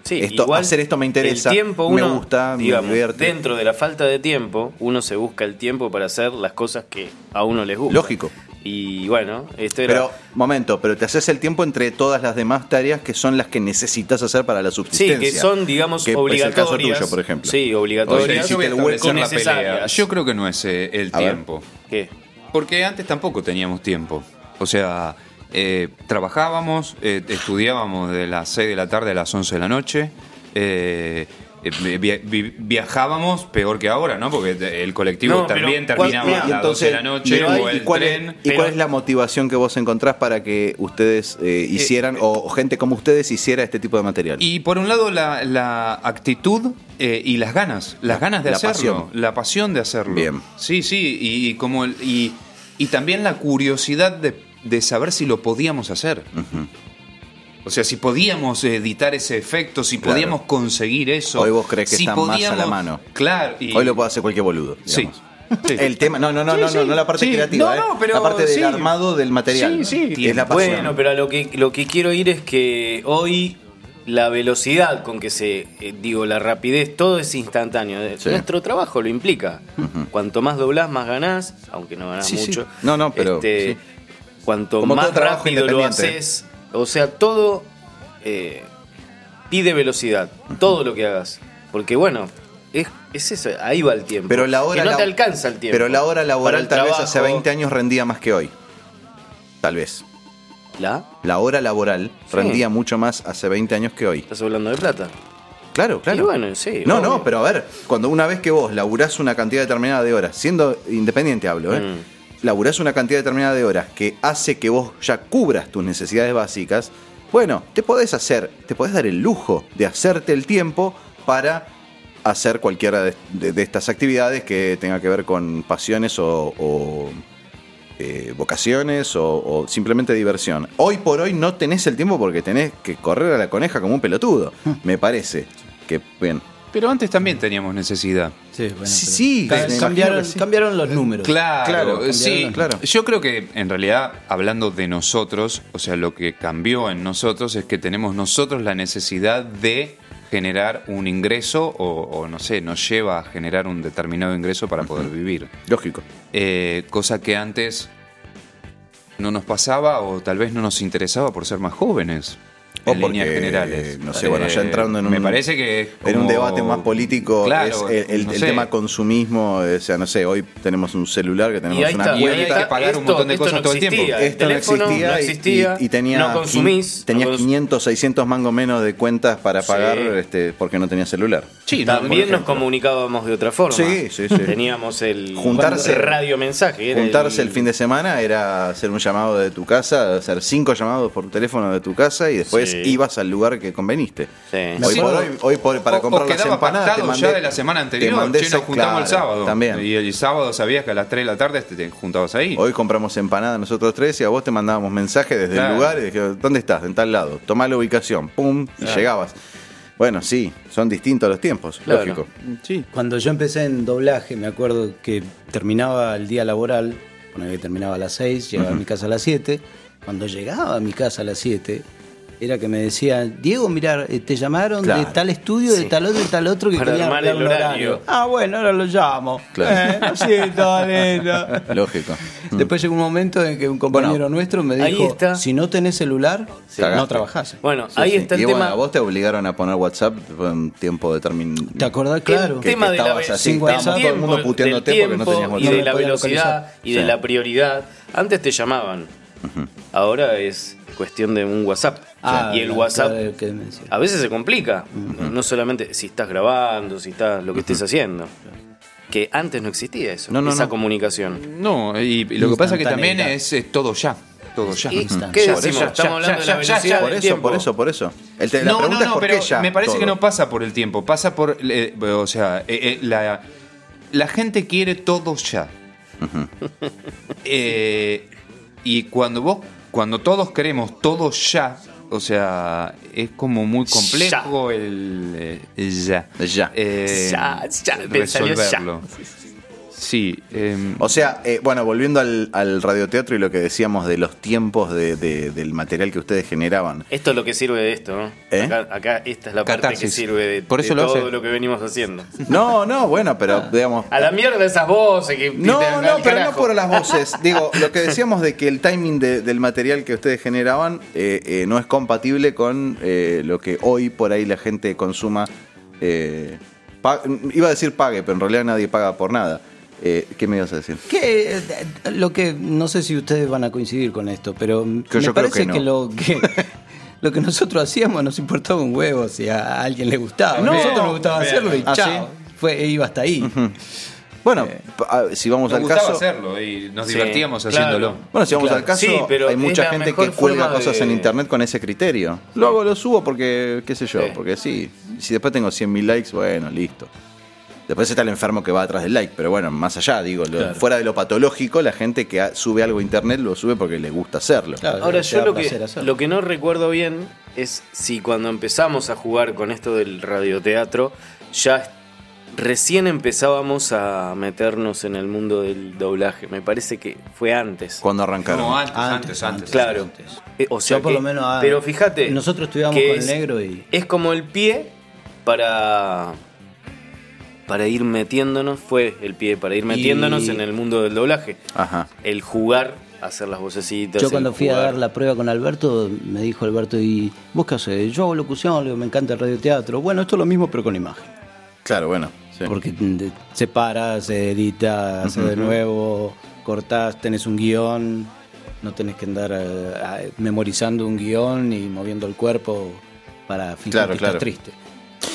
Speaker 3: Sí,
Speaker 2: esto,
Speaker 3: igual
Speaker 2: hacer esto me interesa,
Speaker 3: el tiempo
Speaker 2: me
Speaker 3: uno,
Speaker 2: gusta,
Speaker 3: digamos,
Speaker 2: me divierte.
Speaker 3: Dentro de la falta de tiempo, uno se busca el tiempo para hacer las cosas que a uno les gusta.
Speaker 2: Lógico.
Speaker 3: Y bueno, esto era.
Speaker 2: Pero, momento, pero te haces el tiempo entre todas las demás tareas que son las que necesitas hacer para la
Speaker 3: Sí,
Speaker 2: subsistencia.
Speaker 3: que son, digamos,
Speaker 2: Que es el
Speaker 3: obligatorias.
Speaker 2: caso tuyo, por ejemplo.
Speaker 3: Sí,
Speaker 4: Oye,
Speaker 3: obligatorias.
Speaker 4: yo voy a establecer la pelea.
Speaker 3: necesarias.
Speaker 4: Yo creo que no es eh, el
Speaker 3: A ver.
Speaker 4: tiempo.
Speaker 3: ¿Qué?
Speaker 4: Porque antes tampoco teníamos tiempo. O sea, eh, trabajábamos, eh, estudiábamos de las 6 de la tarde a las 11 de la noche. eh, eh, vi- vi- viajábamos peor que ahora, ¿no? Porque te- el colectivo
Speaker 2: No, pero
Speaker 4: también
Speaker 2: ¿cuál-
Speaker 4: terminaba
Speaker 2: mira,
Speaker 4: a
Speaker 2: y
Speaker 4: las 12 de la noche
Speaker 2: pero
Speaker 4: o
Speaker 2: hay-
Speaker 4: el
Speaker 2: ¿y cuál es-
Speaker 4: tren.
Speaker 2: ¿Y cuál es la motivación que vos encontrás para que ustedes eh, hicieran, o o gente como ustedes hiciera este tipo de material?
Speaker 4: Y por un lado la, la actitud eh, y las ganas, las ganas de
Speaker 2: la
Speaker 4: hacerlo,
Speaker 2: pasión.
Speaker 4: la pasión de hacerlo.
Speaker 2: Bien.
Speaker 4: Sí, sí, y, y como el- y, y también la curiosidad de, de saber si lo podíamos hacer.
Speaker 1: eh,
Speaker 4: O sea, si podíamos editar ese efecto, si
Speaker 2: Claro.
Speaker 4: podíamos conseguir eso.
Speaker 2: Hoy vos crees que
Speaker 4: si
Speaker 2: está más a la
Speaker 4: podíamos-
Speaker 2: mano.
Speaker 4: Claro. y-
Speaker 2: Hoy lo puede hacer cualquier boludo. digamos.
Speaker 4: Sí.
Speaker 2: El tema, no, no, no,
Speaker 4: Sí,
Speaker 2: no, no,
Speaker 4: sí,
Speaker 2: no la parte
Speaker 4: sí.
Speaker 2: creativa,
Speaker 4: No,
Speaker 2: ¿eh?
Speaker 4: no, pero
Speaker 2: la parte del
Speaker 4: sí.
Speaker 2: armado del material.
Speaker 4: Sí, sí.
Speaker 2: Y es la pasión.
Speaker 3: Bueno, pero a lo que, lo que quiero ir es que hoy la velocidad con que se, eh, digo, la rapidez, todo es instantáneo. Eh,
Speaker 2: Sí.
Speaker 3: Nuestro trabajo lo implica. Cuanto más doblás, más ganás, aunque no ganás
Speaker 2: Sí, sí.
Speaker 3: mucho. Este,
Speaker 2: No, no, pero, sí.
Speaker 3: Cuanto
Speaker 2: Como
Speaker 3: más
Speaker 2: todo trabajo
Speaker 3: rápido lo
Speaker 2: independiente.
Speaker 3: haces, o sea, todo eh, pide velocidad, todo lo que hagas. Porque bueno, es, es eso, ahí va el tiempo.
Speaker 2: Pero la hora
Speaker 3: que no
Speaker 2: lab-
Speaker 3: te alcanza el tiempo.
Speaker 2: Pero la hora laboral
Speaker 3: Para
Speaker 2: tal
Speaker 3: el
Speaker 2: vez hace
Speaker 3: trabajo.
Speaker 2: 20 años rendía más que hoy. Tal vez.
Speaker 3: ¿La?
Speaker 2: La hora laboral
Speaker 3: Sí.
Speaker 2: rendía mucho más hace 20 años que hoy.
Speaker 3: ¿Estás hablando de plata?
Speaker 2: Claro, claro.
Speaker 3: Y bueno, sí,
Speaker 2: No,
Speaker 3: obvio.
Speaker 2: no, pero a ver, cuando una vez que vos laburás una cantidad determinada de horas, siendo independiente hablo, ¿eh?
Speaker 3: Mm.
Speaker 2: Laburás una cantidad determinada de horas que hace que vos ya cubras tus necesidades básicas, bueno, te podés hacer, te podés dar el lujo de hacerte el tiempo para hacer cualquiera de, de- de estas actividades que tenga que ver con pasiones o, o, eh, vocaciones o, o simplemente diversión. Hoy por hoy no tenés el tiempo porque tenés que correr a la coneja como un pelotudo,
Speaker 3: Hmm.
Speaker 2: me parece. Que bien.
Speaker 4: Pero antes también teníamos necesidad.
Speaker 1: Sí, bueno,
Speaker 4: sí,
Speaker 1: Ca- cambiaron, cambiaron los números.
Speaker 4: Claro, sí.
Speaker 1: cambiaron los-
Speaker 4: Yo creo que en realidad, hablando de nosotros, o sea, lo que cambió en nosotros es que tenemos nosotros la necesidad de generar un ingreso o, o no sé, nos lleva a generar un determinado ingreso para poder vivir. Eh,
Speaker 2: Lógico.
Speaker 4: cosa que antes no nos pasaba o tal vez no nos interesaba por ser más jóvenes.
Speaker 2: O
Speaker 4: en líneas
Speaker 2: porque,
Speaker 4: generales.
Speaker 2: no sé, bueno, ya
Speaker 4: Eh,
Speaker 2: entrando en
Speaker 4: Me
Speaker 2: un-
Speaker 4: parece que. es
Speaker 2: En un
Speaker 4: como-
Speaker 2: debate más político,
Speaker 4: Claro,
Speaker 2: es el, el-
Speaker 4: no
Speaker 2: el
Speaker 4: sé.
Speaker 2: tema consumismo, eh, o sea, no sé, hoy tenemos un celular que tenemos
Speaker 3: ahí
Speaker 2: una
Speaker 3: está, y
Speaker 2: cuenta
Speaker 3: ahí está, esto- esto no existía, el
Speaker 2: Esto no
Speaker 3: teléfono
Speaker 2: existía,
Speaker 3: no
Speaker 2: y-
Speaker 3: existía,
Speaker 2: y, y tenía,
Speaker 3: no consumís,
Speaker 2: quin- tenía 500, 600 mangos menos de cuentas para
Speaker 3: Sí.
Speaker 2: pagar este, porque no tenía celular.
Speaker 3: También nos comunicábamos de otra forma.
Speaker 2: Sí, sí, sí.
Speaker 3: Teníamos el
Speaker 2: Juntarse-
Speaker 3: radio mensaje.
Speaker 2: Juntarse el... fin de semana era hacer un llamado de tu casa, hacer cinco llamados por teléfono de tu casa y después
Speaker 4: Sí.
Speaker 2: ibas al lugar que conveniste. Hoy
Speaker 4: Sí.
Speaker 2: por hoy, hoy por- para
Speaker 4: O-
Speaker 2: comprar
Speaker 4: o
Speaker 2: las
Speaker 4: quedaba
Speaker 2: empanadas te
Speaker 4: pactado
Speaker 2: mandé-
Speaker 4: ya de la semana
Speaker 2: te
Speaker 4: anterior.
Speaker 2: mandé
Speaker 4: Che, nos
Speaker 2: seis-
Speaker 4: juntamos el
Speaker 2: claro,
Speaker 4: sábado.
Speaker 2: También.
Speaker 4: Y el sábado sabías que a las 3 de la tarde te te juntabas ahí.
Speaker 2: Hoy compramos empanadas nosotros tres y a vos te mandábamos mensajes desde
Speaker 4: Claro.
Speaker 2: el lugar y dijimos, ¿dónde estás? En tal lado. Tomá la ubicación. Pum, y
Speaker 1: Claro.
Speaker 2: llegabas. Bueno, sí, son distintos los tiempos,
Speaker 1: Claro.
Speaker 2: lógico.
Speaker 1: Cuando yo empecé en doblaje, me acuerdo que terminaba el día laboral Ponele que terminaba a las 6, llegaba a mi casa a las 7. Cuando llegaba a mi casa a las 7, era que me decían, Diego, mirá, eh, te llamaron de
Speaker 2: Claro.
Speaker 1: tal estudio, de
Speaker 2: Sí.
Speaker 1: tal otro, de tal otro que
Speaker 2: Para
Speaker 1: querían
Speaker 2: armar el
Speaker 1: hablar un
Speaker 2: horario.
Speaker 1: Ah, bueno, ahora lo llamo. Eh, lo siento, Valero.
Speaker 2: Lógico.
Speaker 1: Después llegó un momento en que un compañero nuestro me
Speaker 2: ahí
Speaker 1: dijo,
Speaker 2: está.
Speaker 1: si no tenés celular, no
Speaker 2: Cagaste.
Speaker 1: trabajás. eh.
Speaker 2: Sí, sí. y bueno, a vos te obligaron a poner WhatsApp por un tiempo determinado.
Speaker 1: ¿Te acordás? Claro.
Speaker 2: Que, que estabas así,
Speaker 1: Sin
Speaker 2: estábamos
Speaker 1: WhatsApp,
Speaker 2: todo el mundo puteándote
Speaker 3: del
Speaker 2: porque no
Speaker 3: tiempo
Speaker 2: tenías
Speaker 3: y
Speaker 2: WhatsApp.
Speaker 3: de la velocidad y de
Speaker 2: Sí.
Speaker 3: la prioridad. Antes te llamaban, ahora es cuestión de un WhatsApp.
Speaker 1: Ah,
Speaker 3: y el
Speaker 1: la-
Speaker 3: WhatsApp
Speaker 1: claro, que me decía.
Speaker 3: a veces se complica, no solamente si estás grabando, si estás lo que estés haciendo. Que antes no existía eso,
Speaker 4: No, no,
Speaker 3: esa
Speaker 4: no.
Speaker 3: comunicación.
Speaker 4: No, y y lo que pasa es que también
Speaker 3: Instantaneidad.
Speaker 4: es eh, todo ya. Todo ya.
Speaker 3: ¿Y
Speaker 4: Ujú.
Speaker 3: qué
Speaker 4: Ya,
Speaker 3: decimos?
Speaker 4: ya,
Speaker 3: Estamos
Speaker 4: ya,
Speaker 3: hablando
Speaker 4: ya,
Speaker 3: de la
Speaker 4: ya,
Speaker 3: velocidad
Speaker 4: ya.
Speaker 3: del Por eso, tiempo. por eso,
Speaker 2: por eso.
Speaker 4: no, no, no, pero me parece que no pasa por el tiempo, pasa por, eh, o sea, eh, eh, la, la gente quiere todo ya. Eh, y cuando vos, cuando todos queremos todo ya, o sea, es como muy complejo el eh, el ya. Eh,
Speaker 3: Ya, ya, me salió ya.
Speaker 4: resolverlo. Sí.
Speaker 2: o sea, eh, bueno, volviendo al, al radioteatro y lo que decíamos de los tiempos de- de- del material que ustedes generaban.
Speaker 3: Esto es lo que sirve de esto, ¿no?
Speaker 2: ¿Eh?
Speaker 3: Acá, acá esta es la parte que
Speaker 2: Catarsis.
Speaker 3: sirve de,
Speaker 2: Por
Speaker 3: de
Speaker 2: eso lo
Speaker 3: todo
Speaker 2: hace.
Speaker 3: lo que venimos haciendo.
Speaker 2: No, no, bueno, pero digamos.
Speaker 3: A la mierda esas voces que
Speaker 2: No,
Speaker 3: al
Speaker 2: no, pero no
Speaker 3: carajo.
Speaker 2: por las voces. Digo, lo que decíamos de que el timing de- del material que ustedes generaban eh, eh, no es compatible con eh, lo que hoy por ahí la gente consuma. eh, pa- iba a decir pague, pero en realidad nadie paga por nada. Eh, ¿Qué me ibas a decir?
Speaker 1: Que, eh, lo que no sé si ustedes van a coincidir con esto, pero mm,
Speaker 2: Que
Speaker 1: me
Speaker 2: yo creo
Speaker 1: parece
Speaker 2: que no.
Speaker 1: que lo que lo que nosotros hacíamos nos importaba un huevo si a alguien le gustaba.
Speaker 2: No.
Speaker 1: a nosotros nos gustaba
Speaker 2: Bien.
Speaker 1: hacerlo y
Speaker 2: Ah,
Speaker 1: chao. Fue, e iba hasta ahí.
Speaker 2: Bueno, pa- ah, si vamos
Speaker 4: Nos
Speaker 2: al
Speaker 4: Eh, gustaba
Speaker 2: caso.
Speaker 4: hacerlo y nos
Speaker 2: Sí,
Speaker 4: divertíamos
Speaker 2: claro.
Speaker 4: haciéndolo.
Speaker 2: Bueno, si vamos
Speaker 4: Claro.
Speaker 2: al caso,
Speaker 4: Sí, pero
Speaker 2: hay
Speaker 4: es
Speaker 2: mucha
Speaker 4: la
Speaker 2: gente
Speaker 4: mejor
Speaker 2: que cuelga
Speaker 4: forma
Speaker 2: cosas
Speaker 4: de-
Speaker 2: en internet con ese criterio. Luego lo subo porque, qué sé yo, porque sí. Si después tengo 100.000 likes, bueno, listo. Después está el enfermo que va atrás del like, pero bueno, más allá, digo, lo-
Speaker 3: Claro.
Speaker 2: fuera de lo patológico, la gente que ha- sube algo a internet lo sube porque le gusta hacerlo.
Speaker 3: Ahora yo lo que, lo que no recuerdo bien es si cuando empezamos a jugar con esto del radioteatro, ya recién empezábamos a meternos en el mundo del doblaje. Me parece que fue antes.
Speaker 2: Cuando arrancaron.
Speaker 4: No, antes, antes, antes.
Speaker 3: Claro. Eh, O sea
Speaker 1: Yo por
Speaker 3: que-
Speaker 1: lo menos, ah,
Speaker 3: pero fíjate.
Speaker 1: nosotros estudiamos
Speaker 3: que
Speaker 1: con
Speaker 3: es-
Speaker 1: el negro y.
Speaker 3: Es como el pie para. Para ir metiéndonos, fue el pie para ir metiéndonos
Speaker 1: Y-
Speaker 3: en el mundo del doblaje.
Speaker 2: Ajá.
Speaker 3: El jugar, hacer las vocecitas.
Speaker 1: Yo
Speaker 3: el
Speaker 1: cuando fui a
Speaker 3: jugar.
Speaker 1: dar la prueba con Alberto, me dijo Alberto, ¿y vos qué haces? Yo hago locución, le digo, me encanta el radioteatro. Bueno, esto es lo mismo, pero con imagen.
Speaker 2: Claro, bueno.
Speaker 1: Porque mm, de- se para, se edita, hace de
Speaker 2: Ujú.
Speaker 1: nuevo, cortás, tenés un guión, no tenés que andar eh, a- memorizando un guión y moviendo el cuerpo para fingir
Speaker 2: Claro,
Speaker 1: que
Speaker 2: claro.
Speaker 1: estás triste.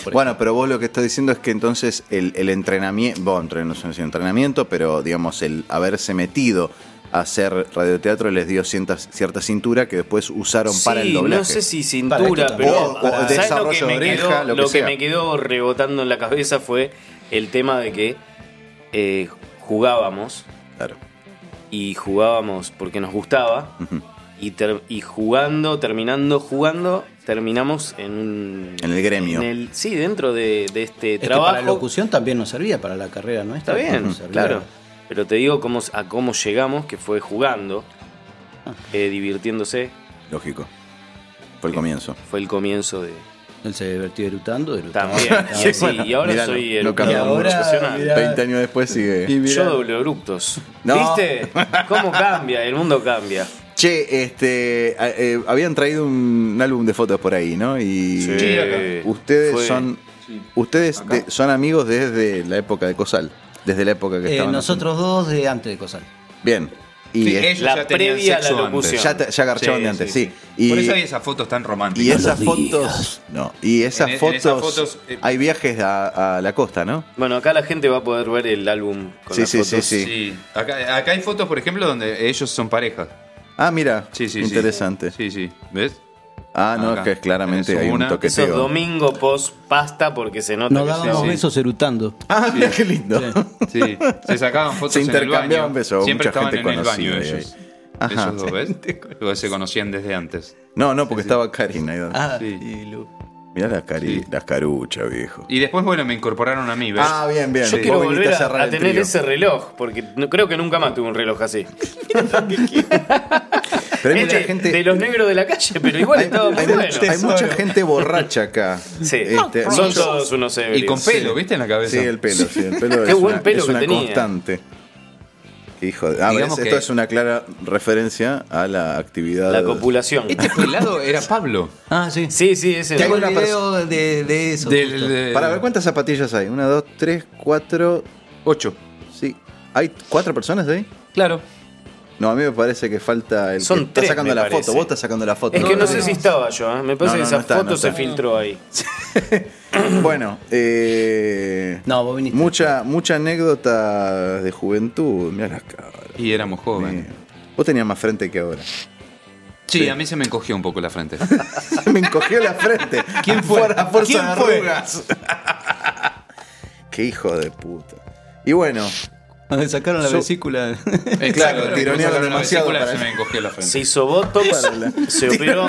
Speaker 1: por
Speaker 2: Bueno, pero vos lo que estás diciendo es que entonces el, entrenamiento, no sé si entrenamiento, pero digamos el haberse metido a hacer radioteatro les dio cierta, cierta cintura que después usaron para
Speaker 3: Sí,
Speaker 2: el doblaje.
Speaker 3: No sé si cintura,
Speaker 2: Para-
Speaker 3: pero
Speaker 2: o- o
Speaker 3: para- ¿sabes
Speaker 2: desarrollo
Speaker 3: lo que, me,
Speaker 2: de oreja,
Speaker 3: quedó,
Speaker 2: lo que
Speaker 3: lo que
Speaker 2: sea?
Speaker 3: me quedó rebotando en la cabeza fue el tema de que eh, jugábamos. Y jugábamos porque nos gustaba. y, ter- y jugando, terminando, jugando, terminamos en un.
Speaker 2: En el gremio.
Speaker 3: en el- sí, dentro de, de este
Speaker 1: Es que
Speaker 3: trabajo.
Speaker 1: para la locución también nos servía, para la carrera
Speaker 3: Está
Speaker 1: nuestra.
Speaker 3: bien,
Speaker 1: nos servía.
Speaker 3: claro. Pero te digo cómo, a cómo llegamos, que fue jugando, eh, divirtiéndose.
Speaker 2: Lógico. Fue el comienzo.
Speaker 3: Fue el comienzo de.
Speaker 1: Él se divertió erutando, erutando.
Speaker 3: También. Y,
Speaker 1: Sí,
Speaker 3: sí,
Speaker 1: bueno,
Speaker 3: y ahora
Speaker 1: mirá,
Speaker 3: soy
Speaker 1: no
Speaker 3: el
Speaker 1: cambió mucho. mirá.
Speaker 2: 20 años después sigue.
Speaker 3: Yo doble eructos.
Speaker 2: No.
Speaker 3: ¿Viste? ¿Cómo cambia? El mundo cambia.
Speaker 2: Che, este, a- eh, habían traído un, un álbum de fotos por ahí, ¿no? Y
Speaker 3: Sí, Sí, acá.
Speaker 2: ustedes
Speaker 3: Fue-
Speaker 2: son ustedes de- son amigos desde la época de Cosal, desde la época que
Speaker 1: Eh,
Speaker 2: estaban
Speaker 1: nosotros dos de antes de Cosal.
Speaker 2: haciendo- Bien. Y
Speaker 4: Sí,
Speaker 2: es-
Speaker 4: ellos ya tenían sexo antes.
Speaker 2: Ya, te- ya garchaban de antes, sí. Y,
Speaker 4: Por eso hay esas fotos tan románticas.
Speaker 2: y esas fotos, no, y esas
Speaker 4: En- e-, en
Speaker 2: fotos,
Speaker 4: esas fotos, eh,
Speaker 2: hay viajes a, a la costa, ¿no?
Speaker 3: Bueno, acá la gente va a poder ver el álbum con
Speaker 2: Sí,
Speaker 3: las
Speaker 2: sí, sí,
Speaker 3: fotos.
Speaker 2: sí.
Speaker 4: Acá, acá hay fotos, por ejemplo, donde ellos son pareja.
Speaker 2: Ah, mira,
Speaker 4: Sí, sí, sí.
Speaker 2: interesante.
Speaker 4: Sí, sí. ¿Ves?
Speaker 2: Ah, no,
Speaker 4: Acá.
Speaker 2: es que claramente hay un
Speaker 3: Eso es
Speaker 2: toqueteo.
Speaker 3: domingo post pasta porque se nota
Speaker 1: Nos
Speaker 3: que
Speaker 1: dábamos
Speaker 3: sí.
Speaker 1: besos erutando.
Speaker 2: Ah, mira qué lindo.
Speaker 4: Sí, se sacaban fotos
Speaker 2: Se
Speaker 4: en el baño.
Speaker 2: intercambiaban besos,
Speaker 4: Siempre
Speaker 2: mucha
Speaker 4: estaban
Speaker 2: gente
Speaker 4: en el baño
Speaker 2: conocida
Speaker 4: ellos.
Speaker 2: ahí. Ajá.
Speaker 4: Esos dos, ¿ves? Luego se conocían desde antes.
Speaker 2: No, no, porque estaba Karina ahí.
Speaker 4: Sí.
Speaker 2: Mirá la, cari la carucha, viejo.
Speaker 4: Y después, bueno, me incorporaron a mí, ¿ves?
Speaker 2: Ah, bien, bien.
Speaker 3: Yo quiero volver a, a tener ese reloj, porque no, creo que nunca más tuve un reloj así.
Speaker 2: Pero hay
Speaker 3: Es
Speaker 2: mucha
Speaker 3: de,
Speaker 2: gente.
Speaker 3: de los negros de la calle, pero igual estaba muy
Speaker 2: hay,
Speaker 3: bueno.
Speaker 2: hay mucha gente borracha acá. Este,
Speaker 3: Sí. Son todos unos ebrios. Y con pelo, ¿viste? En la cabeza.
Speaker 2: Sí, el pelo, sí, el pelo
Speaker 3: Qué
Speaker 2: es
Speaker 3: buen
Speaker 2: una,
Speaker 3: pelo
Speaker 2: es
Speaker 3: que
Speaker 2: una
Speaker 3: tenía.
Speaker 2: constante. Qué Hijo de, ah,
Speaker 4: Digamos
Speaker 2: ¿ves?
Speaker 4: que-
Speaker 2: esto es una clara referencia a la actividad.
Speaker 3: La copulación.
Speaker 2: Este
Speaker 4: pelado era Pablo.
Speaker 3: Ah, sí. Sí, sí, ese.
Speaker 2: Que hay
Speaker 3: Tengo
Speaker 2: una
Speaker 3: el
Speaker 2: persona-
Speaker 3: de, de eso. justo.
Speaker 2: Para ver cuántas zapatillas hay. Una, dos, tres, cuatro, ocho. Sí. ¿Hay cuatro personas ahí?
Speaker 3: Claro.
Speaker 2: No, a mí me parece que falta el.
Speaker 3: Son
Speaker 2: que está
Speaker 3: tres,
Speaker 2: sacando
Speaker 3: me
Speaker 2: la
Speaker 3: parece.
Speaker 2: foto. Vos estás sacando la foto.
Speaker 3: Es que no, sé si estaba yo, ¿eh? me parece
Speaker 2: No, no,
Speaker 3: que esa
Speaker 2: no está,
Speaker 3: foto
Speaker 2: no
Speaker 3: se
Speaker 2: está.
Speaker 3: filtró ahí.
Speaker 2: Bueno, eh, mucha, mucha anécdota de juventud. Mira las caras.
Speaker 4: Y éramos jóvenes.
Speaker 2: Vos tenías más frente que ahora.
Speaker 4: Sí, a mí se me encogió un poco la frente.
Speaker 2: Me encogió la frente. ¿Quién fue? A fuerza
Speaker 4: ¿Quién
Speaker 2: de
Speaker 4: fue?
Speaker 2: arrugas. Qué hijo de puta. Y bueno.
Speaker 7: sacaron la
Speaker 2: Yo-
Speaker 7: vesícula.
Speaker 2: Eh, claro, tironearon demasiado para
Speaker 4: se me encogió la frente.
Speaker 3: Se hizo botox,
Speaker 2: Para la-
Speaker 3: se operó,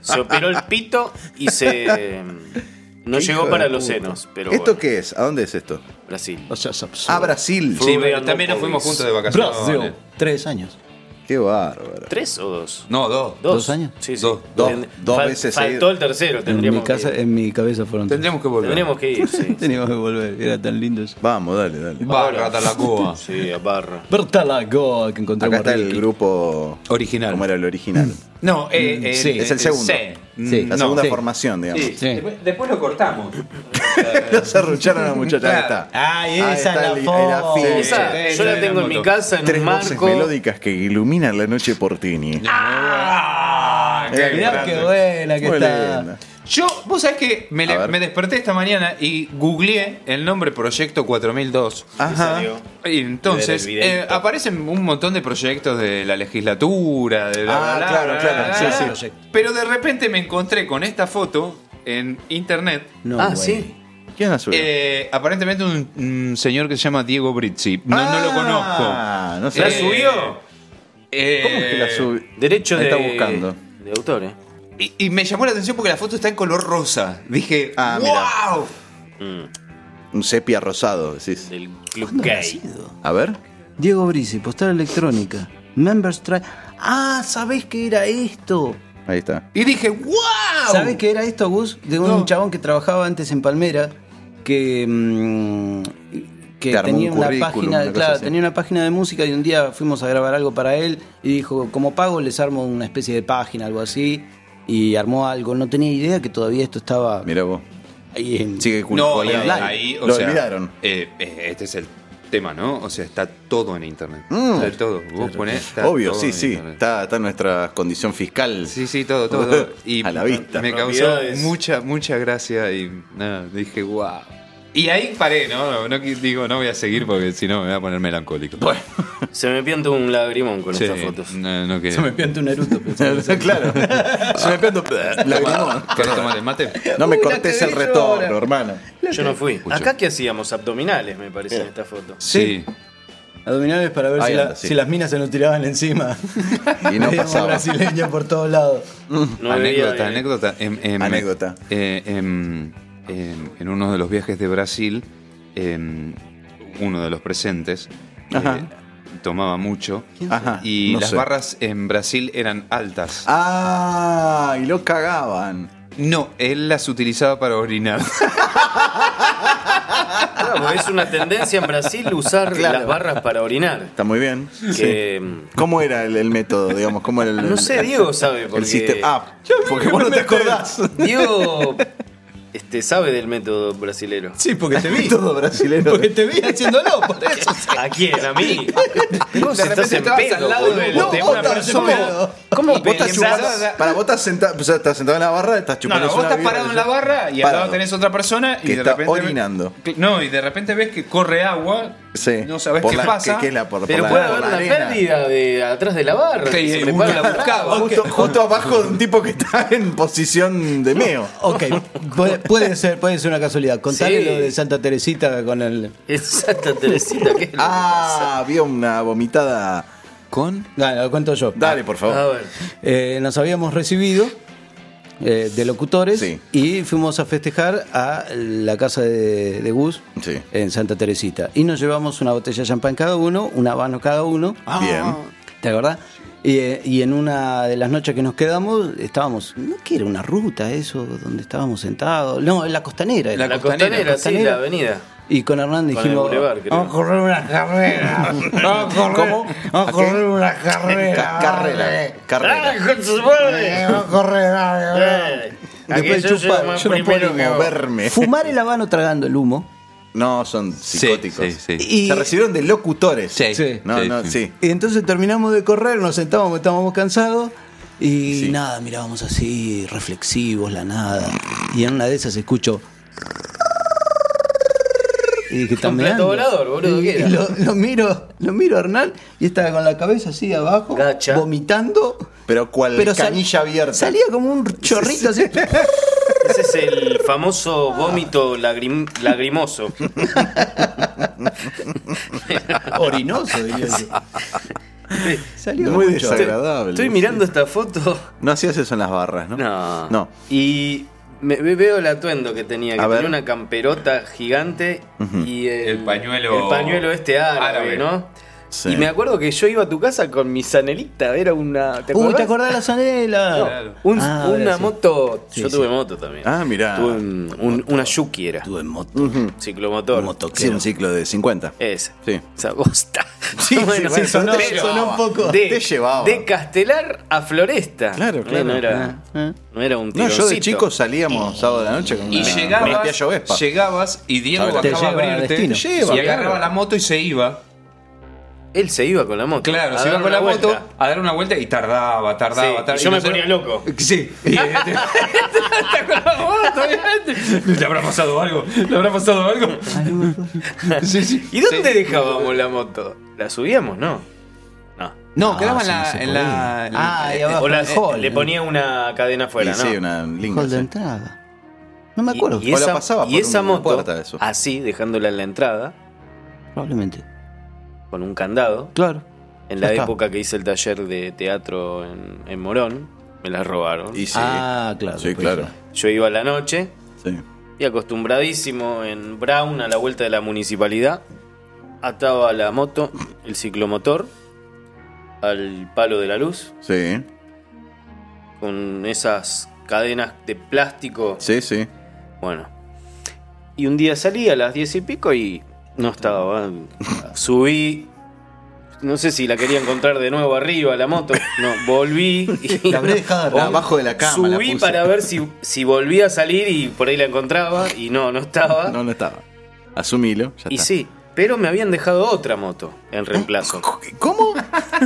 Speaker 3: se operó el pito y se. No
Speaker 2: Qué hijo
Speaker 3: llegó
Speaker 2: de
Speaker 3: para los
Speaker 2: puta.
Speaker 3: senos, pero.
Speaker 2: ¿Esto
Speaker 3: bueno.
Speaker 2: qué es? ¿A dónde es esto?
Speaker 3: Brasil.
Speaker 2: Ah, Brasil.
Speaker 4: Sí, pero también nos fuimos juntos de vacaciones.
Speaker 7: Brasil. Tres años.
Speaker 2: Qué bárbaro.
Speaker 3: ¿Tres o dos?
Speaker 4: No, dos.
Speaker 3: ¿Dos,
Speaker 7: ¿Dos años?
Speaker 3: Sí, sí.
Speaker 4: Dos,
Speaker 7: dos,
Speaker 3: Ten-
Speaker 7: dos
Speaker 3: fal-
Speaker 7: veces
Speaker 3: Faltó
Speaker 7: seguido.
Speaker 3: el tercero,
Speaker 7: En mi,
Speaker 3: tendríamos
Speaker 7: casa,
Speaker 3: que ir.
Speaker 7: en mi cabeza fueron tres.
Speaker 4: Tendríamos que volver.
Speaker 3: Tendríamos que ir, sí.
Speaker 7: Teníamos que volver. Era tan lindo eso.
Speaker 2: Vamos, dale, dale.
Speaker 4: Barra Talacoa.
Speaker 3: Sí, a barra.
Speaker 7: Bertalagoa que encontramos.
Speaker 2: Acá está el
Speaker 7: Ricky.
Speaker 2: grupo
Speaker 4: original.
Speaker 2: ¿Cómo era el original?
Speaker 4: No, eh, eh,
Speaker 2: Sí. Es el
Speaker 4: eh,
Speaker 2: segundo.
Speaker 4: C.
Speaker 2: Sí. La
Speaker 4: No,
Speaker 2: segunda
Speaker 4: sí.
Speaker 2: formación, digamos.
Speaker 4: Sí. Después, después lo cortamos.
Speaker 2: Los arrucharon a la muchacha. Ahí
Speaker 4: Claro.
Speaker 2: está.
Speaker 7: Ay,
Speaker 2: Ahí
Speaker 7: esa
Speaker 2: está
Speaker 7: la
Speaker 2: el- el
Speaker 7: foto.
Speaker 2: afiche.
Speaker 3: Esa, yo la tengo en mi casa, en
Speaker 2: Tres
Speaker 3: un
Speaker 2: voces
Speaker 3: marco.
Speaker 2: melódicas que iluminan la noche por Tini.
Speaker 4: qué
Speaker 7: Mirá
Speaker 4: grande.
Speaker 7: qué buena que
Speaker 2: Ah, Muy
Speaker 7: está.
Speaker 2: linda.
Speaker 4: Yo, vos sabés que me, le- me desperté esta mañana y googleé el nombre Proyecto 4002.
Speaker 2: Ajá.
Speaker 4: Y entonces
Speaker 2: Era evidente.
Speaker 4: eh, aparecen un montón de proyectos de la legislatura, de bla,
Speaker 2: Ah,
Speaker 4: bla, bla,
Speaker 2: claro,
Speaker 4: bla,
Speaker 2: claro,
Speaker 4: bla,
Speaker 2: sí,
Speaker 4: bla,
Speaker 2: sí.
Speaker 4: bla. Pero de repente me encontré con esta foto en internet.
Speaker 2: No, Ah, güey. sí. ¿Quién la subió?
Speaker 4: Eh, aparentemente un, un señor que se llama Diego Brizzi. No, no lo conozco.
Speaker 2: Ah, no sé.
Speaker 3: ¿La subió?
Speaker 4: Eh,
Speaker 2: ¿Cómo que la subió?
Speaker 3: Derecho
Speaker 2: Ahí
Speaker 3: de.
Speaker 2: está buscando.
Speaker 3: De autor, ¿eh?
Speaker 4: Y, y me llamó la atención porque la foto está en color rosa. Dije,
Speaker 2: Ah, mira.
Speaker 4: ¡Wow!
Speaker 2: Mm. Un sepia rosado, decís.
Speaker 3: Del club gay.
Speaker 2: A ver.
Speaker 7: Diego Brisi, postal electrónica. Members Track. Ah, ¿sabés qué era esto?
Speaker 2: Ahí está.
Speaker 4: Y dije, ¡Wow!
Speaker 7: ¿Sabés qué era esto, Gus? De un chabón que trabajaba antes en Palmera, que, mm, que
Speaker 2: Te armó
Speaker 7: tenía
Speaker 2: un
Speaker 7: una
Speaker 2: currículum,
Speaker 7: página,
Speaker 2: una cosa
Speaker 7: claro,
Speaker 2: así.
Speaker 7: tenía una página de música y un día fuimos a grabar algo para él y dijo, como pago les armo una especie de página, algo así, y armó algo. No tenía idea que todavía esto estaba
Speaker 2: Mira vos.
Speaker 7: ahí en...
Speaker 2: Sigue cul-
Speaker 4: No,
Speaker 2: colgado.
Speaker 4: ahí, ahí, o
Speaker 2: Lo
Speaker 4: sea,
Speaker 2: olvidaron.
Speaker 4: eh, eh, este es el tema, ¿no? O sea, está todo en internet.
Speaker 2: Mm.
Speaker 4: Está todo. Vos ponés, está
Speaker 2: Obvio,
Speaker 4: todo
Speaker 2: sí,
Speaker 4: en
Speaker 2: sí.
Speaker 4: internet.
Speaker 2: Está, está nuestra condición fiscal.
Speaker 4: Sí, sí, todo, todo. Y
Speaker 2: a la vista.
Speaker 4: Me causó
Speaker 2: Propiedades.
Speaker 4: mucha, mucha gracia y nada, dije, wow. Y ahí paré, ¿no? No, no qui- digo, no voy a seguir porque si no me voy a poner melancólico. Bueno,
Speaker 3: Se me pianta un lagrimón con estas fotos.
Speaker 4: No, no quería.
Speaker 7: Se me pianta un eruto.
Speaker 2: claro. Se me pianta un lagrimón.
Speaker 4: ¿Querés tomar el mate?
Speaker 2: No me
Speaker 3: Uy, la
Speaker 2: cortes el
Speaker 3: televisora.
Speaker 2: retorno, hermano.
Speaker 3: Yo no fui. Acá que hacíamos abdominales, me parece, en esta foto.
Speaker 4: Sí.
Speaker 7: Abdominales para ver
Speaker 2: Ahí
Speaker 7: si, la-
Speaker 2: anda, sí.
Speaker 7: si las minas se nos tiraban encima.
Speaker 2: Y no
Speaker 7: Veíamos
Speaker 2: pasaba.
Speaker 7: brasileña por todos lados.
Speaker 4: anécdota, anécdota. Em, em,
Speaker 2: Anécdota.
Speaker 4: eh, em, em, en uno de los viajes de Brasil, em, uno de los presentes eh,
Speaker 2: Ajá.
Speaker 4: tomaba mucho
Speaker 2: Ajá,
Speaker 4: y
Speaker 2: no
Speaker 4: las
Speaker 2: sé.
Speaker 4: barras en Brasil eran altas.
Speaker 2: Ah, y lo cagaban.
Speaker 4: No, él las utilizaba para orinar.
Speaker 3: Claro, Ah, es una tendencia en Brasil usar
Speaker 2: Claro.
Speaker 3: las barras para orinar.
Speaker 2: Está muy bien.
Speaker 3: Que-
Speaker 4: mm,
Speaker 2: Sí. ¿Cómo era el, el método, digamos? ¿Cómo era el,
Speaker 3: No sé, Diego sabe, porque-
Speaker 2: El sistema. Ah, porque vos no te acordás.
Speaker 3: Diego este, sabe del método brasilero.
Speaker 7: Sí, porque te vi.
Speaker 2: Todo brasilero.
Speaker 7: Porque te vi haciéndolo, por eso.
Speaker 3: ¿A quién? ¿A mí? Vos
Speaker 2: De
Speaker 3: estás
Speaker 2: repente
Speaker 3: en
Speaker 2: estabas
Speaker 3: pedo,
Speaker 2: al lado
Speaker 3: boludo,
Speaker 2: de-
Speaker 3: de,
Speaker 2: No, vos
Speaker 3: una
Speaker 2: estás en
Speaker 3: persona.
Speaker 2: pedo.
Speaker 3: ¿Cómo
Speaker 2: Vos estás
Speaker 3: pensás?
Speaker 2: chupando- Para vos estás sentado, o sea, estás sentado en la barra, estás
Speaker 4: No,
Speaker 2: chupando.
Speaker 4: no, vos estás parado en la barra y al lado tenés otra persona y
Speaker 2: que
Speaker 4: de
Speaker 2: está
Speaker 4: repente.
Speaker 2: orinando.
Speaker 4: No, y de repente ves que corre agua.
Speaker 2: Sí.
Speaker 4: No sabés
Speaker 2: Por
Speaker 4: qué
Speaker 2: la-
Speaker 4: pasa.
Speaker 2: que- que es la- por-
Speaker 3: Pero
Speaker 2: por
Speaker 3: puede
Speaker 2: la-
Speaker 3: haber
Speaker 2: por la
Speaker 3: una
Speaker 2: arena.
Speaker 3: pérdida de atrás de la barra.
Speaker 2: Que
Speaker 3: que se
Speaker 2: uno
Speaker 3: prepara la buscaba.
Speaker 2: Justo, justo abajo de un tipo que está en posición de meo.
Speaker 7: Ok, puede, puede ser, puede ser una casualidad. Contale
Speaker 2: Sí.
Speaker 7: lo de Santa Teresita con el.
Speaker 3: Exacto, Teresita, ¿qué
Speaker 2: Ah, había una vomitada.
Speaker 4: ¿Con?
Speaker 7: Dale, lo cuento yo.
Speaker 2: Dale, por favor.
Speaker 7: Eh, nos habíamos recibido
Speaker 1: eh, de locutores y fuimos a festejar a la casa de, de Gus en Santa Teresita. Y nos llevamos una botella de champán cada uno, un habano cada uno.
Speaker 3: Ah.
Speaker 2: Bien.
Speaker 1: ¿Te acordás? Y, eh, y en una de las noches que nos quedamos, estábamos, no que era una ruta eso, donde estábamos sentados. No, en la costanera. era.
Speaker 3: La costanera, sí, la avenida.
Speaker 1: Y con Hernán
Speaker 3: Con el
Speaker 1: dijimos,
Speaker 3: bulevar, creo.
Speaker 1: vamos a correr una carrera. Vamos a correr,
Speaker 2: ¿Cómo?
Speaker 1: Vamos a correr una carrera.
Speaker 2: Ca- carrera,
Speaker 1: dale.
Speaker 2: carrera.
Speaker 1: Dale, con sus madres. Eh, Vamos a correr, dale, dale.
Speaker 2: Después
Speaker 1: Después
Speaker 2: chupa-
Speaker 1: chupar.
Speaker 2: yo no puedo ni moverme.
Speaker 1: Fumar el habano tragando el humo.
Speaker 2: No, son psicóticos.
Speaker 1: Y-
Speaker 2: Se recibieron de locutores. No, no, sí.
Speaker 1: Y entonces terminamos de correr, nos sentamos, estábamos cansados. Y nada, mirábamos así, reflexivos, la nada. Y en una de esas escucho. Y dije, ¿están
Speaker 3: Un
Speaker 1: mirando?
Speaker 3: plato volador, boludo,
Speaker 1: Y-
Speaker 3: ¿qué era?
Speaker 1: y lo, lo miro, lo miro a Hernán y estaba con la cabeza así abajo, vomitando.
Speaker 2: Pero cual
Speaker 1: Pero sal-
Speaker 2: canilla abierta.
Speaker 1: Salía como un chorrito así.
Speaker 3: Ese es el famoso vómito lagrim- lagrimoso.
Speaker 1: Orinoso, diría yo. Salió
Speaker 2: Muy
Speaker 1: mucho.
Speaker 2: desagradable.
Speaker 3: Estoy mirando esta foto.
Speaker 2: No hacías eso en las barras, ¿no?
Speaker 3: No.
Speaker 2: No.
Speaker 3: Y me, me veo el atuendo que tenía, que
Speaker 2: A ver.
Speaker 3: tenía una camperota gigante y el,
Speaker 4: pañuelo-
Speaker 3: el pañuelo este árabe,
Speaker 4: árabe.
Speaker 3: ¿no?
Speaker 2: Sí.
Speaker 3: Y me acuerdo que yo iba a tu casa con mi sanelita, era una... ¿Te
Speaker 1: Uy, Uh, ¿te
Speaker 3: acordás?
Speaker 1: acordás de la zanela?
Speaker 3: No, un-
Speaker 1: Ah,
Speaker 3: una
Speaker 1: ahora sí.
Speaker 3: moto.
Speaker 1: Sí,
Speaker 3: yo
Speaker 1: sí.
Speaker 3: tuve moto también.
Speaker 2: Ah, mirá.
Speaker 3: Tuve un- un- una Yuki era.
Speaker 1: Tuve moto.
Speaker 3: Ciclomotor.
Speaker 2: Sí, un ciclo de 50.
Speaker 3: Esa.
Speaker 2: Sí.
Speaker 3: Esa bosta.
Speaker 2: Sí, sí, bueno,
Speaker 3: sonó,
Speaker 2: te llevaba.
Speaker 3: sonó un poco.
Speaker 2: Te
Speaker 3: De,
Speaker 2: llevaba.
Speaker 3: de Castelar a Floresta. Claro,
Speaker 2: claro.
Speaker 3: No era, no era un
Speaker 2: No,
Speaker 3: tironcito.
Speaker 2: yo de chico salíamos sábado de la noche con
Speaker 4: Y
Speaker 2: una- una
Speaker 4: llegabas,
Speaker 2: Piaggio Vespa.
Speaker 4: llegabas y Diego
Speaker 2: Ahora te
Speaker 4: acaba de
Speaker 2: lleva al
Speaker 4: abrirte
Speaker 2: destino. Te lleva,
Speaker 4: y agarraba
Speaker 2: claro.
Speaker 4: la moto y se iba.
Speaker 3: Él se iba con la moto.
Speaker 4: Claro,
Speaker 3: A
Speaker 4: se iba
Speaker 3: dar
Speaker 4: con
Speaker 3: una
Speaker 4: la
Speaker 3: vuelta.
Speaker 4: moto a dar una vuelta y tardaba, tardaba,
Speaker 3: Sí,
Speaker 4: tardaba.
Speaker 3: y yo
Speaker 4: Y
Speaker 3: me
Speaker 4: nosotros-
Speaker 3: ponía loco.
Speaker 4: Sí. Y, eh, ¿Le habrá pasado algo? ¿Le habrá pasado algo?
Speaker 3: ¿Y dónde dejábamos la moto? ¿La subíamos? No. No.
Speaker 4: No, quedaba en la- en la- en-
Speaker 1: Ah, ahí abajo,
Speaker 3: o la-
Speaker 1: en el hall.
Speaker 3: eh, le ponía una cadena afuera,
Speaker 2: Y
Speaker 3: ¿no?
Speaker 2: sí, una linda.
Speaker 1: Hall de entrada. No me acuerdo.
Speaker 3: Y esa, y esa moto, así, dejándola en la entrada,
Speaker 1: Probablemente.
Speaker 3: con un candado,
Speaker 1: Claro.
Speaker 3: en la
Speaker 1: Ya está.
Speaker 3: época que hice el taller de teatro en, en Morón, me la robaron.
Speaker 2: Y sí.
Speaker 1: Ah, claro.
Speaker 2: Sí, claro.
Speaker 3: Yo iba a la noche
Speaker 2: Sí.
Speaker 3: y acostumbradísimo en Brown, a la vuelta de la municipalidad, ataba la moto, el ciclomotor, al palo de la luz,
Speaker 2: Sí.
Speaker 3: con esas cadenas de plástico.
Speaker 2: Sí, sí.
Speaker 3: Bueno. Y un día salí a las diez y pico y no estaba. Subí. No sé si la quería encontrar de nuevo arriba la moto. No, volví. Y,
Speaker 2: La habré dejado
Speaker 3: o-
Speaker 2: abajo de la cama, la
Speaker 3: Subí
Speaker 2: puse.
Speaker 3: para ver si, si volvía a salir y por ahí la encontraba. Y no, no estaba.
Speaker 2: No, no estaba. Asumilo. Ya está.
Speaker 3: y
Speaker 2: ¿Eh?
Speaker 3: sí, pero me habían dejado otra moto en reemplazo.
Speaker 2: ¿Cómo?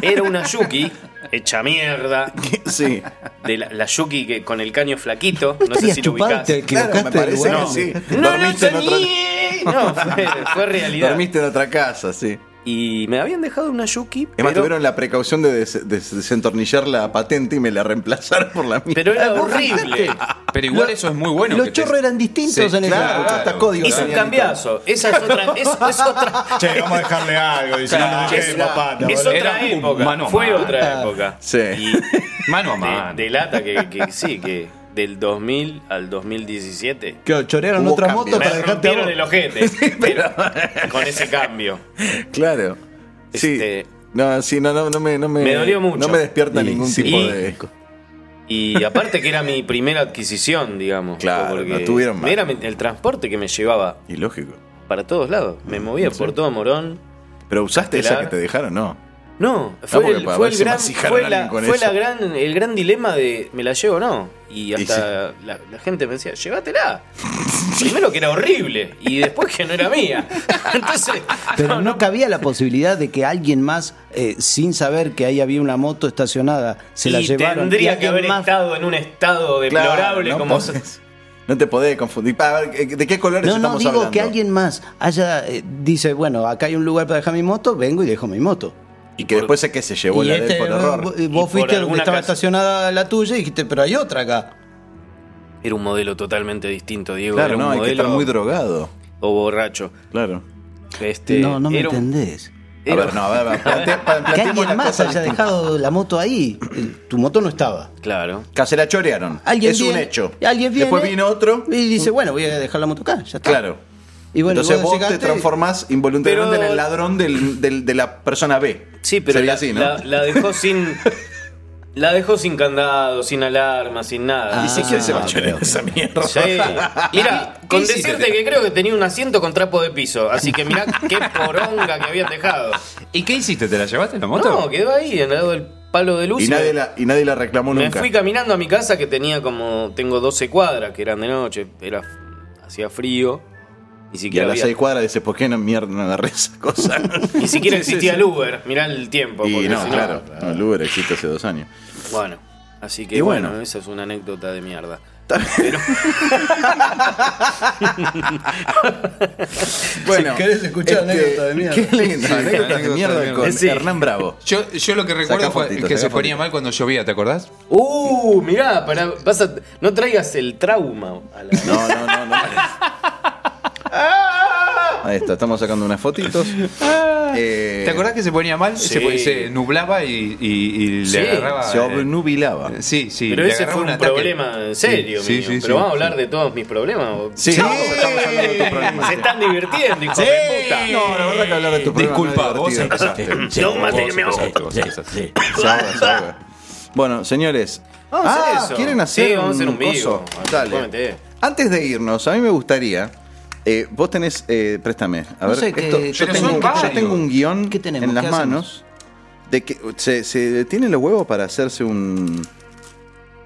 Speaker 3: Era una Yuki hecha mierda.
Speaker 2: Sí.
Speaker 3: De la, la Yuki que, con el caño flaquito. No sé
Speaker 1: estarías
Speaker 3: si lo ubicás.
Speaker 1: chupado, te equivocaste Claro, me de parece lugar. que sí.
Speaker 3: No, no,
Speaker 2: Dormiste en otra-
Speaker 3: soñé. no fue, fue realidad.
Speaker 2: Dormiste en otra casa, sí.
Speaker 3: Y me habían dejado una Yuki.
Speaker 2: Es más,
Speaker 3: pero-
Speaker 2: tuvieron la precaución de, des- des- desentornillar la patente y me la reemplazaron por la mía.
Speaker 3: Pero era horrible.
Speaker 4: Pero igual eso es muy bueno.
Speaker 2: los
Speaker 4: que te-
Speaker 2: chorros
Speaker 1: eran distintos
Speaker 2: Sí,
Speaker 1: en el
Speaker 2: claro,
Speaker 1: auto.
Speaker 2: hasta código
Speaker 3: Hice un
Speaker 2: tenían y
Speaker 3: cambiazo. Esa es otra. Es, es otra.
Speaker 12: Che, vamos a dejarle algo. Dice,
Speaker 3: Claro,
Speaker 12: no, no,
Speaker 3: es,
Speaker 12: que papá, te
Speaker 3: es
Speaker 12: abuelo".
Speaker 3: otra
Speaker 12: Era un
Speaker 3: época.
Speaker 12: mano a
Speaker 3: Fue
Speaker 12: mano.
Speaker 3: otra época.
Speaker 2: Ah, Sí.
Speaker 4: Mano a
Speaker 3: De,
Speaker 4: mano.
Speaker 3: delata que, que sí, que del 2000 al 2017.
Speaker 1: Que chorearon otra moto
Speaker 3: Me
Speaker 1: para dejarte a
Speaker 3: rompieron
Speaker 1: vos.
Speaker 3: el ojete. pero con ese cambio.
Speaker 2: Claro. Sí. No, sí, no, no, no me, no me.
Speaker 3: Este- Me dolió mucho.
Speaker 2: No me despierta
Speaker 3: Y
Speaker 2: ningún
Speaker 3: sí.
Speaker 2: tipo de.
Speaker 3: Y aparte que era mi primera adquisición, digamos. Claro,
Speaker 2: no tuvieron más.
Speaker 3: Era mi- el transporte que me llevaba.
Speaker 2: Y lógico.
Speaker 3: Para todos lados. Me movía
Speaker 2: Mm, Sí.
Speaker 3: por todo Morón.
Speaker 2: Pero usaste esa
Speaker 3: Claro.
Speaker 2: que te dejaron, ¿no.
Speaker 3: No,
Speaker 2: No,
Speaker 3: fue,
Speaker 2: porque
Speaker 3: el,
Speaker 2: para
Speaker 3: fue
Speaker 2: ver
Speaker 3: el
Speaker 2: si
Speaker 3: gran,
Speaker 2: masijaron
Speaker 3: fue
Speaker 2: a
Speaker 3: la-
Speaker 2: alguien con
Speaker 3: fue
Speaker 2: eso.
Speaker 3: la gran- el gran dilema de ¿me la llevo o no? Y hasta la, la gente me decía, llévatela. Primero que era horrible y después que no era mía. Entonces,
Speaker 1: Pero no cabía la posibilidad de que alguien más, eh, sin saber que ahí había una moto estacionada, se la
Speaker 3: y
Speaker 1: llevaron. y
Speaker 3: tendría que
Speaker 1: alguien
Speaker 3: haber
Speaker 1: más-
Speaker 3: estado en un estado deplorable
Speaker 2: Claro, no
Speaker 3: como...
Speaker 2: podés. No te podés confundir. Pa, a ver, ¿qué- ¿de qué colores
Speaker 1: No, no,
Speaker 2: estamos
Speaker 1: digo
Speaker 2: hablando?
Speaker 1: que alguien más haya, eh, dice, bueno, acá hay un lugar para dejar mi moto, vengo y dejo mi moto.
Speaker 2: Y que después es que se llevó
Speaker 1: Y
Speaker 2: la de
Speaker 1: este,
Speaker 2: él por error.
Speaker 1: eh, Vos
Speaker 3: Y por
Speaker 1: fuiste donde
Speaker 3: alguna
Speaker 1: estaba
Speaker 3: casa.
Speaker 1: estacionada la tuya y dijiste, pero hay otra acá.
Speaker 3: Era un modelo totalmente distinto, Diego.
Speaker 2: Claro,
Speaker 3: era un
Speaker 2: no, hay que
Speaker 3: modelo
Speaker 2: estar muy drogado.
Speaker 3: O borracho.
Speaker 2: Claro.
Speaker 3: Este,
Speaker 1: no, no me
Speaker 3: era un-
Speaker 1: entendés.
Speaker 2: A ver, no, a ver, a ver, plante- pa-
Speaker 1: Que
Speaker 2: planteemos la
Speaker 1: alguien más
Speaker 2: cosa
Speaker 1: haya
Speaker 2: distinta.
Speaker 1: dejado la moto ahí. El- Tu moto no estaba.
Speaker 3: Claro.
Speaker 2: Que se la chorearon.
Speaker 1: Alguien
Speaker 2: es un
Speaker 1: viene-
Speaker 2: hecho.
Speaker 1: alguien viene-
Speaker 2: Después vino otro.
Speaker 1: Y dice, bueno, voy a dejar la moto acá, ya está.
Speaker 2: Claro.
Speaker 1: Y bueno,
Speaker 2: Entonces
Speaker 1: y
Speaker 2: vos,
Speaker 1: vos
Speaker 2: te
Speaker 1: llegaste-
Speaker 2: transformás involuntariamente
Speaker 1: Pero-
Speaker 2: en el ladrón del- del- de la persona B.
Speaker 3: Sí, pero
Speaker 2: Sería
Speaker 3: la,
Speaker 2: así, ¿no?
Speaker 3: la- la dejó sin. La dejó sin candado, sin alarma, sin nada.
Speaker 2: Y si quiere se va a chorear esa mierda.
Speaker 3: Sí. Mira,
Speaker 2: ¿Qué
Speaker 3: con
Speaker 2: hiciste?
Speaker 3: decirte que creo que tenía un asiento con trapo de piso, así que mirá qué poronga que habían dejado.
Speaker 4: ¿Y qué hiciste? ¿Te la llevaste la moto?
Speaker 3: No, quedó ahí, en el lado del palo de luz.
Speaker 2: Y nadie, la, y nadie la reclamó
Speaker 3: Me
Speaker 2: nunca.
Speaker 3: fui caminando a mi casa que tenía como. Tengo 12 cuadras, que eran de noche, era hacía frío. Ni
Speaker 2: y a
Speaker 3: siquiera,
Speaker 2: las
Speaker 3: había-
Speaker 2: seis cuadras dices, ¿por qué no mierda no agarré esa cosa?
Speaker 3: ni siquiera
Speaker 2: Sí, sí,
Speaker 3: existía
Speaker 2: sí.
Speaker 3: el Uber, mirá el tiempo.
Speaker 2: Y
Speaker 3: porque
Speaker 2: no,
Speaker 3: si no-
Speaker 2: claro, no, el Uber existe hace dos años.
Speaker 3: Bueno, así
Speaker 2: Y
Speaker 3: que
Speaker 2: bueno.
Speaker 3: bueno. esa es una anécdota de mierda.
Speaker 2: Bueno,
Speaker 1: querés escuchar anécdota de mierda.
Speaker 2: Este, Qué lindo,
Speaker 1: Sí,
Speaker 2: anécdotas de
Speaker 1: anécdota de
Speaker 2: mierda
Speaker 1: mierda.
Speaker 2: con
Speaker 1: Sí.
Speaker 2: Hernán Bravo.
Speaker 4: Yo, yo lo que recuerdo
Speaker 2: Saca
Speaker 4: fue
Speaker 2: fotito,
Speaker 4: que
Speaker 2: saca
Speaker 4: se ponía
Speaker 2: fotito.
Speaker 4: mal cuando llovía, ¿te acordás?
Speaker 3: Uh, mirá, para, no traigas el trauma. A la...
Speaker 2: No, no, no, no. Ahí está, estamos sacando unas fotitos. Eh,
Speaker 4: ¿Te acordás que se ponía mal?
Speaker 2: Sí.
Speaker 4: Se, po- se nublaba y, y- y le
Speaker 2: Sí.
Speaker 4: agarraba.
Speaker 2: Se
Speaker 4: eh,
Speaker 2: obnubilaba.
Speaker 4: Sí, sí.
Speaker 3: pero
Speaker 4: le
Speaker 3: ese
Speaker 4: agarraba
Speaker 3: fue un,
Speaker 4: ataque.
Speaker 3: problema en serio,
Speaker 4: Sí,
Speaker 3: mío.
Speaker 4: sí, sí,
Speaker 3: pero vamos a
Speaker 4: sí.
Speaker 3: hablar de todos mis problemas. ¿o?
Speaker 2: Sí,
Speaker 4: estamos hablando de tus problemas.
Speaker 3: Se están divirtiendo, hijo
Speaker 4: Sí.
Speaker 3: de puta.
Speaker 2: No, la verdad que hablar de
Speaker 3: Eh,
Speaker 2: tu problema
Speaker 4: Disculpa,
Speaker 2: no
Speaker 4: vos
Speaker 2: es divertido.
Speaker 4: empezaste.
Speaker 3: Sí, No, mate, vos me ahogo. empezaste,
Speaker 2: Se ahoga, se ahoga. Bueno, señores.
Speaker 3: Vamos a hacer
Speaker 2: ah,
Speaker 3: eso.
Speaker 2: ¿quieren hacer
Speaker 3: Sí, vamos a hacer un vivo.
Speaker 2: coso?
Speaker 3: Obviamente.
Speaker 2: Dale. Antes de irnos, a mí me gustaría. eh, vos tenés. eh, préstame. A
Speaker 1: No
Speaker 2: ver,
Speaker 1: sé qué-
Speaker 2: esto-
Speaker 1: qué
Speaker 2: yo,
Speaker 1: tenemos,
Speaker 2: tengo,
Speaker 1: ¿qué
Speaker 2: yo
Speaker 1: tenemos?
Speaker 2: tengo un guión
Speaker 1: tenemos?
Speaker 2: en las
Speaker 1: ¿Qué hacemos?
Speaker 2: manos. De que se, se tienen los huevos para hacerse un.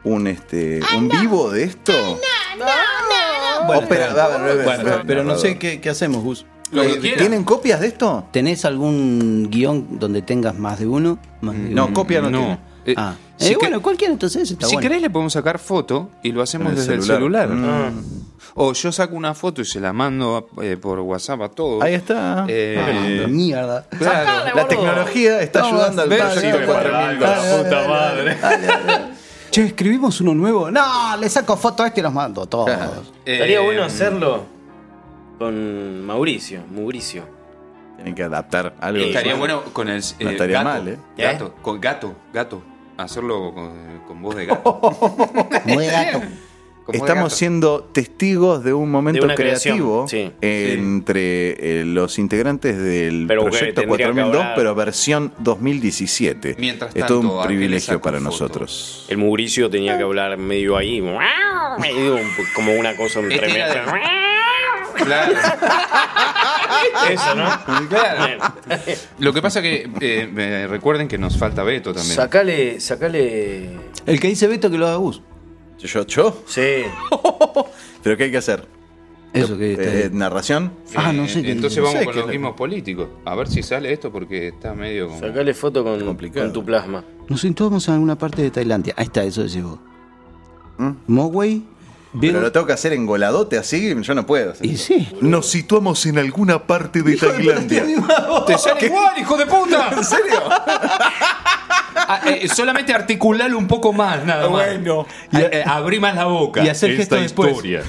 Speaker 2: Un este. un vivo de esto.
Speaker 1: Ah, Bueno,
Speaker 2: Oh, pero- a ver, a ver, a ver,
Speaker 1: Bueno,
Speaker 2: a ver,
Speaker 1: pero
Speaker 2: a
Speaker 1: no
Speaker 2: ver.
Speaker 1: sé qué, qué hacemos, Gus.
Speaker 2: Lo que Eh, quieran. ¿tienen copias de esto?
Speaker 1: ¿Tenés algún guión donde tengas más de uno?
Speaker 2: No, copia no tiene.
Speaker 1: Ah.
Speaker 4: si
Speaker 1: Eh,
Speaker 4: que-
Speaker 1: bueno, cualquiera entonces está
Speaker 4: si
Speaker 1: bueno.
Speaker 4: querés le podemos sacar foto y lo hacemos
Speaker 2: En el
Speaker 4: desde el
Speaker 2: celular.
Speaker 4: celular.
Speaker 2: Mm.
Speaker 4: O yo saco una foto y se la mando eh, por WhatsApp a todos.
Speaker 2: Ahí está.
Speaker 4: Eh,
Speaker 1: Ah, mierda.
Speaker 4: claro.
Speaker 2: La tecnología está
Speaker 1: Vamos,
Speaker 2: ayudando al
Speaker 1: ves,
Speaker 2: proyecto
Speaker 1: sí,
Speaker 2: 4000.
Speaker 1: guarda, Che, escribimos uno nuevo. No, le saco foto a este y los mando todos.
Speaker 3: Estaría
Speaker 1: Eh,
Speaker 3: bueno hacerlo con Mauricio, Mauricio.
Speaker 2: Tienen que adaptar algo. de
Speaker 4: Estaría
Speaker 2: eso.
Speaker 4: bueno con el. eh,
Speaker 2: No estaría
Speaker 4: gato,
Speaker 2: mal, ¿eh?
Speaker 4: Gato, con gato, gato. Hacerlo con, con voz de gato. Con voz de
Speaker 2: Estamos
Speaker 4: gato.
Speaker 2: siendo testigos de un momento
Speaker 4: De una
Speaker 2: creativo
Speaker 4: creación, sí.
Speaker 2: entre eh, los integrantes del
Speaker 4: Pero que
Speaker 2: proyecto
Speaker 4: tendría que
Speaker 2: 4002,
Speaker 4: hablar.
Speaker 2: pero versión 2017.
Speaker 3: Mientras
Speaker 2: es todo
Speaker 3: tanto,
Speaker 2: un
Speaker 3: Ángel
Speaker 2: privilegio
Speaker 3: saca
Speaker 2: para nosotros.
Speaker 3: El Mauricio tenía que
Speaker 4: Ah.
Speaker 3: hablar medio ahí, medio como una cosa entre
Speaker 4: Este era Claro.
Speaker 3: Eso, ¿no?
Speaker 4: Claro. Lo que pasa que eh, me recuerden que nos falta Beto también.
Speaker 3: Sacale, sacale.
Speaker 1: El que dice Beto que lo haga Gus.
Speaker 2: ¿Yo, yo?
Speaker 3: Sí.
Speaker 2: ¿Pero qué hay que hacer?
Speaker 1: Eso que
Speaker 2: Eh, ¿Narración?
Speaker 1: Ah, no sé
Speaker 4: Eh,
Speaker 1: qué-
Speaker 4: Entonces
Speaker 1: no
Speaker 4: vamos
Speaker 1: sé
Speaker 4: con
Speaker 1: qué-
Speaker 4: los mismos políticos. A ver si sale esto porque está medio como.
Speaker 3: Sacale foto con, con tu plasma.
Speaker 1: Nos sentamos en alguna parte de Tailandia. Ahí está, eso decís vos.
Speaker 2: ¿Mm?
Speaker 1: Mogwai.
Speaker 2: Pero lo tengo que hacer engoladote así, yo no puedo.
Speaker 1: Y sí.
Speaker 2: Nos situamos en alguna parte de Tailandia.
Speaker 4: ¡Te sale igual, hijo de puta! ¿En serio? solamente articular un poco más, nada más. Bueno. abrí más la boca.
Speaker 2: Y hacer Esta gestos después. historia.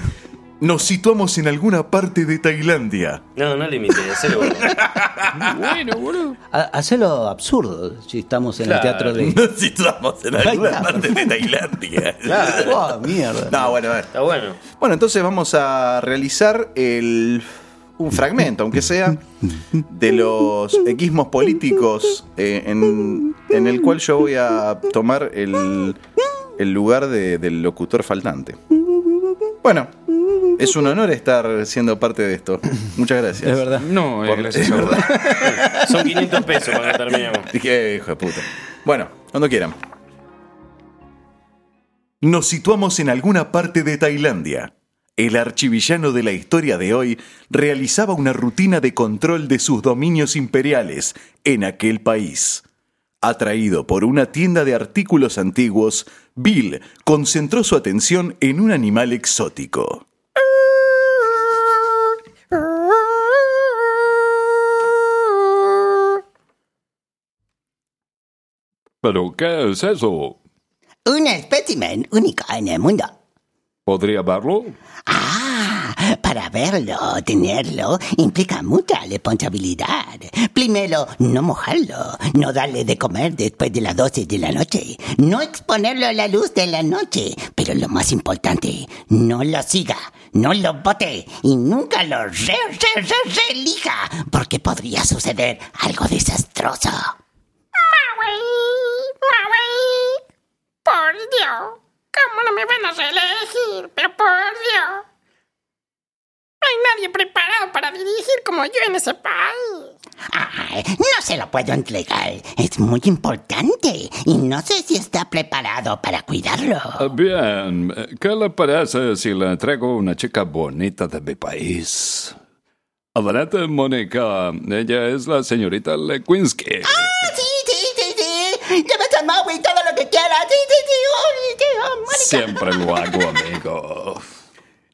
Speaker 2: Nos situamos en alguna parte de Tailandia.
Speaker 3: No, no le imites, hacelo vos.
Speaker 4: bueno, boludo.
Speaker 1: Ha- Hacelo absurdo si estamos en el
Speaker 2: Claro.
Speaker 1: teatro de.
Speaker 2: Nos situamos en alguna parte de Tailandia.
Speaker 1: Claro. Oh, mierda.
Speaker 2: No, bueno, a ver.
Speaker 3: Está bueno.
Speaker 2: Bueno, entonces vamos a realizar el, un fragmento, aunque sea, de los equismos políticos eh, en, en el cual yo voy a tomar el, el lugar de- del locutor faltante. Bueno, es un honor estar siendo parte de esto. Muchas gracias.
Speaker 1: Es verdad.
Speaker 4: No,
Speaker 2: Por- es verdad.
Speaker 3: Son 500 pesos cuando terminemos.
Speaker 2: Dije, hijo de puta. Bueno, cuando quieran. Nos situamos en alguna parte de Tailandia. El archivillano de la historia de hoy realizaba una rutina de control de sus dominios imperiales en aquel país. Atraído por una tienda de artículos antiguos, Bill concentró su atención en un animal exótico.
Speaker 16: ¿Pero qué es eso?
Speaker 17: Un espécimen único en el mundo.
Speaker 16: ¿Podría verlo?
Speaker 21: Ah, Para verlo, tenerlo, implica mucha responsabilidad. Primero, no mojarlo, no darle de comer después de las 12 de la noche, no exponerlo a la luz de la noche, pero lo más importante, no lo siga, no lo bote y nunca lo re, re, re, relija, porque podría suceder algo desastroso.
Speaker 26: Por Dios, ¿cómo no me van a reelegir? Pero por Dios. No hay nadie preparado para dirigir como yo en ese país.
Speaker 21: Ay, no se lo puedo entregar. Es muy importante y no sé si está preparado para cuidarlo.
Speaker 16: Ah, Bien, eh, ¿qué le parece si le traigo una chica bonita de mi país? Adelante, Mónica. Ella es la señorita Lewinsky.
Speaker 21: Sí, sí, sí, sí. Llevas al Maui y todo lo que quieras. Sí, sí, sí. Uy, sí, oh, Mónica.
Speaker 16: Siempre lo hago, amigo.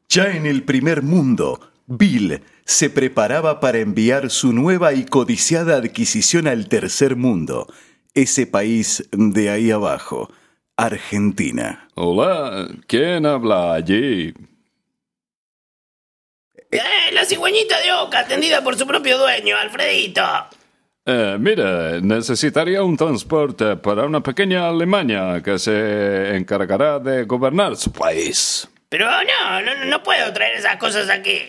Speaker 5: Ya en el primer mundo, Bill se preparaba para enviar su nueva y codiciada adquisición al tercer mundo, ese país de ahí abajo, Argentina.
Speaker 16: Hola, ¿quién habla allí?
Speaker 8: ¡Eh, la cigüeñita de Oca, atendida por su propio dueño, Alfredito!
Speaker 16: Eh, mira, necesitaría un transporte para una pequeña Alemania que se encargará de gobernar su país.
Speaker 8: Pero no, no, no puedo traer esas cosas aquí.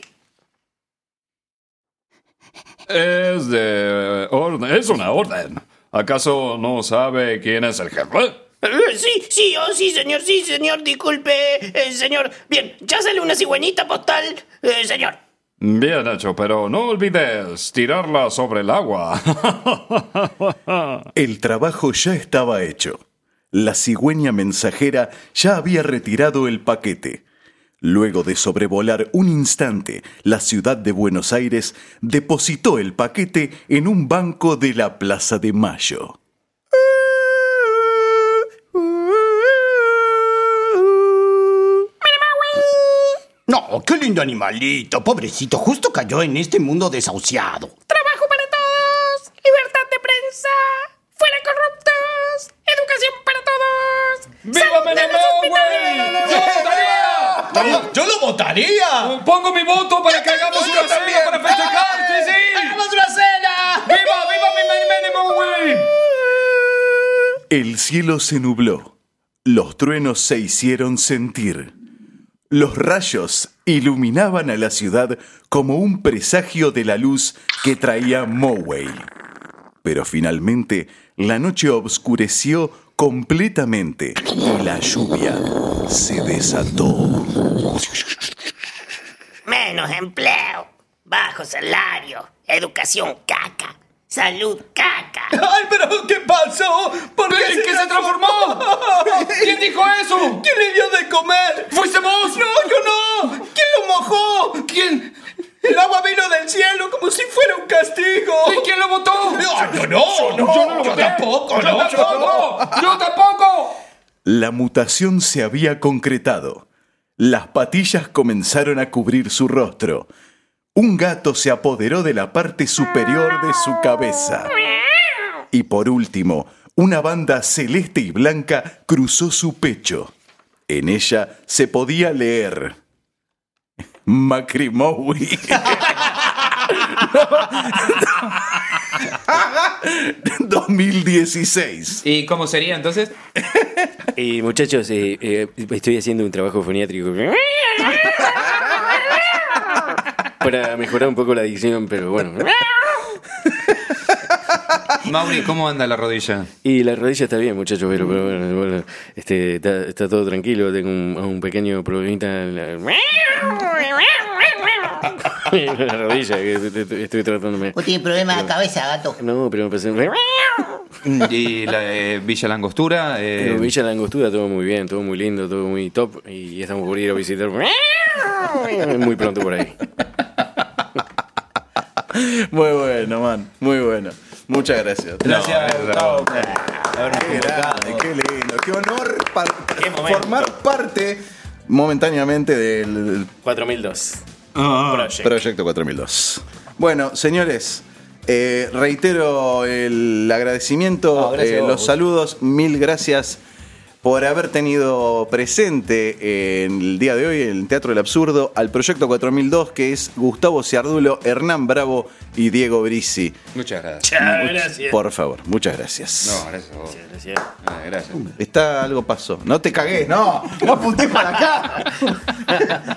Speaker 16: Es de orden, es una orden. ¿Acaso no sabe quién es el jefe?
Speaker 8: Eh, Sí, sí, oh, sí, señor, sí, señor, disculpe, eh, señor. Bien, ya sale una cigüeñita postal, eh, señor.
Speaker 16: Bien hecho, pero no olvides tirarla sobre el agua.
Speaker 5: El trabajo ya estaba hecho. La cigüeña mensajera ya había retirado el paquete. Luego de sobrevolar un instante la ciudad de Buenos Aires, depositó el paquete en un banco de la Plaza de Mayo.
Speaker 12: No, qué lindo animalito, pobrecito, justo cayó en este mundo desahuciado.
Speaker 26: Trabajo para todos, libertad de prensa, fuera corruptos, educación para todos. ¡Viva
Speaker 12: ¡Yo, yo lo votaría!
Speaker 27: ¡Pongo mi voto para que hagamos una cena para festejar! ¡Sí, sí!
Speaker 12: ¡Hagamos una cena!
Speaker 27: ¡Viva, viva mi minimum
Speaker 5: El cielo se nubló. Los truenos se hicieron sentir. Los rayos iluminaban a la ciudad como un presagio de la luz que traía Moway. Pero finalmente la noche obscureció completamente y la lluvia se desató.
Speaker 8: Menos empleo, bajo salario, educación caca, salud caca.
Speaker 12: ¡Ay, pero qué pasó! ¿Por qué,
Speaker 27: ¿Pero en qué se ¿Quién dijo eso?
Speaker 12: ¿Quién le dio de comer?
Speaker 27: ¡Fuiste vos!
Speaker 12: ¡No, yo no! ¿Quién lo mojó? ¿Quién? El agua vino del cielo como si fuera un castigo.
Speaker 27: ¿Y quién lo votó?
Speaker 12: No, yo no,
Speaker 27: yo
Speaker 12: no,
Speaker 27: no lo
Speaker 12: yo
Speaker 27: voté.
Speaker 12: tampoco,
Speaker 27: yo
Speaker 12: no, yo
Speaker 27: tampoco, yo tampoco.
Speaker 5: La mutación se había concretado. Las patillas comenzaron a cubrir su rostro. Un gato se apoderó de la parte superior de su cabeza. Y por último, una banda celeste y blanca cruzó su pecho. En ella se podía leer Macrimowi. No. 2016.
Speaker 4: ¿Y cómo sería entonces?
Speaker 3: Y muchachos, eh, eh, estoy haciendo un trabajo foniátrico para mejorar un poco la dicción, pero bueno.
Speaker 4: Mauri, ¿cómo anda la rodilla?
Speaker 3: Y la rodilla está bien, muchachos, pero, pero bueno, bueno, este, está, está todo tranquilo. Tengo un, un pequeño problemita en la, en la rodilla que estoy, estoy tratándome.
Speaker 21: Vos tienes problemas de cabeza, gato.
Speaker 3: No, pero me pasé.
Speaker 2: Mm,
Speaker 4: ¿Y la eh, Villa Langostura? eh,
Speaker 3: Pero Villa Langostuda, todo muy bien, todo muy lindo, todo muy top. Y estamos por ir a visitar muy pronto por ahí.
Speaker 5: Muy bueno, man. Muy bueno. Muchas gracias.
Speaker 12: Gracias, Gustavo.
Speaker 5: Qué grande, qué lindo. Qué honor par- formar parte momentáneamente del
Speaker 3: 4002. Project.
Speaker 5: Proyecto 4002. Bueno, señores, eh, reitero el agradecimiento,
Speaker 3: gracias
Speaker 5: eh,
Speaker 3: a vos.
Speaker 5: los saludos, mil gracias
Speaker 2: por haber tenido presente en el día de hoy en el Teatro del Absurdo al Proyecto 4002, que es Gustavo Ciardulo, Hernán Bravo y Diego Brisi.
Speaker 4: Muchas gracias.
Speaker 3: Muchas
Speaker 2: Much-
Speaker 3: gracias.
Speaker 2: Por favor, muchas gracias.
Speaker 4: No, gracias a vos.
Speaker 3: Gracias.
Speaker 4: Ah, gracias.
Speaker 2: Está algo pasó. No te cagues, no. No apunté para acá.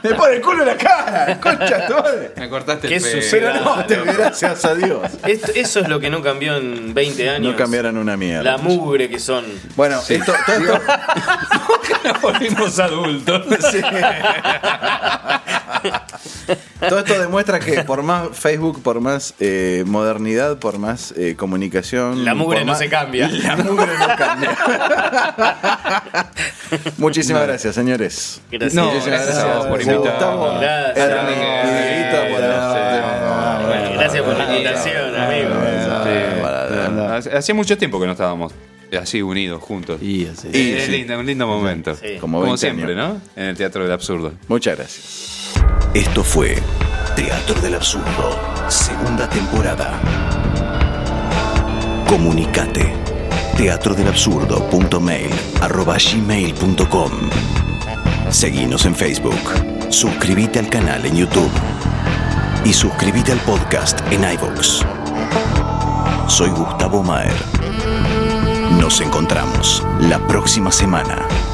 Speaker 2: Me pone el culo en la cara. Concha tu madre.
Speaker 4: Me cortaste
Speaker 3: ¿Qué
Speaker 4: el pelo.
Speaker 3: sucede?
Speaker 2: Eh, Pero no, te- gracias a Dios.
Speaker 3: Esto- eso es lo que no cambió en 20 años.
Speaker 2: No cambiaron una mierda.
Speaker 3: La mugre que son.
Speaker 2: Bueno, esto, todo esto-
Speaker 28: Volvimos adultos.
Speaker 2: Todo esto demuestra que por más Facebook, por más eh, modernidad, por más eh, comunicación.
Speaker 3: La mugre
Speaker 2: por
Speaker 3: no
Speaker 2: más-
Speaker 3: se cambia.
Speaker 2: La mugre no cambia. Muchísimas
Speaker 4: No.
Speaker 2: gracias, señores.
Speaker 4: Gracias. No, gracias a vos por invitarme.
Speaker 2: Gustavo,
Speaker 4: Gracias.
Speaker 2: Hernán, Dieguito, por haber-
Speaker 3: Gracias por la invitación, amigo.
Speaker 2: Ah,
Speaker 4: Sí. Hacía mucho tiempo que no estábamos así unidos juntos.
Speaker 2: Y así.
Speaker 4: Y es lindo, un lindo momento.
Speaker 3: Sí.
Speaker 2: Como
Speaker 4: Como,
Speaker 2: 20
Speaker 4: siempre, ¿no? En el Teatro del Absurdo.
Speaker 2: Muchas gracias.
Speaker 5: Esto fue Teatro del Absurdo, segunda temporada. Comunicate. teatrodelabsurdo.mail@gmail.com. Seguinos en Facebook. Suscríbete al canal en YouTube. Y suscríbete al podcast en iVoox. Soy Gustavo Maer. Nos encontramos la próxima semana